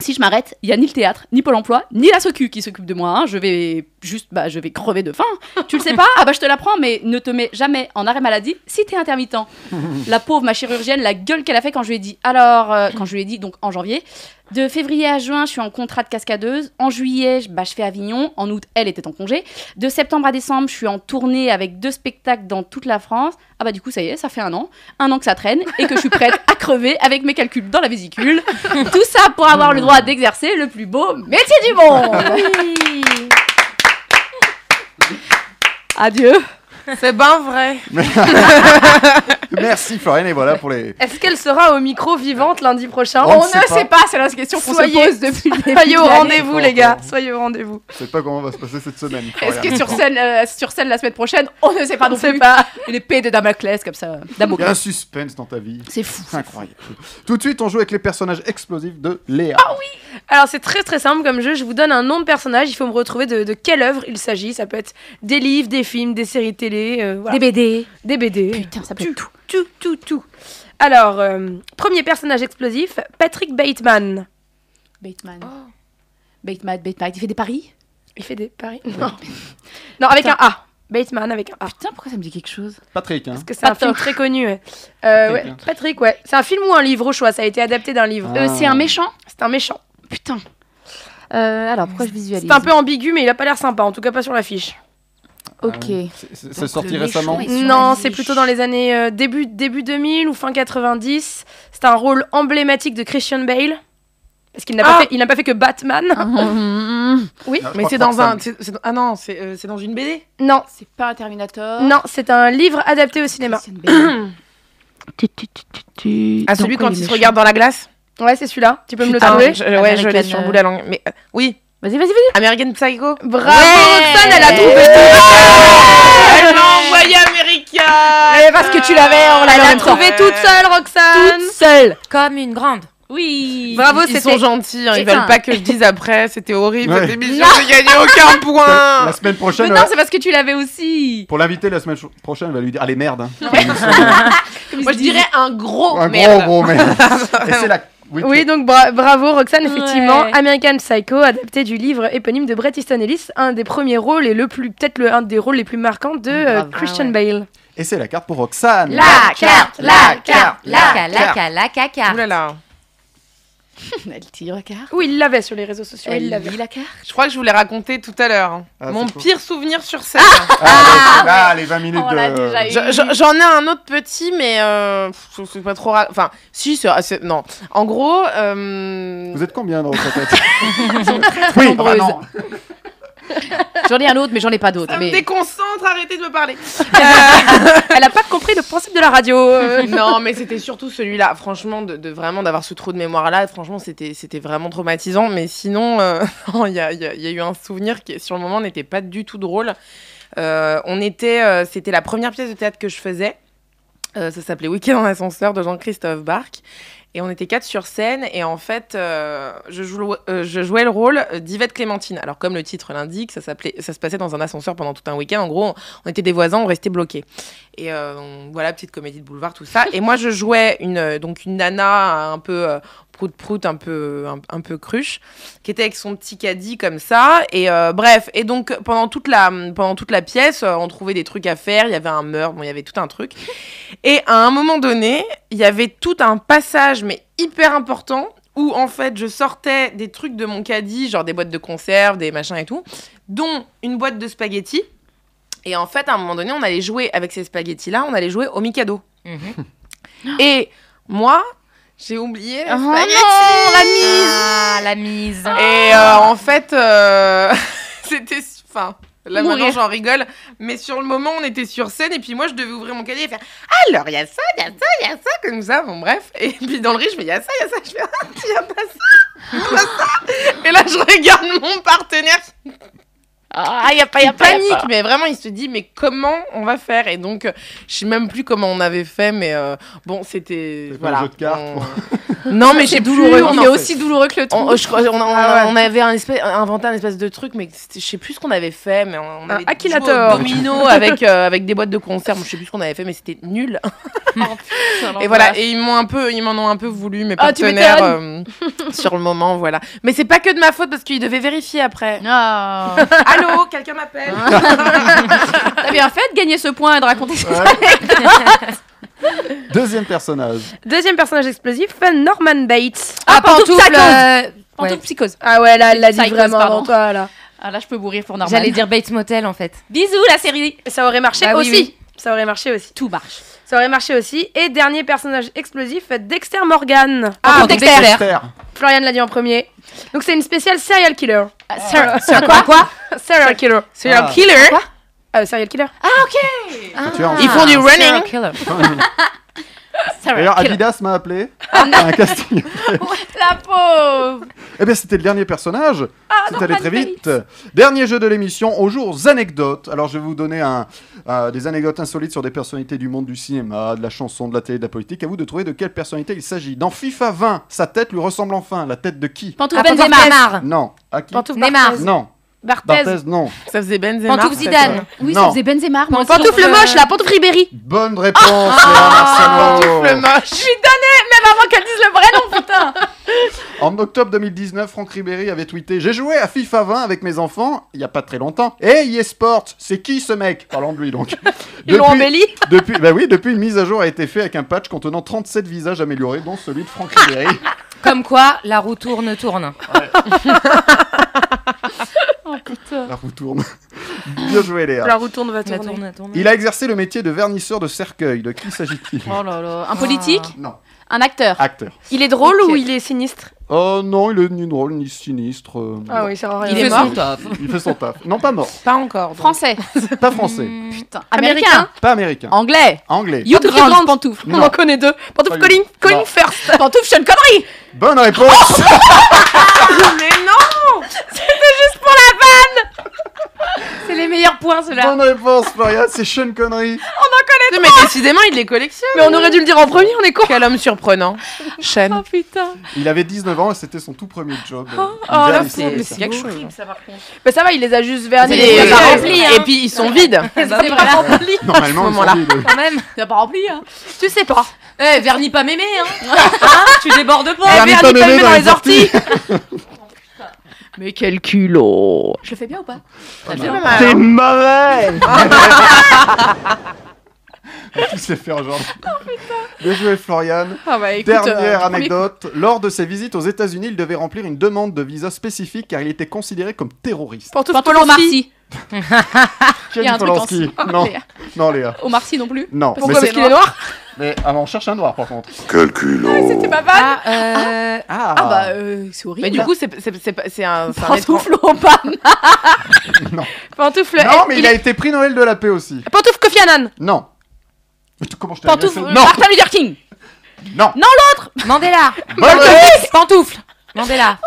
Speaker 6: si je m'arrête, il y a ni le théâtre, ni Pôle emploi, ni la SOCU qui s'occupe de moi. hein. Je vais juste, bah, je vais crever de faim. Tu le sais pas Ah bah je te l'apprends, mais ne te mets jamais en arrêt maladie si t'es intermittent. La pauvre, ma chirurgienne, la gueule qu'elle a fait quand je lui ai dit. Alors, euh, quand je lui ai dit, donc en janvier, de février à juin, je suis en contrat de cascadeuse. En juillet, je- bah, je fais Avignon. En août, elle était en congé. De septembre à décembre, je suis en tournée avec deux spectacles dans toute la France. Ah bah du coup, ça y est, ça fait un an. Un an que ça traîne et que je suis prête à crever avec mes calculs dans la vésicule. Tout ça pour avoir le droit d'exercer le plus beau métier du monde. Adieu.
Speaker 4: C'est ben vrai.
Speaker 2: Merci Florian, et voilà pour les.
Speaker 5: Est-ce qu'elle sera au micro vivante lundi prochain
Speaker 2: On
Speaker 6: On,
Speaker 2: ne sait
Speaker 6: ne sait pas, c'est la question qu'on se
Speaker 5: Soyez-
Speaker 6: pose depuis le début.
Speaker 5: Soyez
Speaker 6: de
Speaker 5: au
Speaker 6: l'année.
Speaker 5: rendez-vous, les gars. Soyez au rendez-vous.
Speaker 2: Je sais pas comment va se passer cette semaine.
Speaker 6: Est-ce
Speaker 2: Florian.
Speaker 6: que sur scène, euh, sur scène la semaine prochaine, on ne sait pas non
Speaker 5: sait
Speaker 6: plus. Pas. L'épée de Damoclès comme ça,
Speaker 2: Il y a un
Speaker 6: Damoclès.
Speaker 2: suspense dans ta vie.
Speaker 6: C'est fou.
Speaker 2: C'est incroyable. Tout de suite, on joue avec les personnages explosifs de Léa.
Speaker 6: Ah
Speaker 5: Alors, c'est très très simple comme jeu. Je vous donne un nom de personnage. Il faut me retrouver de, de quelle œuvre il s'agit. Ça peut être des livres, des films, des séries télé, euh, voilà.
Speaker 3: Des BD.
Speaker 5: des BD.
Speaker 6: Putain, ça peut être tout.
Speaker 5: Tout, tout, tout. Alors, euh, premier personnage explosif, Patrick Bateman.
Speaker 6: Bateman. Bateman, Bateman. Il fait des paris
Speaker 5: Il fait des paris Non. non, avec un A. Bateman avec un A.
Speaker 6: Putain, pourquoi ça me dit quelque chose
Speaker 2: Patrick, hein.
Speaker 5: Parce que c'est un film
Speaker 6: Patoche.
Speaker 5: très connu. ouais. Euh,
Speaker 2: Patrick,
Speaker 5: ouais,
Speaker 2: hein.
Speaker 5: Patrick, ouais. C'est un film ou un livre au choix Ça a été adapté d'un livre.
Speaker 2: Ah.
Speaker 6: Euh, C'est un méchant
Speaker 5: C'est un méchant.
Speaker 6: Putain. Euh, alors, pourquoi je visualise
Speaker 5: C'est un peu ambigu, mais il a pas l'air sympa. En tout cas, pas sur l'affiche.
Speaker 6: Ok.
Speaker 2: Ah C'est- C'est
Speaker 3: Donc,
Speaker 2: c'est sorti
Speaker 3: le méchant
Speaker 2: récemment.
Speaker 3: est- sur
Speaker 5: Non,
Speaker 3: l'affiche.
Speaker 5: c'est plutôt dans les années euh, début, début 2000 ou fin 90. C'est un rôle emblématique de Christian Bale.
Speaker 2: Euh,
Speaker 5: Parce qu'il n'a pas,
Speaker 4: Ah
Speaker 5: fait- il n'a pas fait que Batman.
Speaker 6: Ah.
Speaker 5: Oui.
Speaker 2: Non, Ah, je
Speaker 4: Mais
Speaker 2: crois
Speaker 4: c'est
Speaker 2: que
Speaker 4: dans
Speaker 2: ça
Speaker 4: un. c'est- c'est dans- Ah non, c'est euh, c'est dans une BD.
Speaker 5: Non,
Speaker 6: C'est pas un Terminator.
Speaker 5: non, c'est un livre adapté au cinéma.
Speaker 6: Christian Bale.
Speaker 4: À Ah, celui quand il se regarde dans la glace.
Speaker 5: Ouais, c'est celui-là. Tu peux me le
Speaker 4: Ah,
Speaker 5: trouver
Speaker 4: je- ouais, je l'ai
Speaker 6: American,
Speaker 4: sur le
Speaker 6: euh,
Speaker 4: bout de la langue. Mais euh, oui,
Speaker 5: Vas-y, vas-y, vas-y.
Speaker 4: American Psycho. Eh
Speaker 5: Bravo, Roxane, elle a trouvé.
Speaker 4: Elle m'a envoyé America. Eh,
Speaker 6: parce que tu l'avais, on
Speaker 5: Elle
Speaker 6: l'a
Speaker 5: a trouvé toute seule, Roxane.
Speaker 6: seule.
Speaker 3: Comme une grande.
Speaker 6: Oui.
Speaker 4: Bravo, ils
Speaker 5: c'était-
Speaker 4: sont gentils, hein, ils
Speaker 5: Putain.
Speaker 4: veulent pas que je dise après, c'était horrible,
Speaker 2: Ouais.
Speaker 4: cette émission, j'ai gagné aucun
Speaker 2: La la
Speaker 4: point
Speaker 2: semaine
Speaker 6: Mais
Speaker 2: prochaine,
Speaker 6: non,
Speaker 2: euh,
Speaker 6: c'est parce que tu l'avais aussi.
Speaker 2: pour l'inviter la semaine cho- prochaine, elle va lui dire Allez, merde. hein.
Speaker 6: Comme ils
Speaker 4: Moi je
Speaker 6: se disent.
Speaker 4: dirais un
Speaker 6: Oh,
Speaker 4: gros
Speaker 2: Un
Speaker 4: merde.
Speaker 2: gros, Oh, gros merde. Et c'est la. Oui,
Speaker 5: Oui, donc bra- bravo Roxane, effectivement.
Speaker 6: Ouais.
Speaker 5: American Psycho, adapté du livre éponyme de Bret Easton Ellis, un des premiers rôles et le plus, peut-être le- un des rôles les plus marquants de euh,
Speaker 6: Grave.
Speaker 5: Christian
Speaker 6: Ah
Speaker 5: Bale.
Speaker 2: Et c'est la carte pour Roxane.
Speaker 3: La carte, la carte, la carte, la
Speaker 2: carte.
Speaker 3: carte, la
Speaker 4: Ouh
Speaker 3: carte.
Speaker 4: là là.
Speaker 6: Elle tire la carte.
Speaker 5: Oui, il l'avait sur les réseaux sociaux. il
Speaker 6: Elle
Speaker 5: l'avait.
Speaker 6: lit la carte.
Speaker 4: Je crois que je vous l'ai raconté tout à l'heure. hein.
Speaker 2: Ah,
Speaker 4: Mon
Speaker 2: c'est cool.
Speaker 4: pire souvenir sur scène.
Speaker 2: Ah, les- ah, les 20 minutes
Speaker 6: Oh, On
Speaker 2: de.
Speaker 6: l'a déjà eu.
Speaker 4: Je- je- J'en ai un autre petit, mais euh, pff, je sais pas trop. ra- Enfin, si, c'est assez- non. En gros, euh,
Speaker 2: Vous êtes combien dans votre tête
Speaker 6: très nombreuses. J'en ai un autre, mais j'en ai pas d'autre.
Speaker 4: ça me
Speaker 6: Mais...
Speaker 4: déconcentre, arrêtez de me parler.
Speaker 5: Elle n'a pas compris le principe de la radio. euh.
Speaker 4: non, mais c'était surtout celui-là. Franchement, de, de vraiment d'avoir ce trou de mémoire-là, franchement, c'était c'était vraiment traumatisant. Mais sinon, euh, non, il y, a, il y a- il y a eu un souvenir qui, sur le moment, n'était pas du tout drôle. Euh, on était, euh, c'était la première pièce de théâtre que je faisais. Euh, ça s'appelait Week-end en ascenseur de Jean-Christophe Barque. Et on était quatre sur scène. Et en fait, euh, je, joue le- euh, je jouais le rôle d'Yvette Clémentine. Alors, comme le titre l'indique, ça, s'appelait- ça se passait dans un ascenseur pendant tout un week-end. En gros, on était des voisins, on restait bloqués. Et euh, on- voilà, petite comédie de boulevard, tout ça. Et moi, je jouais une, euh, donc une nana euh, un peu euh, prout-prout, un peu, un, un peu cruche, qui était avec son petit caddie comme ça. Et euh, bref, et donc pendant toute, la, pendant toute la pièce, euh, on trouvait des trucs à faire. Il y avait un meurtre, bon, il y avait tout un truc. Et à un moment donné, il y avait tout un passage, mais hyper important, où en fait, je sortais des trucs de mon caddie, genre des boîtes de conserve, des machins et tout, dont une boîte de spaghettis. Et en fait, à un moment donné, on allait jouer avec ces spaghettis-là, on allait jouer au Mikado.
Speaker 3: Mhm.
Speaker 4: Et moi, j'ai oublié les
Speaker 6: Oh non,
Speaker 4: spaghettis.
Speaker 6: la mise
Speaker 3: Ah, la mise.
Speaker 4: Et euh, en fait, euh, c'était. Enfin, là maintenant
Speaker 6: Mourir.
Speaker 4: j'en rigole, mais sur le moment on était sur scène et puis moi je devais ouvrir mon cahier et faire Alors il y a ça, il y a ça, il y a ça, comme ça, bon bref. Et puis dans le riz, je fais il y a ça, il y a ça, je fais Ah, il y a pas ça, il y a ça. Et là je regarde mon partenaire
Speaker 6: Ah, y a pas, y a
Speaker 4: il
Speaker 6: pas. y a
Speaker 4: panique,
Speaker 6: pas.
Speaker 4: mais vraiment, il se dit, mais comment on va faire Et donc, euh, je sais même plus comment on avait fait, mais euh, bon, c'était.
Speaker 2: C'était pas
Speaker 4: Voilà.
Speaker 2: un jeu de cartes,
Speaker 4: On- non, mais j'ai
Speaker 6: C'est
Speaker 4: douloureux.
Speaker 6: douloureux. mais aussi douloureux que le trou.
Speaker 4: On, je crois- on, on-
Speaker 5: Ah ouais.
Speaker 4: on avait un espèce, inventé un espèce de truc, mais c'était- je sais plus ce qu'on avait fait. Mais on, on
Speaker 5: Un
Speaker 4: avait
Speaker 5: Akinator.
Speaker 4: joué au domino avec, euh, avec des boîtes de conserve. Je sais plus ce qu'on avait fait, mais c'était nul. Et voilà, et ils m'ont un peu, ils m'en ont un peu voulu, mes
Speaker 6: Ah, tu
Speaker 4: partenaires, euh, sur le moment, voilà. Mais c'est pas que de ma faute parce qu'ils devaient vérifier après.
Speaker 6: Non.
Speaker 4: Allô, quelqu'un m'appelle.
Speaker 6: T'as bien fait de gagner ce point et de raconter ça.
Speaker 2: Deuxième personnage.
Speaker 5: Deuxième personnage explosif, Norman Bates.
Speaker 6: Ah, pantoufle,
Speaker 5: euh,
Speaker 6: Pantoufle
Speaker 5: ouais.
Speaker 6: psychose.
Speaker 5: Ah ouais, là, elle l'a dit
Speaker 6: Psychose,
Speaker 5: vraiment
Speaker 6: pardon.
Speaker 5: avant toi, là.
Speaker 6: Ah là, je peux mourir pour normal.
Speaker 3: J'allais dire Bates Motel en fait.
Speaker 6: bisous la série.
Speaker 5: Ça aurait marché
Speaker 3: Bah oui,
Speaker 5: aussi.
Speaker 3: oui.
Speaker 5: Ça aurait marché aussi.
Speaker 6: Tout marche.
Speaker 5: Ça aurait marché aussi. Et dernier personnage explosif, Dexter Morgan.
Speaker 6: Ah,
Speaker 3: Dexter.
Speaker 2: Dexter.
Speaker 5: Florian l'a dit en premier. Donc c'est une spéciale serial killer.
Speaker 6: C'est quoi
Speaker 3: Ah.
Speaker 6: quoi
Speaker 5: Serial killer. Serial
Speaker 2: Ah.
Speaker 5: killer. Euh, serial killer.
Speaker 2: Tu as un-
Speaker 4: Ils font du running.
Speaker 3: serial Ah, killer.
Speaker 2: D'ailleurs, Adidas m'a appelé. un casting.
Speaker 6: La pauvre.
Speaker 2: Eh bien, c'était le dernier personnage. C'est allé très vite. Dernier jeu de l'émission, on joue aux anecdotes. Alors, je vais vous donner un, euh, des anecdotes insolites sur des personnalités du monde du cinéma, de la chanson, de la télé, de la politique. À vous de trouver de quelle personnalité il s'agit. Dans FIFA 20, sa tête lui ressemble enfin. La tête de qui
Speaker 6: Pantoufle
Speaker 3: Ah, Pantoufle
Speaker 6: Benzema.
Speaker 3: Neymar.
Speaker 2: Non. À qui
Speaker 5: Pantoufle
Speaker 3: Neymar.
Speaker 5: Barthez.
Speaker 2: Non.
Speaker 5: Barthez.
Speaker 2: Barthez, non.
Speaker 4: Ça faisait Benzema.
Speaker 3: Pantoufle
Speaker 4: en fait, ouais.
Speaker 3: Zidane.
Speaker 6: Oui,
Speaker 2: Non.
Speaker 6: ça faisait Benzema. Moi euh, aussi,
Speaker 5: Pantoufle
Speaker 6: j'en veux-
Speaker 5: moche, la pantoufle Ribéry.
Speaker 2: Bonne réponse, Léa Marcello.
Speaker 4: Pantoufle moche.
Speaker 6: Je lui donnais, même avant qu'elle dise le vrai nom, putain.
Speaker 2: En octobre 2019, Franck Ribéry avait tweeté J'ai joué à FIFA 20 avec mes enfants, il n'y a pas très longtemps. Hey, eSport, c'est qui ce mec Parlant de lui donc.
Speaker 5: Ils l'ont
Speaker 2: Depuis-
Speaker 5: embelli.
Speaker 2: depuis, bah oui, depuis une mise à jour a été faite avec un patch contenant 37 visages améliorés, dont celui de Franck Ribéry.
Speaker 3: Comme quoi, la roue tourne, tourne.
Speaker 2: La roue tourne. Bien joué, Léa.
Speaker 5: La roue tourne, va
Speaker 3: La
Speaker 5: tourner.
Speaker 3: tourne, tourne.
Speaker 2: Il a exercé le métier de vernisseur de cercueil. De qui s'agit-il
Speaker 6: Oh là là. Un politique
Speaker 2: Non,
Speaker 6: Un acteur
Speaker 2: acteur.
Speaker 5: Il est drôle
Speaker 6: Ok.
Speaker 5: ou il est sinistre
Speaker 2: Oh non, il est ni drôle ni sinistre. euh,
Speaker 5: Ah oui, Ah. ça rend rien.
Speaker 4: Il est
Speaker 3: fait
Speaker 4: mort
Speaker 3: son taf.
Speaker 2: Il fait son taf. Non, pas mort.
Speaker 4: Pas encore. donc.
Speaker 6: Français
Speaker 2: Pas français.
Speaker 5: Hmm.
Speaker 6: Putain.
Speaker 5: Américain.
Speaker 6: Américain
Speaker 2: Pas américain.
Speaker 6: Anglais
Speaker 2: Anglais.
Speaker 6: You
Speaker 5: Grant.
Speaker 6: Grant Pantoufle
Speaker 5: On en connaît deux. Pantoufle
Speaker 2: Pas lui.
Speaker 5: Colin, Colin Oh,
Speaker 2: Non.
Speaker 5: First.
Speaker 6: Pantoufle Sean Connery
Speaker 2: Bonne réponse
Speaker 4: Mais non
Speaker 6: C'est
Speaker 3: les meilleurs points, ceux-là.
Speaker 2: Bonne réponse, Floria, c'est Sean Connery.
Speaker 4: Non, mais décidément, il les collectionne.
Speaker 5: Mais on aurait dû le dire en premier, on est con.
Speaker 4: Quel homme surprenant. Shane.
Speaker 6: Oh putain.
Speaker 2: Il avait 19 ans et c'était son tout premier job. Oh,
Speaker 4: là, c'est- mais c'est quelque chose.
Speaker 6: ça par contre.
Speaker 5: Bah ça va, il les a Eh, juste vernis.
Speaker 4: Et-
Speaker 5: les
Speaker 3: pas
Speaker 5: couleurs.
Speaker 3: rempli, hein.
Speaker 4: Et puis, ils sont vides.
Speaker 5: Ah,
Speaker 6: C'est
Speaker 5: bah,
Speaker 6: pas rempli
Speaker 2: Normalement,
Speaker 4: à ce
Speaker 2: ils sont
Speaker 4: moment-là.
Speaker 2: vides.
Speaker 3: Quand même.
Speaker 6: C'est pas rempli hein.
Speaker 5: Tu sais pas.
Speaker 3: Eh, vernis pas mémé, hein. Hein Tu débordes pas.
Speaker 2: Vernis pas
Speaker 5: vernis pas
Speaker 2: mémé
Speaker 5: mémé dans les orties.
Speaker 4: Mais quel culot.
Speaker 6: Je le fais bien ou pas
Speaker 2: T'es mauvais On va tous les faire aujourd'hui. Bien joué, Florian.
Speaker 6: Ah bah écoute.
Speaker 2: Dernière anecdote. Lors de ses visites aux États-Unis, il devait remplir une demande de visa spécifique car il était considéré comme terroriste.
Speaker 4: Oh,
Speaker 6: Pour tout Au Marcy.
Speaker 2: Quel
Speaker 6: Il y a un truc en Oh,
Speaker 2: Polanski
Speaker 6: si.
Speaker 2: Non, non, Léa.
Speaker 6: euh, Au Marcy non plus.
Speaker 2: Non, mais,
Speaker 5: Pourquoi Parce
Speaker 2: c'est-
Speaker 5: qu'il est noir
Speaker 2: mais ah, on cherche un noir par contre.
Speaker 8: Quel culot
Speaker 6: C'était pas mal.
Speaker 3: Ah, euh,
Speaker 2: Ah,
Speaker 6: Ah bah euh, c'est horrible.
Speaker 4: Mais du coup, c'est- c'est c'est pas- c'est un. c'est un
Speaker 6: un
Speaker 4: étrange-
Speaker 6: souffle au pas.
Speaker 5: Pantoufle.
Speaker 2: Non,
Speaker 5: eh,
Speaker 2: mais
Speaker 5: il
Speaker 2: il a été prix Noël de la paix aussi.
Speaker 5: est- Pantoufle Kofi Annan.
Speaker 2: Non. Mais tu- Comment je t'ai
Speaker 5: Pantoufle
Speaker 2: agressé
Speaker 5: euh,
Speaker 2: Non,
Speaker 5: Martin Luther
Speaker 6: Eh,
Speaker 5: King.
Speaker 2: non.
Speaker 3: Mandela.
Speaker 2: Bonne, réponse.
Speaker 3: Pantoufle. Mandela.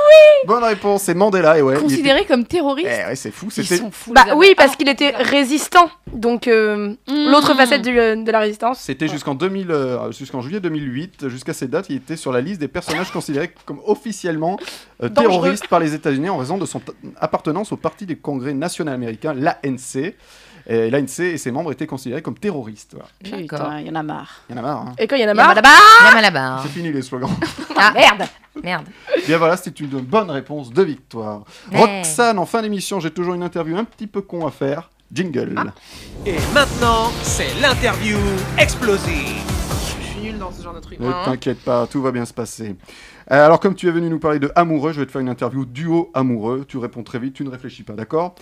Speaker 2: Bonne réponse, c'est Mandela et ouais. il était-
Speaker 6: Considéré comme
Speaker 2: Eh
Speaker 6: terroriste.
Speaker 2: ouais, c'est fou,
Speaker 6: Ils
Speaker 2: c'était
Speaker 6: sont fous. les Mm.
Speaker 5: Bah
Speaker 6: Allemands.
Speaker 5: oui, parce qu'il était résistant. Donc euh,
Speaker 6: Hmm.
Speaker 5: l'autre facette du- de la résistance.
Speaker 2: C'était jusqu'en 2000, euh, jusqu'en juillet 2008, jusqu'à cette date, il était sur la liste des personnages considérés comme officiellement euh,
Speaker 5: Dangereux.
Speaker 2: terroristes par les États-Unis en raison de son t- appartenance au Parti du Congrès national américain, l'ANC. Et L'ANC et ses membres étaient considérés comme terroristes. Voilà.
Speaker 3: D'accord.
Speaker 6: Putain, il y en a marre.
Speaker 2: Il y en a marre. hein.
Speaker 5: Et quand il y en a
Speaker 6: Bah
Speaker 5: marre,
Speaker 6: là-bas
Speaker 3: Même à la barre.
Speaker 2: C'est fini les slogans.
Speaker 3: Ah, merde. Merde.
Speaker 2: Bien voilà, c'était une bonne réponse de victoire.
Speaker 3: Mais-
Speaker 2: Roxane, en fin d'émission, j'ai toujours une interview un petit peu con à faire. Jingle.
Speaker 1: Et maintenant, c'est l'interview explosive.
Speaker 4: Je suis nulle dans ce genre de truc. Hein
Speaker 2: Ne t'inquiète pas, tout va bien se passer. Euh, Alors, comme tu es venu nous parler de amoureux, je vais te faire une interview duo amoureux. Tu réponds très vite, tu ne réfléchis pas, d'accord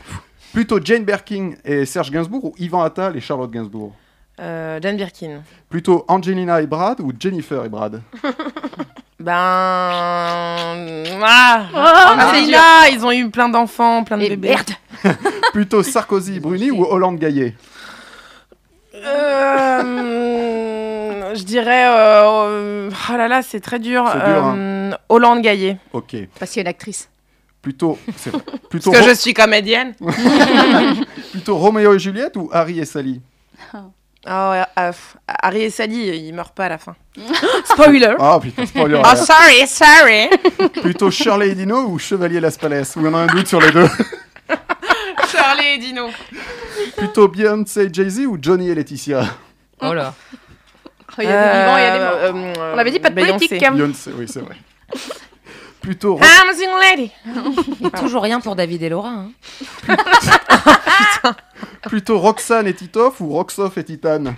Speaker 2: Plutôt Jane Birkin et Serge Gainsbourg ou Yvan Attal et Charlotte Gainsbourg
Speaker 4: Euh, Jane Birkin.
Speaker 2: Plutôt Angelina et Brad ou Jennifer et Brad
Speaker 4: Ben. Ah,
Speaker 5: Ah,
Speaker 4: c'est
Speaker 5: c'est
Speaker 4: là, ils ont eu plein d'enfants, plein de
Speaker 6: Et
Speaker 4: bébés.
Speaker 6: merde
Speaker 2: Plutôt Sarkozy et Bruni ou Hollande Gaillet
Speaker 4: Euh, je dirais. euh, oh là là, c'est très dur.
Speaker 2: C'est dur, hein.
Speaker 4: Euh, Hollande Gaillet.
Speaker 2: Ok.
Speaker 5: oh.
Speaker 6: Parce qu'il y a une actrice.
Speaker 2: Plutôt, c'est vrai. Plutôt,
Speaker 4: Parce que
Speaker 2: Ro-
Speaker 4: je suis comédienne.
Speaker 2: plutôt Roméo et Juliette ou Harry et Sally
Speaker 4: Ah ouais, ah, pff, Harry et Sally, euh, ils meurent pas à la fin.
Speaker 5: spoiler.
Speaker 2: Ah putain, spoiler.
Speaker 4: Oh, sorry, sorry.
Speaker 2: plutôt Shirley et Dino ou Chevalier Las Palais Ou on a un doute sur les deux
Speaker 4: Charlie et Dino.
Speaker 2: Plutôt Beyoncé et Jay-Z ou Johnny et Laetitia
Speaker 3: Oh là.
Speaker 6: Oh, Il y a des vivants, il y a des
Speaker 5: Euh,
Speaker 6: morts.
Speaker 4: Euh,
Speaker 5: On avait dit pas de politique. hein.
Speaker 2: Beyoncé, oui, c'est vrai. Plutôt, Ro-
Speaker 4: I'm a single lady.
Speaker 3: Et toujours rien pour David et Laura. Hein.
Speaker 2: plutôt Roxane et Titoff ou Roxoff et Titane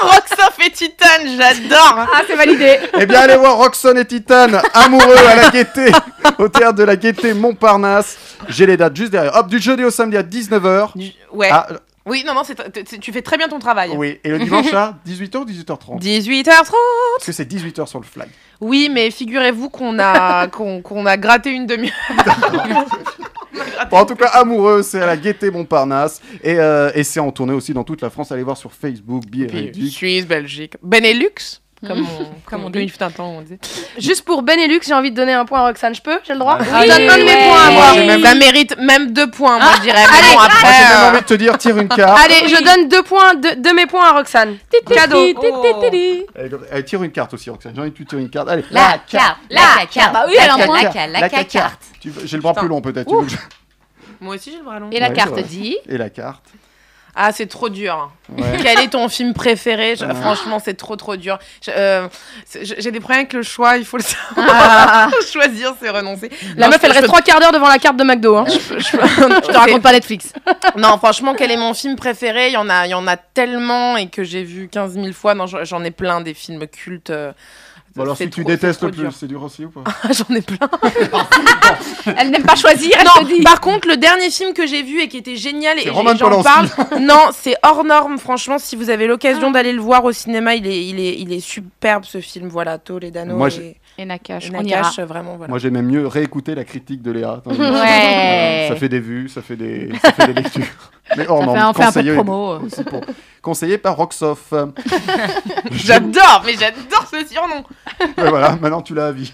Speaker 4: Roxoff et Oh, Titane, j'adore.
Speaker 5: Ah, c'est validé.
Speaker 2: Eh bien, allez voir Roxane et Titane, amoureux à la gaieté, au théâtre de la gaieté Montparnasse. J'ai les dates juste derrière. Hop, du jeudi au samedi à 19h.
Speaker 4: Ouais.
Speaker 2: Ah,
Speaker 4: Oui, non, non, c'est- t- t- tu fais très bien ton travail.
Speaker 2: oui, et le dimanche à 18h ou 18h30
Speaker 4: 18h30.
Speaker 2: Parce que c'est 18h sur le fly.
Speaker 4: Oui, mais figurez-vous qu'on a, qu'on qu'on a gratté une demi-heure.
Speaker 2: Bon, en tout cas, amoureux, c'est à la gaieté Montparnasse. Et, euh, et c'est en tournée aussi dans toute la France. Allez voir sur Facebook, Billet Réduit.
Speaker 4: Suisse, Belgique, Benelux, comme
Speaker 5: Mmh.
Speaker 4: on,
Speaker 3: Comme
Speaker 4: comme
Speaker 3: on
Speaker 4: on
Speaker 3: dit.
Speaker 4: fut un temps, on disait.
Speaker 5: Juste pour Benelux, j'ai envie de donner un point à Roxane. Je peux J'ai le droit
Speaker 2: Ah,
Speaker 5: Je donne un de mes
Speaker 6: ouais.
Speaker 5: points à moi.
Speaker 4: Moi,
Speaker 6: j'ai même-
Speaker 4: Ça mérite même deux points, moi, je dirais. Mais
Speaker 5: Ah, allez,
Speaker 4: bon,
Speaker 2: Moi, j'ai même
Speaker 4: après,
Speaker 2: envie
Speaker 4: euh,
Speaker 2: de te dire, tire une carte.
Speaker 5: Allez, je donne deux points, deux, de mes points à Roxane. Cadeau.
Speaker 2: Allez, comme- allez, Eh, tire une carte aussi, Roxane. J'ai envie que tu tires une carte. Allez,
Speaker 3: La carte. La carte.
Speaker 6: Bah oui, elle a un
Speaker 3: La
Speaker 6: point.
Speaker 3: carte. La carte.
Speaker 2: Tu veux- J'ai le bras
Speaker 4: Putain.
Speaker 2: plus long peut-être. tu veux que je-
Speaker 4: Moi aussi, j'ai le bras long.
Speaker 6: Et la
Speaker 2: Ouais,
Speaker 6: carte
Speaker 2: c'est vrai.
Speaker 6: dit.
Speaker 2: Et la carte.
Speaker 4: Ah, c'est trop dur.
Speaker 2: Ouais.
Speaker 4: Quel est ton film préféré Je-
Speaker 2: Ah.
Speaker 4: Franchement, c'est trop, trop dur. Je- euh, c'est- je- J'ai des problèmes avec le choix, il faut le savoir. Choisir, c'est renoncer.
Speaker 5: Ah. La
Speaker 4: Non,
Speaker 5: meuf,
Speaker 4: je-
Speaker 5: elle
Speaker 4: je
Speaker 5: reste
Speaker 4: peux-
Speaker 5: trois quarts d'heure devant la carte de McDo. Hein.
Speaker 6: Je te raconte pas Netflix.
Speaker 4: Non, franchement, quel est mon film préféré Il y en a, il y en a tellement et que j'ai vu 15 000 fois. Non, j'en j'en ai plein des films cultes. euh,
Speaker 2: Bon, alors
Speaker 4: c'est
Speaker 2: si tu
Speaker 4: trop- c'est
Speaker 2: détestes
Speaker 4: trop
Speaker 2: le plus,
Speaker 4: dur.
Speaker 2: c'est dur aussi ou pas
Speaker 4: j'en ai plein.
Speaker 6: Elle n'aime pas choisir, elle te
Speaker 4: Non,
Speaker 6: dit.
Speaker 4: par contre, le dernier film que j'ai vu et qui était génial et
Speaker 2: C'est Roman
Speaker 4: j- j'en
Speaker 2: Polanski.
Speaker 4: parle. Non, c'est hors norme. Franchement, si vous avez l'occasion d'aller le voir au cinéma, il est, il est, il est superbe ce film. Voilà, Toledano
Speaker 2: Moi, j'ai-
Speaker 4: et
Speaker 6: Et Nakash, on ira.
Speaker 4: Nakash, vraiment. Voilà.
Speaker 2: Moi j'ai même mieux réécouter la critique de Léa. Attends,
Speaker 6: Ouais.
Speaker 2: Ça fait des vues, ça fait des, ça fait des lectures. Mais hors
Speaker 6: Ça fait
Speaker 2: norme,
Speaker 6: un- on fait un peu de
Speaker 2: conseillé-
Speaker 6: promo.
Speaker 2: aussi pour- Conseillé par Roxoff.
Speaker 4: J'adore, mais j'adore ce surnom.
Speaker 2: Ouais, voilà, maintenant tu l'as à vie.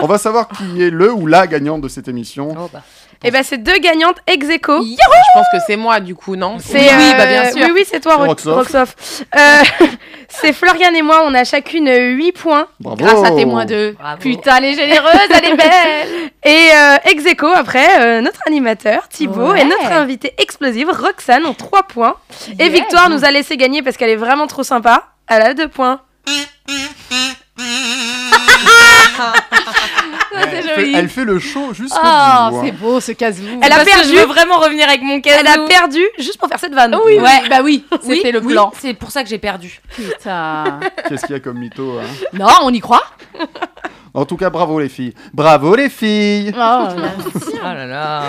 Speaker 2: On va savoir qui est le ou la gagnante de cette émission.
Speaker 3: Oh bah.
Speaker 5: Et ben c'est deux gagnantes ex aequo.
Speaker 4: Je pense que Oh. c'est moi, du coup, non
Speaker 5: C'est,
Speaker 6: Oui, oui,
Speaker 5: euh,
Speaker 6: bah, bien sûr.
Speaker 5: Oui, oui, c'est toi, Ro-
Speaker 2: Roxoff.
Speaker 5: Roxoff. Euh, c'est Florian et moi, on a chacune 8 points.
Speaker 2: Bravo.
Speaker 6: Grâce à témoin 2.
Speaker 3: Bravo.
Speaker 6: Putain, elle est généreuse, elle est belle.
Speaker 5: Et euh, ex aequo, après, euh, notre animateur, Thibaut,
Speaker 6: Ouais.
Speaker 5: et notre invitée explosive, Roxane, ont 3 points. Et Victoire nous a laissé gagner parce qu'elle est vraiment trop sympa. Elle a 2 points.
Speaker 6: Ah, c'est
Speaker 2: Elle fait,
Speaker 6: joli.
Speaker 2: elle fait le show jusqu'au
Speaker 6: Ah,
Speaker 2: bout. hein.
Speaker 6: c'est beau ce casou.
Speaker 5: Elle a
Speaker 3: Parce que
Speaker 5: perdu.
Speaker 3: Je veux vraiment revenir avec mon casou.
Speaker 5: Elle a perdu juste pour faire cette vanne.
Speaker 6: Oui, oui,
Speaker 3: Ouais.
Speaker 6: bah oui,
Speaker 3: Oui,
Speaker 6: c'était le
Speaker 3: oui,
Speaker 6: plan.
Speaker 3: c'est pour ça que j'ai perdu.
Speaker 6: Putain.
Speaker 2: Qu'est-ce qu'il y a comme mytho hein
Speaker 6: Non, on y croit.
Speaker 2: En tout cas, bravo les filles. Bravo les filles.
Speaker 3: Oh là là.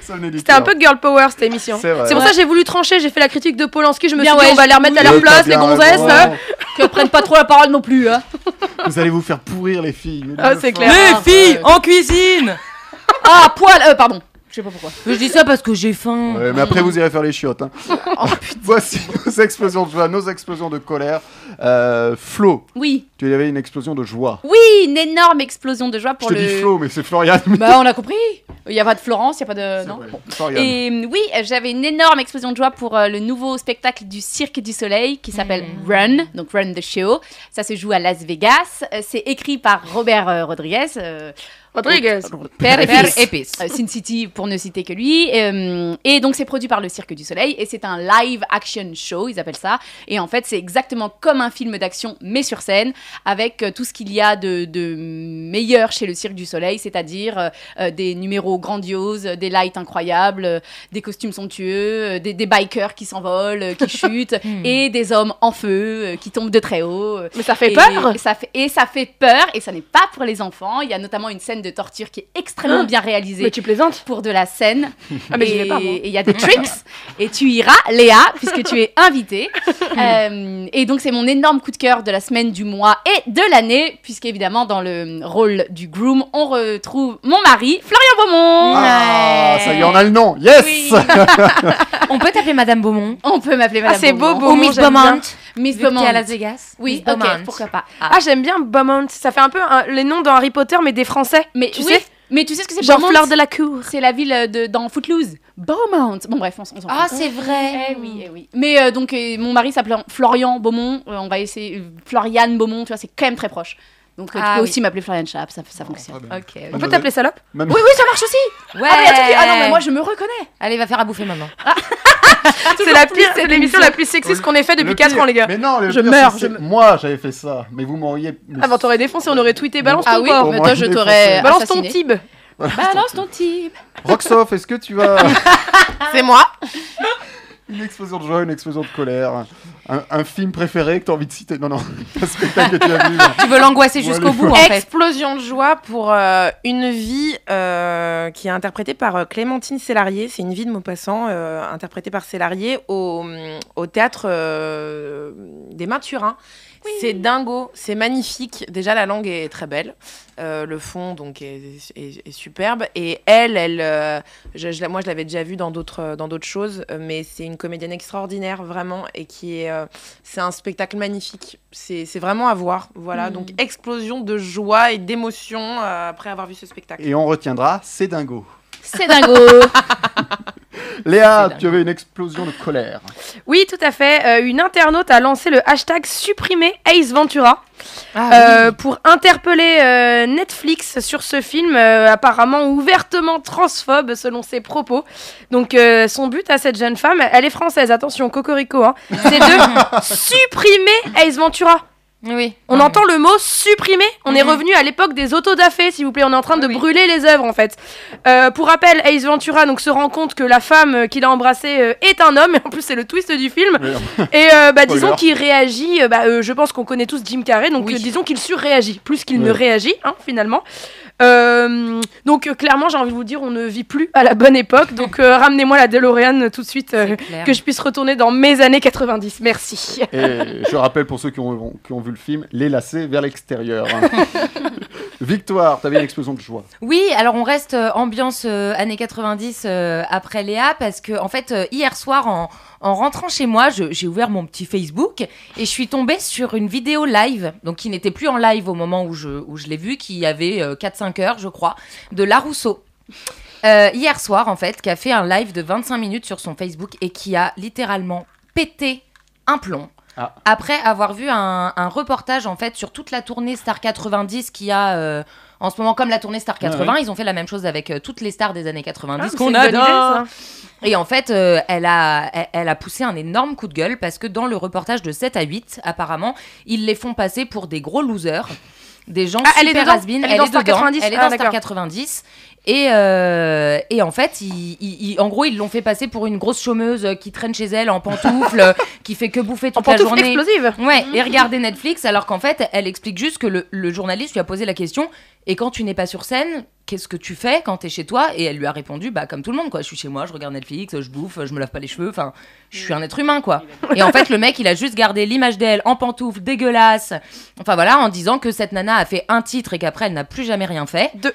Speaker 2: Ça venait du
Speaker 5: Ah, C'était un
Speaker 2: cœur.
Speaker 5: peu girl power cette émission.
Speaker 2: C'est vrai.
Speaker 5: pour ça que j'ai voulu trancher, j'ai fait la critique de Polanski, je me
Speaker 6: Bien
Speaker 5: suis dit
Speaker 6: ouais,
Speaker 5: on va les remettre à leur
Speaker 2: Oui, t'as
Speaker 5: place, les
Speaker 2: bien
Speaker 5: gonzesses.
Speaker 2: raison.
Speaker 5: euh.
Speaker 6: que prennent pas trop la parole non plus. Hein.
Speaker 2: Vous allez vous faire pourrir les filles.
Speaker 5: Oh,
Speaker 4: Ah, c'est clair.
Speaker 3: Les
Speaker 4: Ah,
Speaker 3: filles
Speaker 4: ouais.
Speaker 3: en cuisine.
Speaker 6: Ah, poil. Euh, pardon. Je sais pas pourquoi.
Speaker 3: Je dis ça parce que j'ai faim.
Speaker 2: Ouais, mais après, vous irez faire les chiottes. hein.
Speaker 5: Oh,
Speaker 2: Voici nos explosions de joie, nos explosions de colère. Euh, Flo,
Speaker 6: Oui.
Speaker 2: tu avais une explosion de joie.
Speaker 6: Oui, une énorme explosion de joie pour
Speaker 2: Je te
Speaker 6: le.
Speaker 2: dis Flo, mais c'est Florian.
Speaker 6: Bah, on a compris. Il y a pas de Florence, il y a pas de.
Speaker 2: C'est
Speaker 6: Non.
Speaker 2: vrai, Florian.
Speaker 6: Et euh, oui, j'avais une énorme explosion de joie pour euh, le nouveau spectacle du Cirque du Soleil qui s'appelle Run, donc Run the Show. Ça se joue à Las Vegas. Euh, c'est écrit par Robert euh, Rodriguez. euh,
Speaker 5: Rodriguez.
Speaker 6: Père et
Speaker 3: Père
Speaker 6: fils.
Speaker 3: épice.
Speaker 6: Euh, Sin City, pour ne citer que lui. Euh, et donc, c'est produit par le Cirque du Soleil et c'est un live action show, ils appellent ça. Et en fait, c'est exactement comme un film d'action, mais sur scène, avec euh, tout ce qu'il y a de, de meilleur chez le Cirque du Soleil, c'est-à-dire euh, euh, des numéros grandioses, euh, des lights incroyables, euh, des costumes somptueux, euh, des, des bikers qui s'envolent, euh, qui chutent, et des hommes en feu euh, qui tombent de très haut. euh,
Speaker 5: Mais Hmm. ça fait
Speaker 6: et
Speaker 5: peur.
Speaker 6: ça fait, Et ça fait peur, et ça n'est pas pour les enfants. Il y a notamment une scène de torture qui est extrêmement bien réalisée
Speaker 5: Mais tu plaisantes
Speaker 6: pour de la scène.
Speaker 5: Ah, mais j'y
Speaker 6: et
Speaker 5: vais pas, moi.
Speaker 6: et il y a des tricks. et tu iras, Léa, puisque tu es invitée. Euh, et donc, c'est mon énorme coup de cœur de la semaine, du mois et de l'année, puisqu'évidemment, dans le rôle du groom, on retrouve mon mari, Florian Beaumont.
Speaker 2: Ah, ça y est, on a le nom. Yes Ah,
Speaker 6: Oui.
Speaker 3: On peut t'appeler Madame Beaumont
Speaker 6: On peut m'appeler
Speaker 5: Ah,
Speaker 6: Madame
Speaker 5: c'est beau,
Speaker 6: Beaumont.
Speaker 5: Beaumont.
Speaker 3: ou Miss
Speaker 5: j'aime bien.
Speaker 3: Beaumont.
Speaker 6: Miss
Speaker 3: vu que
Speaker 6: Beaumont.
Speaker 3: t'es à Las Vegas.
Speaker 6: Oui,
Speaker 3: Miss
Speaker 6: ok,
Speaker 3: Beaumont.
Speaker 6: pourquoi pas.
Speaker 5: Ah, j'aime bien Beaumont. Ça fait un peu hein, les noms dans Harry Potter, mais des Français.
Speaker 6: Mais
Speaker 5: tu
Speaker 6: oui,
Speaker 5: sais
Speaker 6: mais tu sais ce que c'est
Speaker 5: Genre
Speaker 6: Beaumont
Speaker 5: Fleur de la Cour.
Speaker 6: C'est la ville de, dans Footloose. Beaumont. Bon, bref, on, s- on s'en fout.
Speaker 3: Ah, c'est vrai.
Speaker 6: Eh oui, eh oui. Mais euh, donc, euh, mon mari s'appelait Florian Beaumont. euh, on va essayer. euh, Florian Beaumont, tu vois, c'est quand même très proche. Donc, euh,
Speaker 3: Ah
Speaker 6: tu peux
Speaker 3: oui.
Speaker 6: aussi m'appeler Florian Chap, ça, ça fonctionne.
Speaker 2: Ah,
Speaker 3: Ok.
Speaker 5: On
Speaker 2: Bonne
Speaker 5: peut
Speaker 2: nouvelle.
Speaker 5: t'appeler salope
Speaker 2: Même-
Speaker 6: Oui, oui, ça marche aussi.
Speaker 3: Ouais.
Speaker 6: Ah, mais attends, ah non, mais moi, je me reconnais.
Speaker 3: Allez, va faire à bouffer maman.
Speaker 6: Ah,
Speaker 5: C'est la pire, c'est l'émission la plus sexiste qu'on ait fait
Speaker 2: Le
Speaker 5: depuis 4
Speaker 2: pire-
Speaker 5: ans, les gars.
Speaker 2: Mais non, le
Speaker 5: Je
Speaker 2: pire,
Speaker 5: meurs,
Speaker 2: c'est-
Speaker 5: je
Speaker 2: c'est- Moi, j'avais fait ça. Mais vous m'auriez. mais
Speaker 5: Avant, t'aurais défoncé, on aurait tweeté balance
Speaker 6: Ah
Speaker 5: ton
Speaker 6: oui,
Speaker 5: porc.
Speaker 2: Au
Speaker 6: mais
Speaker 2: moins,
Speaker 6: toi,
Speaker 2: je
Speaker 6: je
Speaker 2: l'ai
Speaker 6: t'aurais.
Speaker 4: Ah
Speaker 5: Balance ton
Speaker 6: assassiné.
Speaker 5: tib.
Speaker 6: Balance ton type.
Speaker 2: Roxoff, est-ce que tu as
Speaker 4: C'est moi.
Speaker 2: une explosion de joie, une explosion de colère Un, un film préféré que tu as envie de citer Non, non, un spectacle que tu as vu. non.
Speaker 3: Tu veux l'angoisser jusqu'au
Speaker 2: allez,
Speaker 3: bout en fait.
Speaker 4: Explosion de joie pour euh, une vie euh, qui est interprétée par euh, Clémentine Sélarié. C'est une vie de Maupassant euh, interprétée par Sélarié au, mm, au théâtre euh, des Mains Turins. C'est dingo, c'est magnifique. Déjà, la langue est très belle. Euh, le fond donc est, est- est superbe. Et elle, elle, euh, je- je la- moi, je l'avais déjà vue dans d'autres dans d'autres choses, euh, mais c'est une comédienne extraordinaire vraiment et qui est euh, c'est un spectacle magnifique. C'est c'est vraiment à voir. Voilà,
Speaker 6: Mm.
Speaker 4: donc explosion de joie et d'émotion euh, après avoir vu ce spectacle.
Speaker 2: Et on retiendra, c'est dingo.
Speaker 6: C'est dingo.
Speaker 2: Léa,
Speaker 3: dingo.
Speaker 2: tu avais une explosion de colère.
Speaker 5: Oui, tout à fait. Euh, une internaute a lancé le hashtag supprimer Ace Ventura.
Speaker 4: Euh,
Speaker 5: Euh, pour interpeller euh, Netflix sur ce film euh, apparemment ouvertement transphobe selon ses propos. Donc euh, son but à cette jeune femme, elle est française, attention, cocorico, hein, c'est de supprimer Ace Ventura.
Speaker 3: Oui.
Speaker 5: On entend le mot supprimer. On est
Speaker 3: Mhm.
Speaker 5: revenu à l'époque des autos da fé, s'il vous plaît. On est en train de
Speaker 3: Oui.
Speaker 5: brûler les œuvres, en fait. Euh, pour rappel, Ace Ventura donc, se rend compte que la femme euh, qu'il a embrassée euh, est un homme. Et en plus, c'est le twist du film.
Speaker 2: Oui.
Speaker 5: Et euh, bah, disons
Speaker 2: Spoiler.
Speaker 5: qu'il réagit. euh, bah, euh, je pense qu'on connaît tous Jim Carrey. Donc,
Speaker 4: Oui.
Speaker 5: euh, disons qu'il surréagit plus qu'il ne
Speaker 2: Oui.
Speaker 5: réagit, hein, finalement. Euh, donc, euh, clairement, j'ai envie de vous dire, on ne vit plus à la bonne époque. Donc, euh, ramenez-moi la DeLorean euh, tout de suite. euh, que je puisse retourner dans mes années 90. Merci.
Speaker 2: Et je rappelle pour ceux qui ont, qui ont vu le film, les lacets vers l'extérieur. hein. Victoire, t'avais une explosion de joie.
Speaker 3: Oui, alors on reste euh, ambiance euh, années 90 euh, après Léa parce que en fait euh, hier soir en, en rentrant chez moi, je- j'ai ouvert mon petit Facebook et je suis tombée sur une vidéo live, donc qui n'était plus en live au moment où je, où je l'ai vue, qui avait euh, 4-5 heures je crois, de La Rousseau. Euh, hier soir en fait, qui a fait un live de 25 minutes sur son Facebook et qui a littéralement pété un plomb.
Speaker 2: Ah.
Speaker 3: Après avoir vu un, un reportage en fait sur toute la tournée Star 90 qui a euh, en ce moment comme la tournée Star 80, ils ont fait la même chose avec euh, toutes les stars des années 90 Ah, qu'on adore. Et en fait, euh, elle, a, elle, elle a poussé un énorme coup de gueule parce que dans le reportage de 7 à 8, apparemment, ils les font passer pour des gros losers. Des gens
Speaker 5: Ah, elle est
Speaker 3: super
Speaker 5: dedans.
Speaker 3: has-been.
Speaker 5: Elle est dans Star
Speaker 3: dedans.
Speaker 5: 90.
Speaker 3: Elle est
Speaker 5: Ah,
Speaker 3: dans Star
Speaker 5: d'accord.
Speaker 3: 90. Et, euh, et en fait, ils- ils- ils- en gros, ils l'ont fait passer pour une grosse chômeuse qui traîne chez elle en pantoufles, qui fait que bouffer
Speaker 5: En
Speaker 3: toute la
Speaker 5: pantoufles
Speaker 3: journée.
Speaker 5: explosives. Mm.
Speaker 3: Ouais, et regarder Netflix, alors qu'en fait, elle explique juste que le, le journaliste lui a posé la question Et quand tu n'es pas sur scène, qu'est-ce que tu fais quand t'es chez toi Et elle lui a répondu Bah, comme tout le monde, quoi. Je suis chez moi, je regarde Netflix, je bouffe, je me lave pas les cheveux, enfin, je suis un être humain, quoi. Et en fait, le mec, il a juste gardé l'image d'elle en pantoufles, dégueulasse, enfin voilà, en disant que cette nana a fait un titre et qu'après, elle n'a plus jamais rien fait.
Speaker 5: Deux.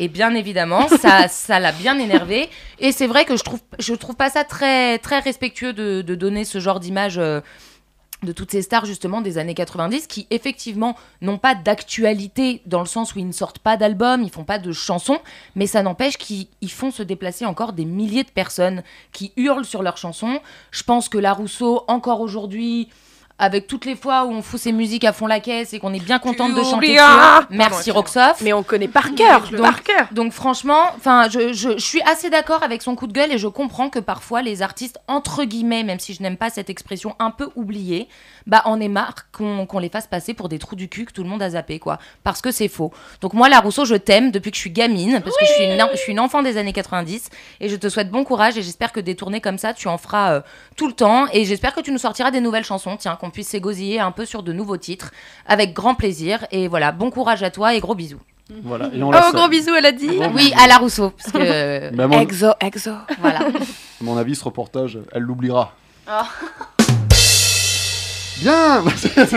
Speaker 3: Et bien évidemment, ça, ça l'a bien énervé. Et c'est vrai que je trouve, je trouve pas ça très, très respectueux de, de donner ce genre d'image euh, de toutes ces stars justement des années 90 qui effectivement n'ont pas d'actualité dans le sens où ils ne sortent pas d'albums, ils font pas de chansons, mais ça n'empêche qu'ils ils font se déplacer encore des milliers de personnes qui hurlent sur leurs chansons. Je pense que La Rousseau, encore aujourd'hui, avec toutes les fois où on fout ses musiques à fond la caisse et qu'on est bien contente de chanter
Speaker 5: oublieras.
Speaker 3: dessus,
Speaker 5: Pardon,
Speaker 3: merci Roxoff.
Speaker 5: Mais on connaît par cœur,
Speaker 3: Donc-
Speaker 5: par cœur.
Speaker 3: Donc franchement, enfin, je, je, je suis assez d'accord avec son coup de gueule et je comprends que parfois les artistes, entre guillemets, même si je n'aime pas cette expression un peu oubliée, bah en est marre qu'on qu'on les fasse passer pour des trous du cul que tout le monde a zappé, quoi. Parce que c'est faux. Donc moi, la Rousseau, je t'aime depuis que je suis gamine, parce que je suis, une, en- je suis une enfant des années 90 et je te souhaite bon courage et j'espère que des tournées comme ça, tu en feras euh, tout le temps et j'espère que tu nous sortiras des nouvelles chansons, tiens, qu'on puisse s'égosiller un peu sur de nouveaux titres avec grand plaisir. Et voilà, bon courage à toi et gros bisous.
Speaker 2: Voilà, et on la
Speaker 5: Oh,
Speaker 2: salue.
Speaker 5: gros bisous, elle a dit.
Speaker 2: Gros
Speaker 3: Oui, à la Rousseau, parce que euh,
Speaker 2: Mais à mon,
Speaker 5: Exo, exo.
Speaker 3: voilà.
Speaker 2: à mon avis, ce reportage, elle l'oubliera.
Speaker 10: Ah.
Speaker 2: Bien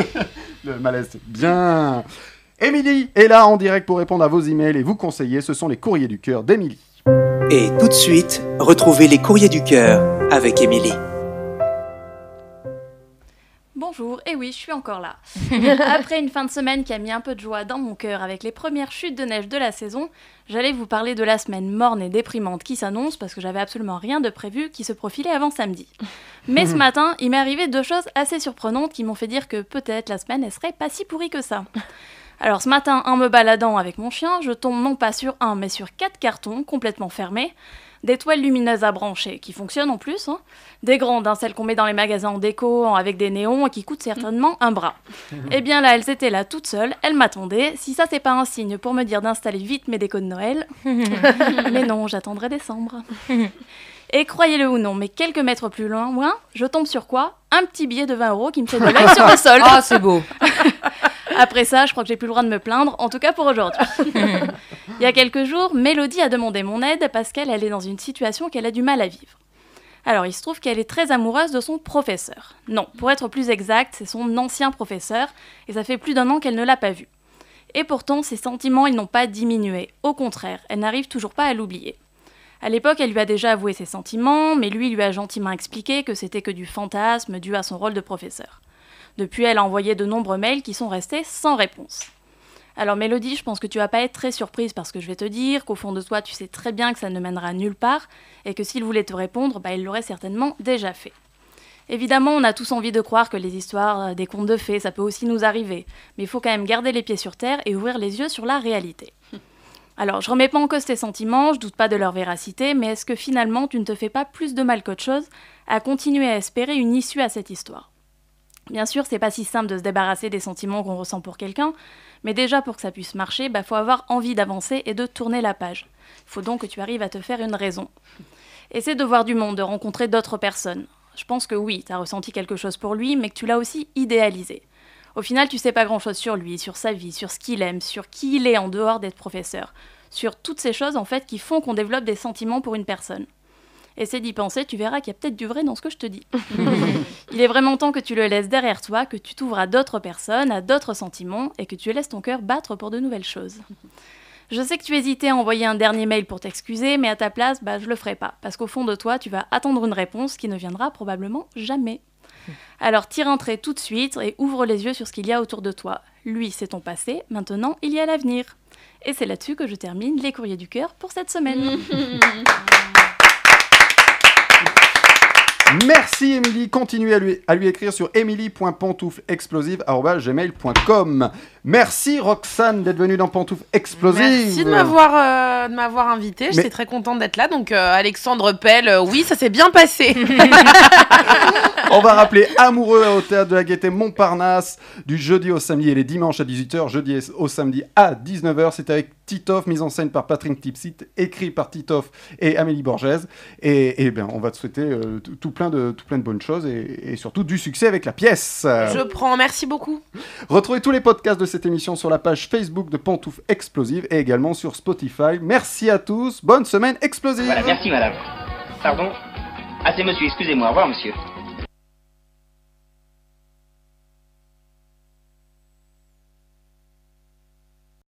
Speaker 2: Le malaise, bien Émilie est là en direct pour répondre à vos emails et vous conseiller. Ce sont les courriers du cœur d'Émilie.
Speaker 1: Et tout de suite, retrouvez les courriers du cœur avec Émilie.
Speaker 9: Bonjour, et oui, je suis encore là. Après une fin de semaine qui a mis un peu de joie dans mon cœur avec les premières chutes de neige de la saison, j'allais vous parler de la semaine morne et déprimante qui s'annonce parce que j'avais absolument rien de prévu qui se profilait avant samedi. Mais ce matin, il m'est arrivé deux choses assez surprenantes qui m'ont fait dire que peut-être la semaine elle serait pas si pourrie que ça. Alors ce matin, en me baladant avec mon chien, je tombe non pas sur un mais sur quatre cartons complètement fermés, des toiles lumineuses à brancher qui fonctionnent en plus, hein, des grandes, hein, celles qu'on met dans les magasins en déco, en- avec des néons et qui coûtent certainement un bras. Eh bien là, elles étaient là toutes seules, elles m'attendaient. Si ça, c'est pas un signe pour me dire d'installer vite mes décos de Noël. mais non, j'attendrai décembre. Et croyez-le ou non, mais quelques mètres plus loin, loin, je tombe sur quoi Un petit billet de 20 euros qui me fait de l'œil sur le sol.
Speaker 3: Oh, c'est beau.
Speaker 9: Après ça, je crois que j'ai plus le droit de me plaindre, en tout cas pour aujourd'hui. Il y a quelques jours, Mélodie a demandé mon aide parce qu'elle elle est dans une situation qu'elle a du mal à vivre. Alors, il se trouve qu'elle est très amoureuse de son professeur. Non, pour être plus exact, c'est son ancien professeur, et ça fait plus d'un an qu'elle ne l'a pas vu. Et pourtant, ses sentiments, ils n'ont pas diminué. Au contraire, elle n'arrive toujours pas à l'oublier. À l'époque, elle lui a déjà avoué ses sentiments, mais lui il lui a gentiment expliqué que c'était que du fantasme dû à son rôle de professeur. Depuis, elle a envoyé de nombreux mails qui sont restés sans réponse. Alors Mélodie, je pense que tu vas pas être très surprise parce que je vais te dire qu'au fond de toi, tu sais très bien que ça ne mènera nulle part et que s'il voulait te répondre, bah, il l'aurait certainement déjà fait. Évidemment, on a tous envie de croire que les histoires euh, des contes de fées, ça peut aussi nous arriver, mais il faut quand même garder les pieds sur terre et ouvrir les yeux sur la réalité. Alors, je remets pas en cause tes sentiments, je doute pas de leur véracité, mais est-ce que finalement tu ne te fais pas plus de mal qu'autre chose à continuer à espérer une issue à cette histoire Bien sûr, c'est pas si simple de se débarrasser des sentiments qu'on ressent pour quelqu'un, mais déjà pour que ça puisse marcher, bah faut avoir envie d'avancer et de tourner la page. Faut donc que tu arrives à te faire une raison. Essaie de voir du monde, de rencontrer d'autres personnes. Je pense que oui, t'as ressenti quelque chose pour lui, mais que tu l'as aussi idéalisé. Au final, tu sais pas grand-chose sur lui, sur sa vie, sur ce qu'il aime, sur qui il est en dehors d'être professeur, sur toutes ces choses en fait qui font qu'on développe des sentiments pour une personne.
Speaker 5: Essaie d'y penser, tu verras qu'il y a peut-être du vrai dans ce que je te dis. Il est vraiment temps que tu le laisses derrière toi, que tu t'ouvres à d'autres personnes, à d'autres sentiments, et que tu laisses ton cœur battre pour de nouvelles choses. Je sais que tu hésitais à envoyer un dernier mail pour t'excuser, mais à ta place, bah, je le ferai pas, parce qu'au fond de toi, tu vas attendre une réponse qui ne viendra probablement jamais. Alors tire un trait tout de suite et ouvre les yeux sur ce qu'il y a autour de toi. Lui, c'est ton passé, maintenant, il y a l'avenir. Et c'est là-dessus que je termine les courriers du cœur pour cette semaine.
Speaker 2: Merci Émilie, continuez à lui, à lui écrire sur emily.pantouflexplosive.com. Merci Roxane d'être venue dans Pantoufle Explosive.
Speaker 4: Merci de m'avoir euh, de m'avoir invité. J'étais très contente d'être là. Donc euh, Alexandre Pell, euh, oui, ça s'est bien passé.
Speaker 2: On va rappeler Amoureux au théâtre de la Gaîté Montparnasse du jeudi au samedi et les dimanches à 18h, jeudi et- au samedi à 19h. C'est avec Titoff, mise en scène par Patrick Tipsit, écrit par Titoff et Amélie Borges. Et, et bien, on va te souhaiter euh, tout tout plein, de, tout plein de bonnes choses et, et surtout du succès avec la pièce.
Speaker 4: Je prends. Merci beaucoup.
Speaker 2: Retrouvez tous les podcasts de cette émission sur la page Facebook de Pantouf Explosive et également sur Spotify. Merci à tous, bonne semaine explosive.
Speaker 1: Voilà, merci madame. Pardon Ah, c'est monsieur, excusez-moi. Au revoir monsieur.